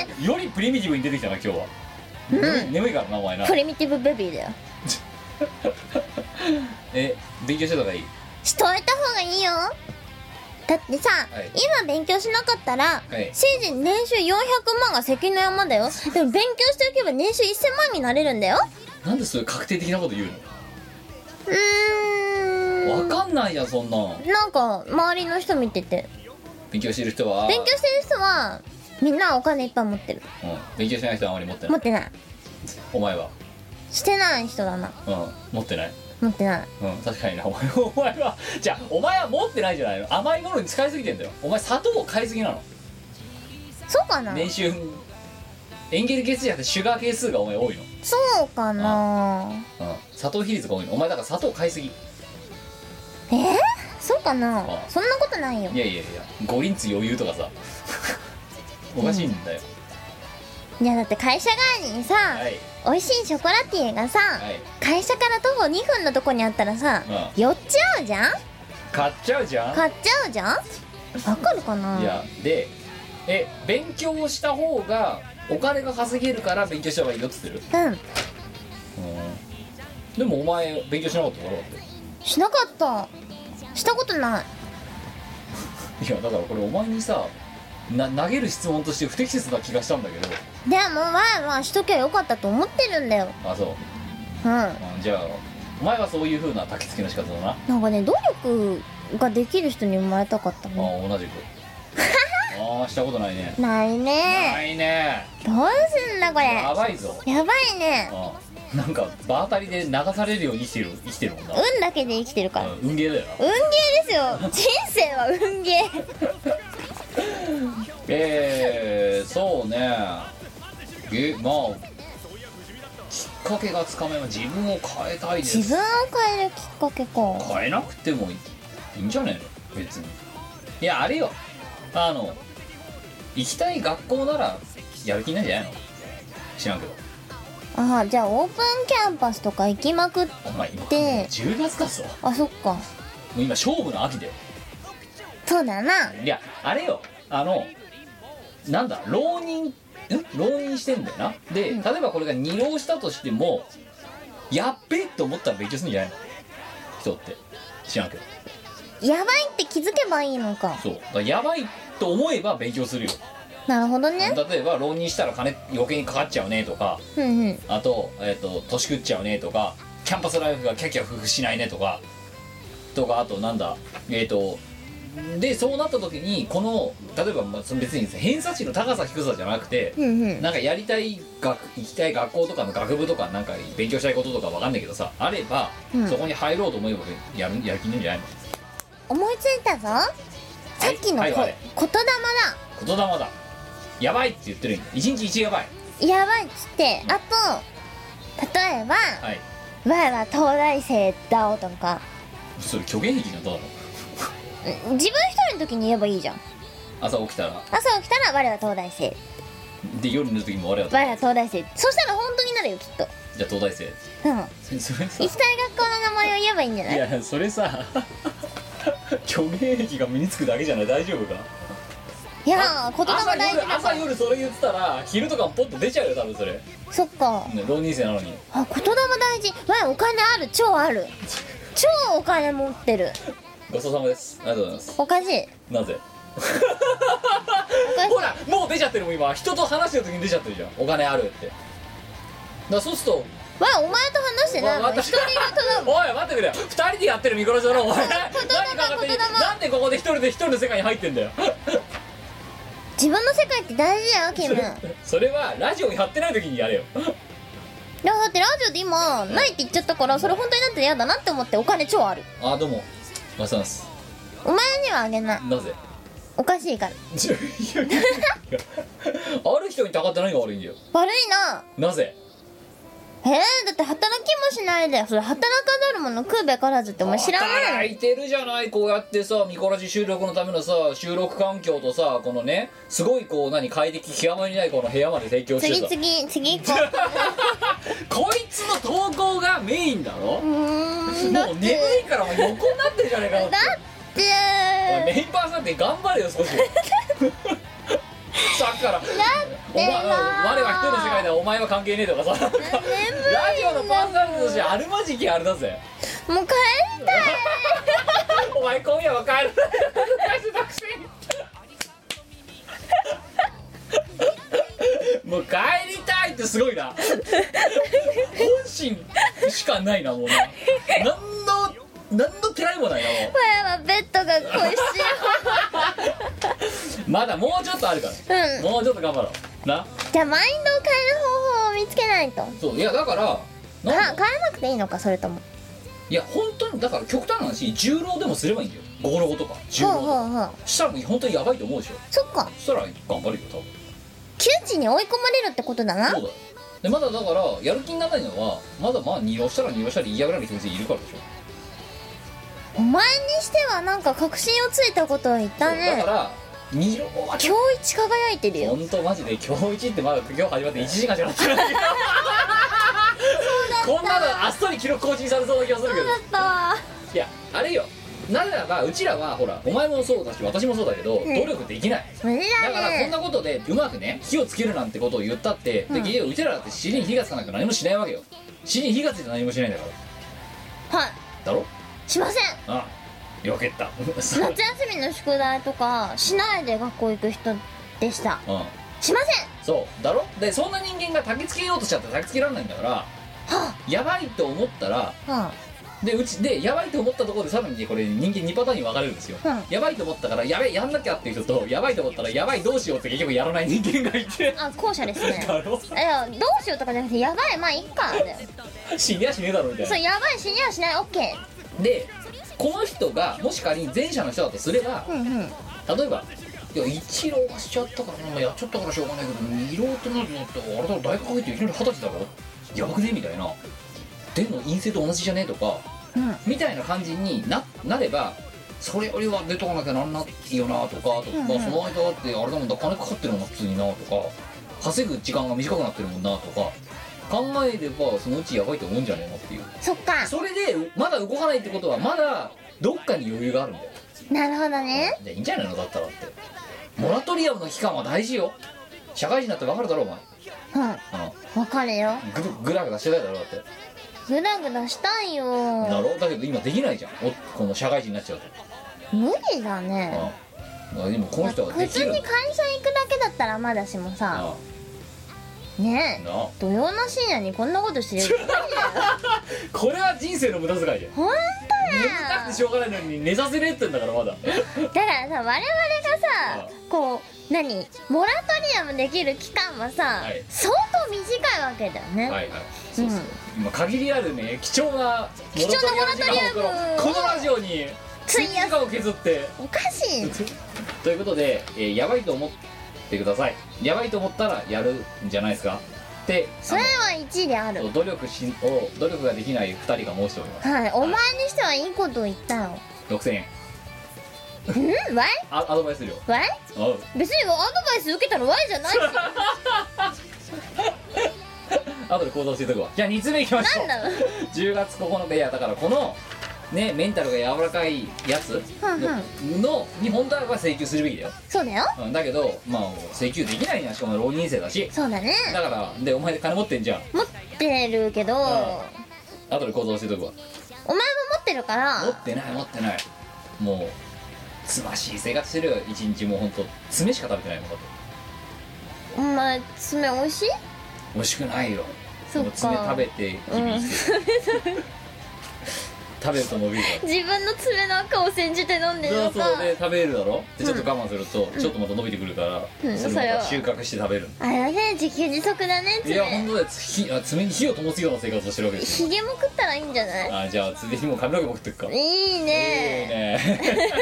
[SPEAKER 1] ってよりプリミティブに出てきたな今日は、眠いからなお前な
[SPEAKER 2] プリミティブベビーだよ
[SPEAKER 1] え勉強してた方がいい
[SPEAKER 2] しといた方がいいよだってさ、
[SPEAKER 1] い
[SPEAKER 2] 今勉強しなかったら、
[SPEAKER 1] はい
[SPEAKER 2] 成人年収400万が関の山だよでも勉強しておけば年収1000万になれるんだよ
[SPEAKER 1] なんでそういう確定的なこと言う
[SPEAKER 2] うー
[SPEAKER 1] の
[SPEAKER 2] ん
[SPEAKER 1] わかんないじゃんそんなん
[SPEAKER 2] なんか周りの人見てて
[SPEAKER 1] 勉強してる人は
[SPEAKER 2] 勉強してる人はみんなお金いっぱい持ってる
[SPEAKER 1] うん勉強しない人はあまり持ってな
[SPEAKER 2] 持
[SPEAKER 1] い
[SPEAKER 2] ってない
[SPEAKER 1] お前は
[SPEAKER 2] してない人だな
[SPEAKER 1] うん持ってない
[SPEAKER 2] 持ってない
[SPEAKER 1] うん確かになお前お前は じゃあお前は持ってないじゃないの甘いものに使いすぎてんだよお前砂糖を買いすぎなの
[SPEAKER 2] そうかな
[SPEAKER 1] 年収エンゲル係数じゃなくてシュガー係数がお前多いの
[SPEAKER 2] そうかな
[SPEAKER 1] うん砂糖比率が多いのお前だから砂糖買いすぎい
[SPEAKER 2] えー、そうかな
[SPEAKER 1] あ
[SPEAKER 2] そんなことないよ
[SPEAKER 1] やいやいや五輪ツ余裕とか さおかしいんだよ、
[SPEAKER 2] いやだって会社帰りにさ、
[SPEAKER 1] はい
[SPEAKER 2] 美味しいショコラティエがさ、
[SPEAKER 1] はい
[SPEAKER 2] 会社から徒歩2分のとこにあったらさ、
[SPEAKER 1] あ
[SPEAKER 2] 寄っちゃうじゃん
[SPEAKER 1] 買っちゃうじゃん
[SPEAKER 2] 買っちゃうじゃんわかるかない
[SPEAKER 1] やでえ勉強をした方がお金が稼げるから勉強した方がいいよっつってる
[SPEAKER 2] うん
[SPEAKER 1] でもお前勉強しなかっただろだっ
[SPEAKER 2] しなかったしたことない
[SPEAKER 1] ていやだからこれお前にさな投げる質問として不適切な気がしたんだけど
[SPEAKER 2] でもわあわあしときゃよかったと思ってるんだよ
[SPEAKER 1] あそう
[SPEAKER 2] うんな
[SPEAKER 1] うんじゃあお前はそういう風な焚き付けの仕方だな、
[SPEAKER 2] んかね努力ができる人に生まれたかったね
[SPEAKER 1] ああ同じくああしたことないね
[SPEAKER 2] ないね
[SPEAKER 1] ないね
[SPEAKER 2] どうすんだこれ
[SPEAKER 1] やばいぞ
[SPEAKER 2] やばいね
[SPEAKER 1] うんなんか場当たりで流されるように生きてる生きてるもんな、
[SPEAKER 2] 運だけで生きてるから
[SPEAKER 1] うん、運ゲーだよな
[SPEAKER 2] 運ゲーですよ人生は運ゲー
[SPEAKER 1] えー、そうねえまあきっかけがつかめば自分を変えたいで
[SPEAKER 2] 自
[SPEAKER 1] す
[SPEAKER 2] 分を変えるきっかけか
[SPEAKER 1] 変えなくてもいいんじゃねえの別にいやあれよあの行きたい学校ならやる気ないんじゃないの知らんけど
[SPEAKER 2] あじゃあオープンキャンパスとか行きまくっ
[SPEAKER 1] お前今
[SPEAKER 2] で
[SPEAKER 1] 10月だぞも
[SPEAKER 2] あそっか
[SPEAKER 1] う今勝負の秋だよ
[SPEAKER 2] そうだない
[SPEAKER 1] やあれよあのなんだ浪人ん浪人してんだよなで、例えばこれが二浪したとしてもやっべえって思ったら勉強するんじゃないの人って知らんけど
[SPEAKER 2] やばいって気づけばいいのか
[SPEAKER 1] そうだからやばいと思えば勉強するよ
[SPEAKER 2] なるほどね
[SPEAKER 1] 例えば浪人したら金余計にかかっちゃうねとか
[SPEAKER 2] うんうん
[SPEAKER 1] あと,、えっと年食っちゃうねとかキャンパスライフがキャキャフフしないねとかとかあとなんだえっ、とでそうなった時にこの例えばまあその別に偏差値の高さ低さじゃなくて、
[SPEAKER 2] うんうん
[SPEAKER 1] なんかやりたい学行きたい学校とかの学部とかなんか勉強したいこととかわかんないけどさあれば、
[SPEAKER 2] うん
[SPEAKER 1] そこに入ろうと思えばやるやる気になるんじゃないの
[SPEAKER 2] 思いついたぞさっきのこ、
[SPEAKER 1] はいはい
[SPEAKER 2] 言霊
[SPEAKER 1] 言霊だやばいって言ってるんだ一日一やばい
[SPEAKER 2] だやばいっつってあと例えば
[SPEAKER 1] はい
[SPEAKER 2] 「わいは東大生だお」とか
[SPEAKER 1] それ虚言癖なんだろう
[SPEAKER 2] うん自分一人の時に言えばいいじゃん
[SPEAKER 1] 朝起きたら
[SPEAKER 2] 朝起きたら「我は東大生
[SPEAKER 1] で夜寝る時も我々
[SPEAKER 2] 我は東大生」そしたら本当になるよきっと
[SPEAKER 1] じゃあ東大生
[SPEAKER 2] うん
[SPEAKER 1] それそれさ
[SPEAKER 2] 行きたい学校の名前を言えばいいんじゃないい
[SPEAKER 1] やそれさ 虚言癖が身につくだけじゃない大丈夫か
[SPEAKER 2] いやー言
[SPEAKER 1] 朝
[SPEAKER 2] 霊大事
[SPEAKER 1] 夜
[SPEAKER 2] だか
[SPEAKER 1] 朝
[SPEAKER 2] ら
[SPEAKER 1] 夜それ言ってたら昼とかもポッと出ちゃうよ多分それ、ね、
[SPEAKER 2] そっか
[SPEAKER 1] 浪人生なのに
[SPEAKER 2] あ言霊大事わいお金ある超ある超お金持ってる
[SPEAKER 1] ごちそうさまですありがとうございます
[SPEAKER 2] おかしい
[SPEAKER 1] なぜ
[SPEAKER 2] おかしい
[SPEAKER 1] ほらもう出ちゃってるもん今人と話してる時に出ちゃってるじゃんお金あるってだからそうすると
[SPEAKER 2] わいお前と話してないもん
[SPEAKER 1] わ
[SPEAKER 2] 一人言だもん
[SPEAKER 1] おい待ってくれよ2人でやってるミクロジョのお前何か勝手に
[SPEAKER 2] 言霊
[SPEAKER 1] なんでここで一人で一人の世界に入ってんだよ
[SPEAKER 2] 自分の世界って大事だよキムだ
[SPEAKER 1] それはラジオやってない時にやれよ
[SPEAKER 2] ってラジオで今ないって言っちゃったからそれ本当になったら嫌だなって思ってお金超ある
[SPEAKER 1] あどうもマサンス
[SPEAKER 2] お前にはあげない
[SPEAKER 1] なぜ
[SPEAKER 2] おかしいから
[SPEAKER 1] ある人にたかって何が悪いんだよ
[SPEAKER 2] 悪いな
[SPEAKER 1] なぜ
[SPEAKER 2] えー、だって働きもしないでそれ働かざる者食うべからずってお前知らない
[SPEAKER 1] 働いてるじゃないこうやってさミコラジ収録のためのさ収録環境とさこのねすごいこう何快適極まりないこの部屋まで提供
[SPEAKER 2] の
[SPEAKER 1] して
[SPEAKER 2] 次
[SPEAKER 1] さ
[SPEAKER 2] 次次行こ
[SPEAKER 1] こいつの投稿がメインだろ
[SPEAKER 2] う うーんだっ
[SPEAKER 1] もう眠いからもう横になってるじゃねえかよ
[SPEAKER 2] て
[SPEAKER 1] おいメインパーソナリティ頑張れよ少しさっきからお前
[SPEAKER 2] な
[SPEAKER 1] 我は一人の世界だお前は関係ねえとかさなんかラジオのパーソナリティとしてあるまじきあれだぜ
[SPEAKER 2] もう帰りたい
[SPEAKER 1] お前今夜は帰らないよ恥ずかしい学生もう帰りたいってすごいな本心しかないなもうな何の何のてらいもないなも
[SPEAKER 2] わやはベッドが恋しい
[SPEAKER 1] まだもうちょっとあるから
[SPEAKER 2] うん
[SPEAKER 1] もうちょっと頑張ろうな
[SPEAKER 2] じゃあマインドを変える方法を見つけないとあ
[SPEAKER 1] そういやだから
[SPEAKER 2] 変
[SPEAKER 1] なん
[SPEAKER 2] え
[SPEAKER 1] か
[SPEAKER 2] なくていいのかそれとも
[SPEAKER 1] いや本当にだから極端な話重労でもすればいいんだよ五郎とか重
[SPEAKER 2] ほう
[SPEAKER 1] 労と
[SPEAKER 2] ほう
[SPEAKER 1] か
[SPEAKER 2] ほう
[SPEAKER 1] したらもう本当にやばいと思うでしょ
[SPEAKER 2] そっか
[SPEAKER 1] そしたら頑張るよ多分
[SPEAKER 2] 窮地に追い込まれるってことだな
[SPEAKER 1] そうだよでまだだからやる気にならないのはまだまあ二浪したら二浪したら言いやがられる先生いるからでしょ
[SPEAKER 2] お前にしてはなんか確信をついたことを言った
[SPEAKER 1] そうだ
[SPEAKER 2] ね
[SPEAKER 1] から二浪は
[SPEAKER 2] 今日一輝いてるよ
[SPEAKER 1] 本当マジで今日一ってまだ今日始まって1時間しか経ってないこんなのあっさり記録更新されそうな気がするけど
[SPEAKER 2] あ
[SPEAKER 1] いやあれよなぜならばうちらはほらお前もそうだし私もそうだけど、
[SPEAKER 2] ん
[SPEAKER 1] 努力できない
[SPEAKER 2] 無理だ
[SPEAKER 1] だからこん
[SPEAKER 2] ね
[SPEAKER 1] なことでうまくね火をつけるなんてことを言ったって、で結局うちらだって尻に火がつかなく何もしないわけよ尻に火がついて何もしないんだから
[SPEAKER 2] はい
[SPEAKER 1] だろ
[SPEAKER 2] しません
[SPEAKER 1] ああよけた
[SPEAKER 2] 夏休みの宿題とかしないで学校行く人でした
[SPEAKER 1] うん
[SPEAKER 2] しません
[SPEAKER 1] そうだろでそんな人間が焚きつけようとしちゃって焚きつけられないんだからやばいと思ったら
[SPEAKER 2] は
[SPEAKER 1] でうちでやばいと思ったところでさらにねこれ人間2パターンに分かれるんですよ、
[SPEAKER 2] うん
[SPEAKER 1] やばいと思ったからやべえやんなきゃっていう人とやばいと思ったらやばいどうしようって結局やらない人間がいて
[SPEAKER 2] ああ後者です ね
[SPEAKER 1] だろ
[SPEAKER 2] いやどうしようとかじゃなくてやばいまあいっかだよ
[SPEAKER 1] 死にゃしねえだろみたい
[SPEAKER 2] そ
[SPEAKER 1] な
[SPEAKER 2] うやばい死にはしないオッケ
[SPEAKER 1] でこの人がもし仮に前者の人だとすれば
[SPEAKER 2] ーうんうん
[SPEAKER 1] 例えばいや一郎がしちゃったからなまあやっちゃったからしょうがないけど二郎ってなるのってあれだろ大学入っていきなり二十歳だろやばくねみたいなでも陰性と同じじゃねえとか、
[SPEAKER 2] ん
[SPEAKER 1] みたいな感じにななればそれよりは出とかなきゃなんないよなとかとか、
[SPEAKER 2] うんうん
[SPEAKER 1] その間だってあれだもんだ金かかってるもんな普通になとか稼ぐ時間が短くなってるもんなとか考えればそのうちやばいと思うんじゃねえのっていう
[SPEAKER 2] そっか
[SPEAKER 1] それでまだ動かないってことはまだどっかに余裕があるんだよ
[SPEAKER 2] なるほどね
[SPEAKER 1] じゃあいいんじゃないのだったらってモラトリアムの期間は大事よ社会人だって分かるだろお前
[SPEAKER 2] う
[SPEAKER 1] あの
[SPEAKER 2] んわかるよ
[SPEAKER 1] グルグラグラしてないだろだって
[SPEAKER 2] グダグダしたいよ
[SPEAKER 1] だろだけど今できないじゃんおこの社会人になっちゃうと
[SPEAKER 2] 無理だね
[SPEAKER 1] うんでもこの人は
[SPEAKER 2] 普
[SPEAKER 1] でき
[SPEAKER 2] 通
[SPEAKER 1] る
[SPEAKER 2] に会社行くだけだったらまだしもさ
[SPEAKER 1] あ
[SPEAKER 2] ねえ
[SPEAKER 1] なあ
[SPEAKER 2] 土曜の深夜にこんなことしてる
[SPEAKER 1] これは人生の無駄遣いじゃん
[SPEAKER 2] ほんと
[SPEAKER 1] だって
[SPEAKER 2] だ
[SPEAKER 1] しょうがないのに寝させれってんだからまだ
[SPEAKER 2] よだからさ我々がさ
[SPEAKER 1] あ
[SPEAKER 2] こう何モラトリアムできる期間はさ
[SPEAKER 1] はい
[SPEAKER 2] 相当短いわけだよね
[SPEAKER 1] はいはいそうそう、今限りあるね貴重な
[SPEAKER 2] 貴重なモラトリア
[SPEAKER 1] モラトリアム時
[SPEAKER 2] ム
[SPEAKER 1] 間をこのこのラジオに
[SPEAKER 2] 費やす
[SPEAKER 1] 時間を削って
[SPEAKER 2] おかしい
[SPEAKER 1] ということで、えーやばいと思ってくださいやばいと思ったらやるんじゃないですかって
[SPEAKER 2] それは一理あ
[SPEAKER 1] あ
[SPEAKER 2] る
[SPEAKER 1] の努力しを努力ができない2人が申しております
[SPEAKER 2] はいお前にしてはいいこと言ったよ
[SPEAKER 1] 6000円
[SPEAKER 2] うんわい
[SPEAKER 1] あアドバイス料
[SPEAKER 2] わい
[SPEAKER 1] おう
[SPEAKER 2] 別にアドバイス受けたらわいじゃないし
[SPEAKER 1] 後で行動していとくわじゃあ2つ目いきましょう
[SPEAKER 2] なんだろう
[SPEAKER 1] 10月9日いやだからこのねメンタルが柔らかいやつ
[SPEAKER 2] ふんふ
[SPEAKER 1] ののに本当は請求するべきだよ、
[SPEAKER 2] そうだよ
[SPEAKER 1] うん、だけどまあ請求できないなしかも浪人生だし
[SPEAKER 2] そうだね
[SPEAKER 1] だからでお前金持ってんじゃん
[SPEAKER 2] 持ってるけどお前も
[SPEAKER 1] 後で行動していとくわ
[SPEAKER 2] 持ってるか
[SPEAKER 1] 持
[SPEAKER 2] ら
[SPEAKER 1] ってない持ってないもうつましい生活してるよ一日もうほんと爪しか食べてないもんだって
[SPEAKER 2] お前爪美味しい
[SPEAKER 1] 美味しくないよ
[SPEAKER 2] そっ
[SPEAKER 1] も
[SPEAKER 2] か
[SPEAKER 1] う爪食べて日
[SPEAKER 2] う
[SPEAKER 1] 々
[SPEAKER 2] ん
[SPEAKER 1] 食べると伸びるか
[SPEAKER 2] 自分の爪の赤を煎じて飲んでる
[SPEAKER 1] ら
[SPEAKER 2] の
[SPEAKER 1] そ
[SPEAKER 2] か
[SPEAKER 1] うそうで食べるだろでちょっと我慢すると、ちょっとまた伸びてくるから、
[SPEAKER 2] うん
[SPEAKER 1] それ
[SPEAKER 2] それ
[SPEAKER 1] ま
[SPEAKER 2] は
[SPEAKER 1] た収穫して食べる
[SPEAKER 2] あれだね自給自足だね
[SPEAKER 1] いや本
[SPEAKER 2] 爪
[SPEAKER 1] 当だよつ火あ爪に火を灯すような生活をしてるわけですよ
[SPEAKER 2] ひげも食ったらいいんじゃない
[SPEAKER 1] あじゃあついでにもう髪の毛も食ってくか
[SPEAKER 2] いい
[SPEAKER 1] いい
[SPEAKER 2] ね
[SPEAKER 1] ね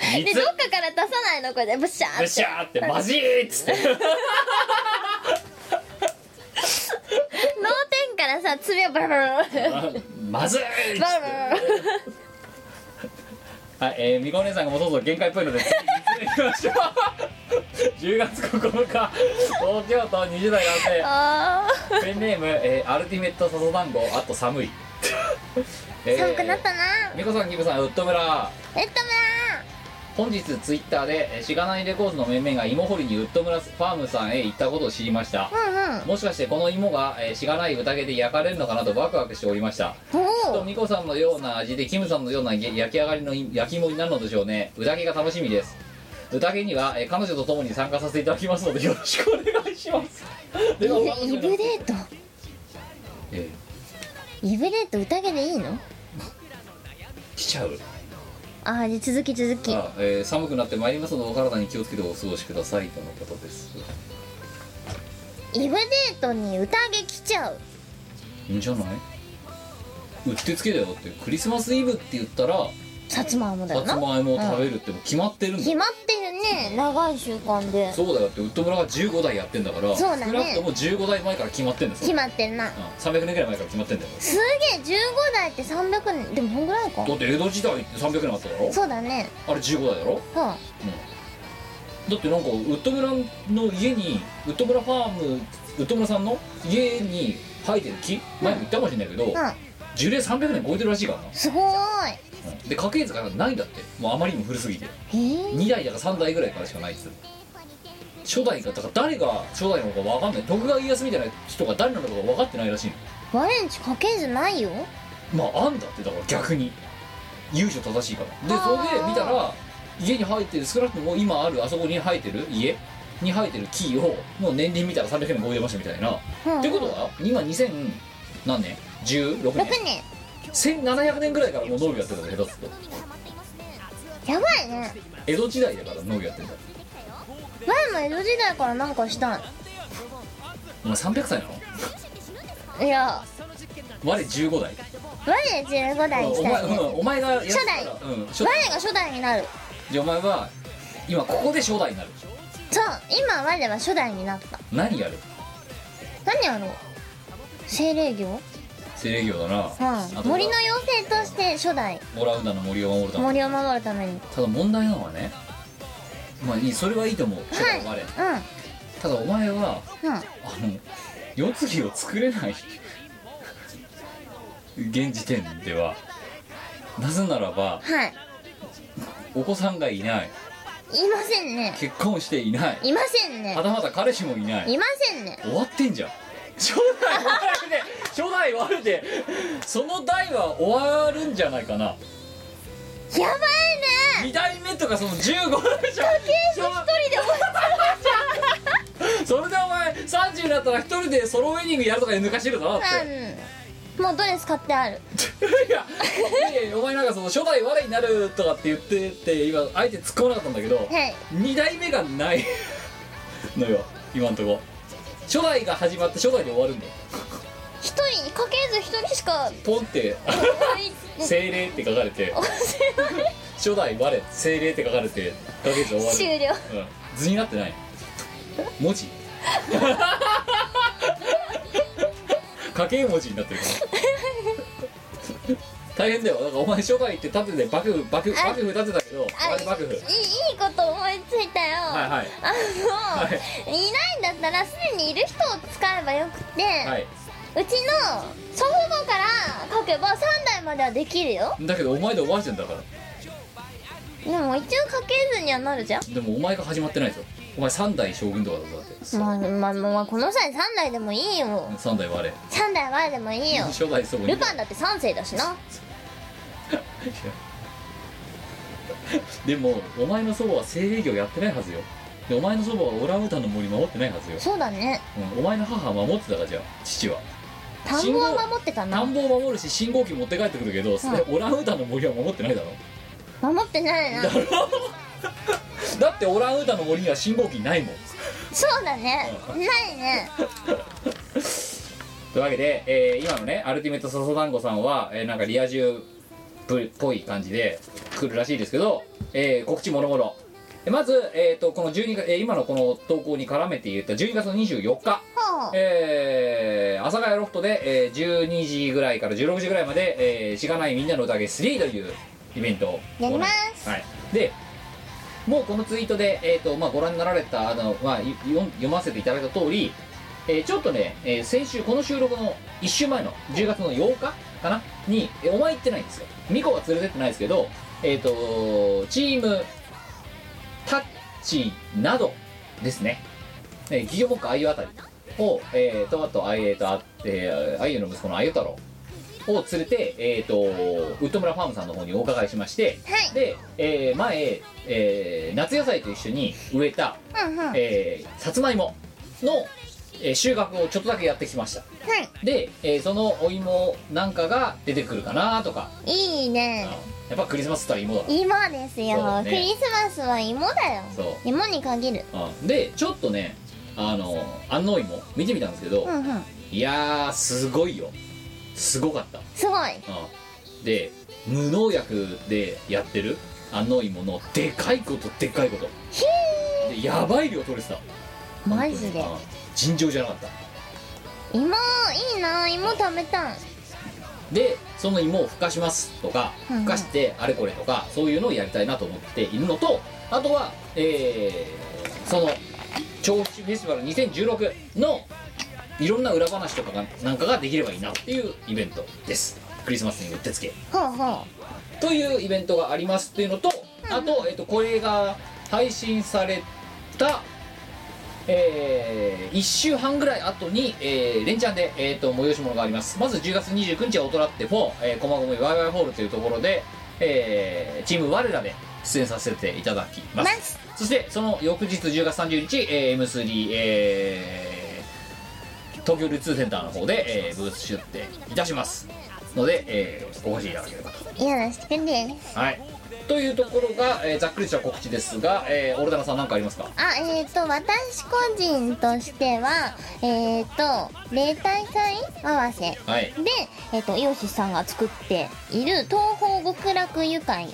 [SPEAKER 1] 三
[SPEAKER 2] で
[SPEAKER 1] つ
[SPEAKER 2] どっかから出さないのこれでブシャー
[SPEAKER 1] ブ
[SPEAKER 2] っ
[SPEAKER 1] シ
[SPEAKER 2] て
[SPEAKER 1] ャーってマジーっつって
[SPEAKER 2] 脳天からさ爪をブルブルブル
[SPEAKER 1] あ まずいっつって
[SPEAKER 2] ブルブル
[SPEAKER 1] はい、えー、みこお姉さんがもうそろそろ限界っぽいので次に行きましょう 10月9日東京都20代
[SPEAKER 2] あ
[SPEAKER 1] 男性ペンネーム、えーアルティメット笹団子あと寒い、 え
[SPEAKER 2] ー寒くなったな
[SPEAKER 1] みこさんギブさんウッド村
[SPEAKER 2] えっと
[SPEAKER 1] 本日ツイッターでえーしがないレコーズの面々が芋掘りにウッド村ファームさんへ行ったことを知りました
[SPEAKER 2] まあ
[SPEAKER 1] もしかしてこの芋が、えーしがない宴で焼かれるのかなとワクワクしておりました
[SPEAKER 2] うんうんお
[SPEAKER 1] と
[SPEAKER 2] お
[SPEAKER 1] ミコさんのような味でキムさんのようなげ焼き上がりのい焼き芋になるのでしょうね宴が楽しみです宴にはえー彼女と共に参加させていただきますのでよろしくお願いし ますではお楽しみ
[SPEAKER 2] イ
[SPEAKER 1] に
[SPEAKER 2] ブデート
[SPEAKER 1] え
[SPEAKER 2] イブデート宴でいいの
[SPEAKER 1] ー来ちゃう
[SPEAKER 2] あーじゃあ続き続き
[SPEAKER 1] あえー寒くなってまいりますのでお体に気をつけてお過ごしくださいとのことです
[SPEAKER 2] イブデートに宴来ちゃう
[SPEAKER 1] いいんじゃないうってつけだよだってクリスマスイブって言ったら
[SPEAKER 2] さつまいもだ
[SPEAKER 1] さ
[SPEAKER 2] よな
[SPEAKER 1] つまいもを食べるってもう決まってるんだ
[SPEAKER 2] 決まってるね長い習慣で
[SPEAKER 1] そうだよだってウッド村が15代やってんだから
[SPEAKER 2] そうだね
[SPEAKER 1] 少なくとも15代前から決まってんだよそ
[SPEAKER 2] 決
[SPEAKER 1] れ
[SPEAKER 2] まってんな
[SPEAKER 1] うん、300年ぐらい前から決まってんだよ
[SPEAKER 2] すげえ15代って300年でもほんぐらいか
[SPEAKER 1] だって江戸時代って300年あっただろ
[SPEAKER 2] そうだね
[SPEAKER 1] あれ15代だろ
[SPEAKER 2] うんは
[SPEAKER 1] だってなんかウッド村の家にウッド村ファームウッド村さんの家に生えてる木前も言ったかもしれないけど、
[SPEAKER 2] あ
[SPEAKER 1] 樹齢300年超えてるらしいからな、
[SPEAKER 2] すごー
[SPEAKER 1] うんで家系図がないんだってもうあまりにも古すぎて
[SPEAKER 2] いへえ
[SPEAKER 1] 2代だか3代ぐらいからしかないっつう初代がだから誰が初代なのか分かんない徳川家康みたいな人が誰なのか分かってないらしい
[SPEAKER 2] 我んち家系図ないよ
[SPEAKER 1] のまああんだってだから逆に由緒正しいからでそれで見たら家に生えてる少なくとも今あるあそこに生えてる家に生えてる木をもう年輪見たら300年超えてましたみたいな、
[SPEAKER 2] うん
[SPEAKER 1] ってことは今2000何年 ?16
[SPEAKER 2] 6
[SPEAKER 1] 年
[SPEAKER 2] 年
[SPEAKER 1] 1700年ぐらいからもう農業やってたんだけど
[SPEAKER 2] やばいね
[SPEAKER 1] 江戸時代だから農業やってんだ
[SPEAKER 2] 前も江戸時代からなんかした
[SPEAKER 1] お前300歳なの
[SPEAKER 2] いいや
[SPEAKER 1] 我15代
[SPEAKER 2] 我15代に
[SPEAKER 1] お
[SPEAKER 2] し
[SPEAKER 1] 前
[SPEAKER 2] たいね
[SPEAKER 1] うんお前がやったら
[SPEAKER 2] 初
[SPEAKER 1] うん、初
[SPEAKER 2] 我
[SPEAKER 1] 代
[SPEAKER 2] が初代になる
[SPEAKER 1] じゃあお前は今ここで初代になる
[SPEAKER 2] そう今我は初代になった
[SPEAKER 1] 何やる
[SPEAKER 2] 何やろう精霊業
[SPEAKER 1] 精霊業だな、あ
[SPEAKER 2] う
[SPEAKER 1] と
[SPEAKER 2] ん森の妖精として初代
[SPEAKER 1] オランダの森を守るため
[SPEAKER 2] 森を守るために
[SPEAKER 1] ただ問題なのはねまあいいそれはいいと思う初代は我、
[SPEAKER 2] う
[SPEAKER 1] ただお前は
[SPEAKER 2] んうん
[SPEAKER 1] あの世継ぎを作れない現時点ではなぜならば
[SPEAKER 2] はい
[SPEAKER 1] お子さんがいない
[SPEAKER 2] いませんね
[SPEAKER 1] 結婚していない
[SPEAKER 2] いませんね
[SPEAKER 1] はたまた彼氏もいない
[SPEAKER 2] いませんね
[SPEAKER 1] 終わってんじゃん初代悪で初代悪でその代は終わるんじゃないかな
[SPEAKER 2] やばいね
[SPEAKER 1] 2代目とかその15代じゃん
[SPEAKER 2] 一人で終わっ
[SPEAKER 1] それでお前30になったら一人でソロウェディングやるとかで抜かしてるだろだ
[SPEAKER 2] た
[SPEAKER 1] っ
[SPEAKER 2] うんもうドレス買ってある
[SPEAKER 1] ていやいやいやお前なんかその初代我になるとかって言ってて今あえて突っ込まなかったんだけど
[SPEAKER 2] はい
[SPEAKER 1] 2代目がないのよ今んとこ初代が始まって初代で終わるんだよ
[SPEAKER 2] 一人家系図一人しか
[SPEAKER 1] ポンって「精霊」って書かれて「初代我精霊」って書かれて1ヶ月終わる
[SPEAKER 2] 終了
[SPEAKER 1] うん図になってない文 字家計文字になってるから大変だよなんかお前初代って立てて幕府幕府
[SPEAKER 2] あ
[SPEAKER 1] 幕府立てたけど
[SPEAKER 2] あいいい
[SPEAKER 1] 幕府
[SPEAKER 2] いこと思いついたよ、
[SPEAKER 1] はいはい
[SPEAKER 2] あの、
[SPEAKER 1] はい
[SPEAKER 2] い、ないんだったらすでにいる人を使えばよくて、
[SPEAKER 1] はいう
[SPEAKER 2] ちの祖父母から書けば3代まではできるよ
[SPEAKER 1] だけどお前でおばあちゃんだから
[SPEAKER 2] でも一応家系図にはなるじゃん
[SPEAKER 1] でもお前が始まってないぞお前三代将軍とかだぞだって
[SPEAKER 2] まあまあまあこの際3代でもいいよ
[SPEAKER 1] 三代我
[SPEAKER 2] 3代はでもいいよ
[SPEAKER 1] 初代そこに
[SPEAKER 2] ルパンだって3世だしな
[SPEAKER 1] でもお前の祖母は精霊業やってないはずよでお前の祖母はオランウータンの森守ってないはずよ、
[SPEAKER 2] そうだね
[SPEAKER 1] うん、お前の母は守ってたかじゃあ父は
[SPEAKER 2] 田んぼは守ってた
[SPEAKER 1] 田
[SPEAKER 2] なん
[SPEAKER 1] ぼを守るし信号機持って帰ってくるけど、
[SPEAKER 2] ん
[SPEAKER 1] オランウータンの森は守ってないだろ
[SPEAKER 2] 守ってないな
[SPEAKER 1] だってオランウータンの森には信号機ないもん
[SPEAKER 2] そうだね
[SPEAKER 1] う
[SPEAKER 2] ないね
[SPEAKER 1] というわけで、えー今のねアルティメット笹団子さんは、えーなんかリア充っぽい感じで来るらしいですけど、えー告知もろもろえまず、えー、とこの12月、えー今のこの投稿に絡めて言った12月の24日
[SPEAKER 2] ほう
[SPEAKER 1] えー、阿佐ヶ谷ロフトで、えー12時ぐらいから16時ぐらいまで、えー、しがないみんなの宴3というイベントを
[SPEAKER 2] やります
[SPEAKER 1] す、はい、でもうこのツイートで、えーとまあ、ご覧になられたあの、まあ、い読読ませていただいた通り、えーちょっとね、えー先週この収録の1週前の10月の8日かなに、えーお前行ってないんですよミコは連れてってないですけどえっ、とチームタッチなどですね、えー、企業目下あゆあたりを、えー、とあとあえーとあえーあゆの息子のあゆ太郎を連れて、えー、とウッド村ファームさんの方にお伺いしまして、
[SPEAKER 2] はい
[SPEAKER 1] で、えー前、えー夏野菜と一緒に植えた、
[SPEAKER 2] うんうん
[SPEAKER 1] えーさつまいもの、ええー収穫をちょっとだけやってきました
[SPEAKER 2] はい
[SPEAKER 1] で、えーそのお芋なんかが出てくるかなとか、
[SPEAKER 2] いい
[SPEAKER 1] うん
[SPEAKER 2] ね
[SPEAKER 1] やっぱクリスマスって言ったら芋だ
[SPEAKER 2] 芋ですよ、
[SPEAKER 1] そうね
[SPEAKER 2] クリスマスは芋だよ
[SPEAKER 1] そう
[SPEAKER 2] 芋に限る
[SPEAKER 1] うんでちょっとねあの安納芋見てみたんですけど、
[SPEAKER 2] うんうん
[SPEAKER 1] いやーすごいよすごかった、
[SPEAKER 2] すごい
[SPEAKER 1] うんで無農薬でやってる安納芋のでかいことでかいことでやばい量取れてた
[SPEAKER 2] マジで
[SPEAKER 1] 本当にうん尋常じゃなかった
[SPEAKER 2] 芋いいな芋食べたい
[SPEAKER 1] でその芋をふかしますとか
[SPEAKER 2] うんうん
[SPEAKER 1] ふかしてあれこれとかそういうのをやりたいなと思っているのとあとはえーその長吉フェスティバル2016のいろんな裏話とかがなんかができればいいなっていうイベントですクリスマスにうってつけ
[SPEAKER 2] ほうほ
[SPEAKER 1] というイベントがありますっていうのとあと、えっと、これが配信されたえ1週半ぐらい後に、えー、連チャンで、えー、と催し物がありますまず10月29日は「大人って4」えー「こまごもいワイワイホール」というところで、えーチーム我らで出演させていただき
[SPEAKER 2] う
[SPEAKER 1] ま
[SPEAKER 2] ますす
[SPEAKER 1] そしてその翌日10月30日、えー M3、えー東京ルーツセンターの方で、えーブース出展いたしますので、えーお越しいただければと
[SPEAKER 2] よろしくです
[SPEAKER 1] はい、というところが、えーざっくりした告知ですが、えー、オルダナさん何かありますか
[SPEAKER 2] あえっ、と私個人としてはえっ、と例大祭合わせ
[SPEAKER 1] はい、
[SPEAKER 2] で、えっとイオシスさんが作っている東方極楽愉快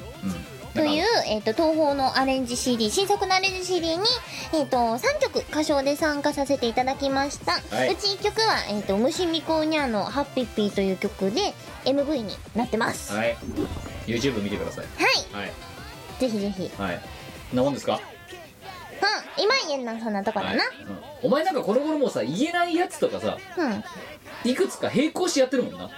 [SPEAKER 1] うん、
[SPEAKER 2] という
[SPEAKER 1] なんか、
[SPEAKER 2] えっと東宝のアレンジ CD 新作のアレンジ CD に、えっと3曲歌唱で参加させていただきました、
[SPEAKER 1] はいう
[SPEAKER 2] ち1曲は「えっと虫みこうにゃんのハッピッピー」という曲で MV になってますはい、
[SPEAKER 1] はい、YouTube 見てくださいはい
[SPEAKER 2] ぜひぜひ
[SPEAKER 1] はいそんなもんですか
[SPEAKER 2] うん今言えんなそんなとこだな、
[SPEAKER 1] はいうんお前なんかこの頃もうさ言えないやつとかさ
[SPEAKER 2] うん
[SPEAKER 1] いくつか並行してやってるもんな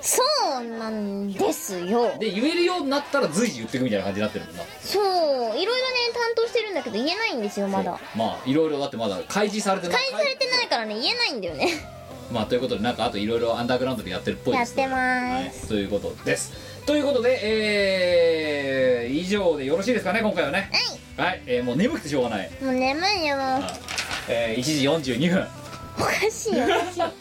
[SPEAKER 2] そうなんですよ
[SPEAKER 1] で言えるようになったら随時言ってくみたいな感じになってるもんな
[SPEAKER 2] そういろいろね担当してるんだけど言えないんですよま
[SPEAKER 1] そう
[SPEAKER 2] だ
[SPEAKER 1] まあいろいろだってまだ開示されてない
[SPEAKER 2] 開示されてないからね言えないんだよね
[SPEAKER 1] まあということでなんかあといろいろアンダーグラウンドでやってるっぽい
[SPEAKER 2] や
[SPEAKER 1] で
[SPEAKER 2] っ
[SPEAKER 1] す
[SPEAKER 2] てま
[SPEAKER 1] はい
[SPEAKER 2] ーす、
[SPEAKER 1] ということですということでえー、以上でよろしいですかね今回はねはい、えーもう眠くてしょうがない、
[SPEAKER 2] もう眠いよもう
[SPEAKER 1] えー1時42分
[SPEAKER 2] おかしいよおかし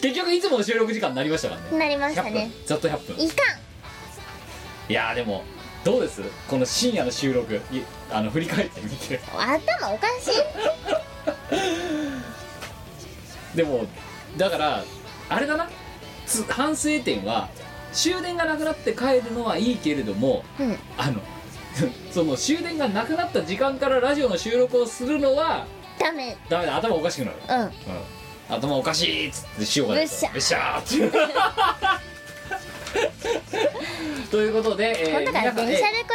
[SPEAKER 1] 結局いつもの収録時間になりましたから
[SPEAKER 2] い
[SPEAKER 1] ね
[SPEAKER 2] なりました
[SPEAKER 1] 100分
[SPEAKER 2] ね
[SPEAKER 1] ざっと100分
[SPEAKER 2] いかん
[SPEAKER 1] いやーでもどうですこの深夜の収録いあの振り返ってみて
[SPEAKER 2] 頭おかしい
[SPEAKER 1] でもだからあれだなつ反省点は終電がなくなって帰るのはいいけれども
[SPEAKER 2] うん
[SPEAKER 1] あの その終電がなくなった時間からラジオの収録をするのは
[SPEAKER 2] ダメ
[SPEAKER 1] ダメだ頭おかしくなる、
[SPEAKER 2] うん
[SPEAKER 1] うん、頭おかしいっつって塩が出てう
[SPEAKER 2] うっしゃ
[SPEAKER 1] っしゃーって ということで、えー
[SPEAKER 2] 今度から
[SPEAKER 1] 皆さん
[SPEAKER 2] 電車でこ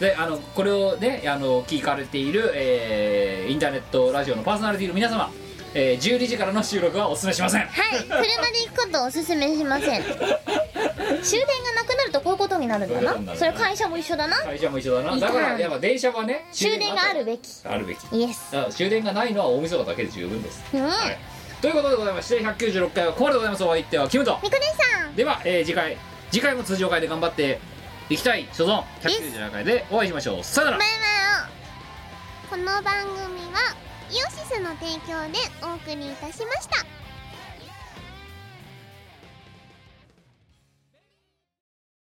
[SPEAKER 1] であのこれをねあの聞かれている、えーインターネットラジオのパーソナリティの皆様、えー12時からの収録はお勧めしません
[SPEAKER 2] れをはい車で行くことをおすすめしません終電がなくなるとこういうことになるんだ
[SPEAKER 1] こういうことにな
[SPEAKER 2] な
[SPEAKER 1] る
[SPEAKER 2] それ会社も一緒だな
[SPEAKER 1] 会社も一緒だない
[SPEAKER 2] か
[SPEAKER 1] だ
[SPEAKER 2] ん
[SPEAKER 1] からやっぱ電車はね
[SPEAKER 2] 終電があるべき
[SPEAKER 1] あるべき
[SPEAKER 2] イエス
[SPEAKER 1] だから終電がないのは大晦日だけで十分です、
[SPEAKER 2] うん
[SPEAKER 1] はい、ということでございまして196回はここまででございますお相手はキムと
[SPEAKER 2] みこねえさん
[SPEAKER 1] では、えー次回次回も通常回で頑張っていきたい所存197回でお会いしましょうさよなら
[SPEAKER 7] バイバイこの番組はイオシスの提供でお送りいたしました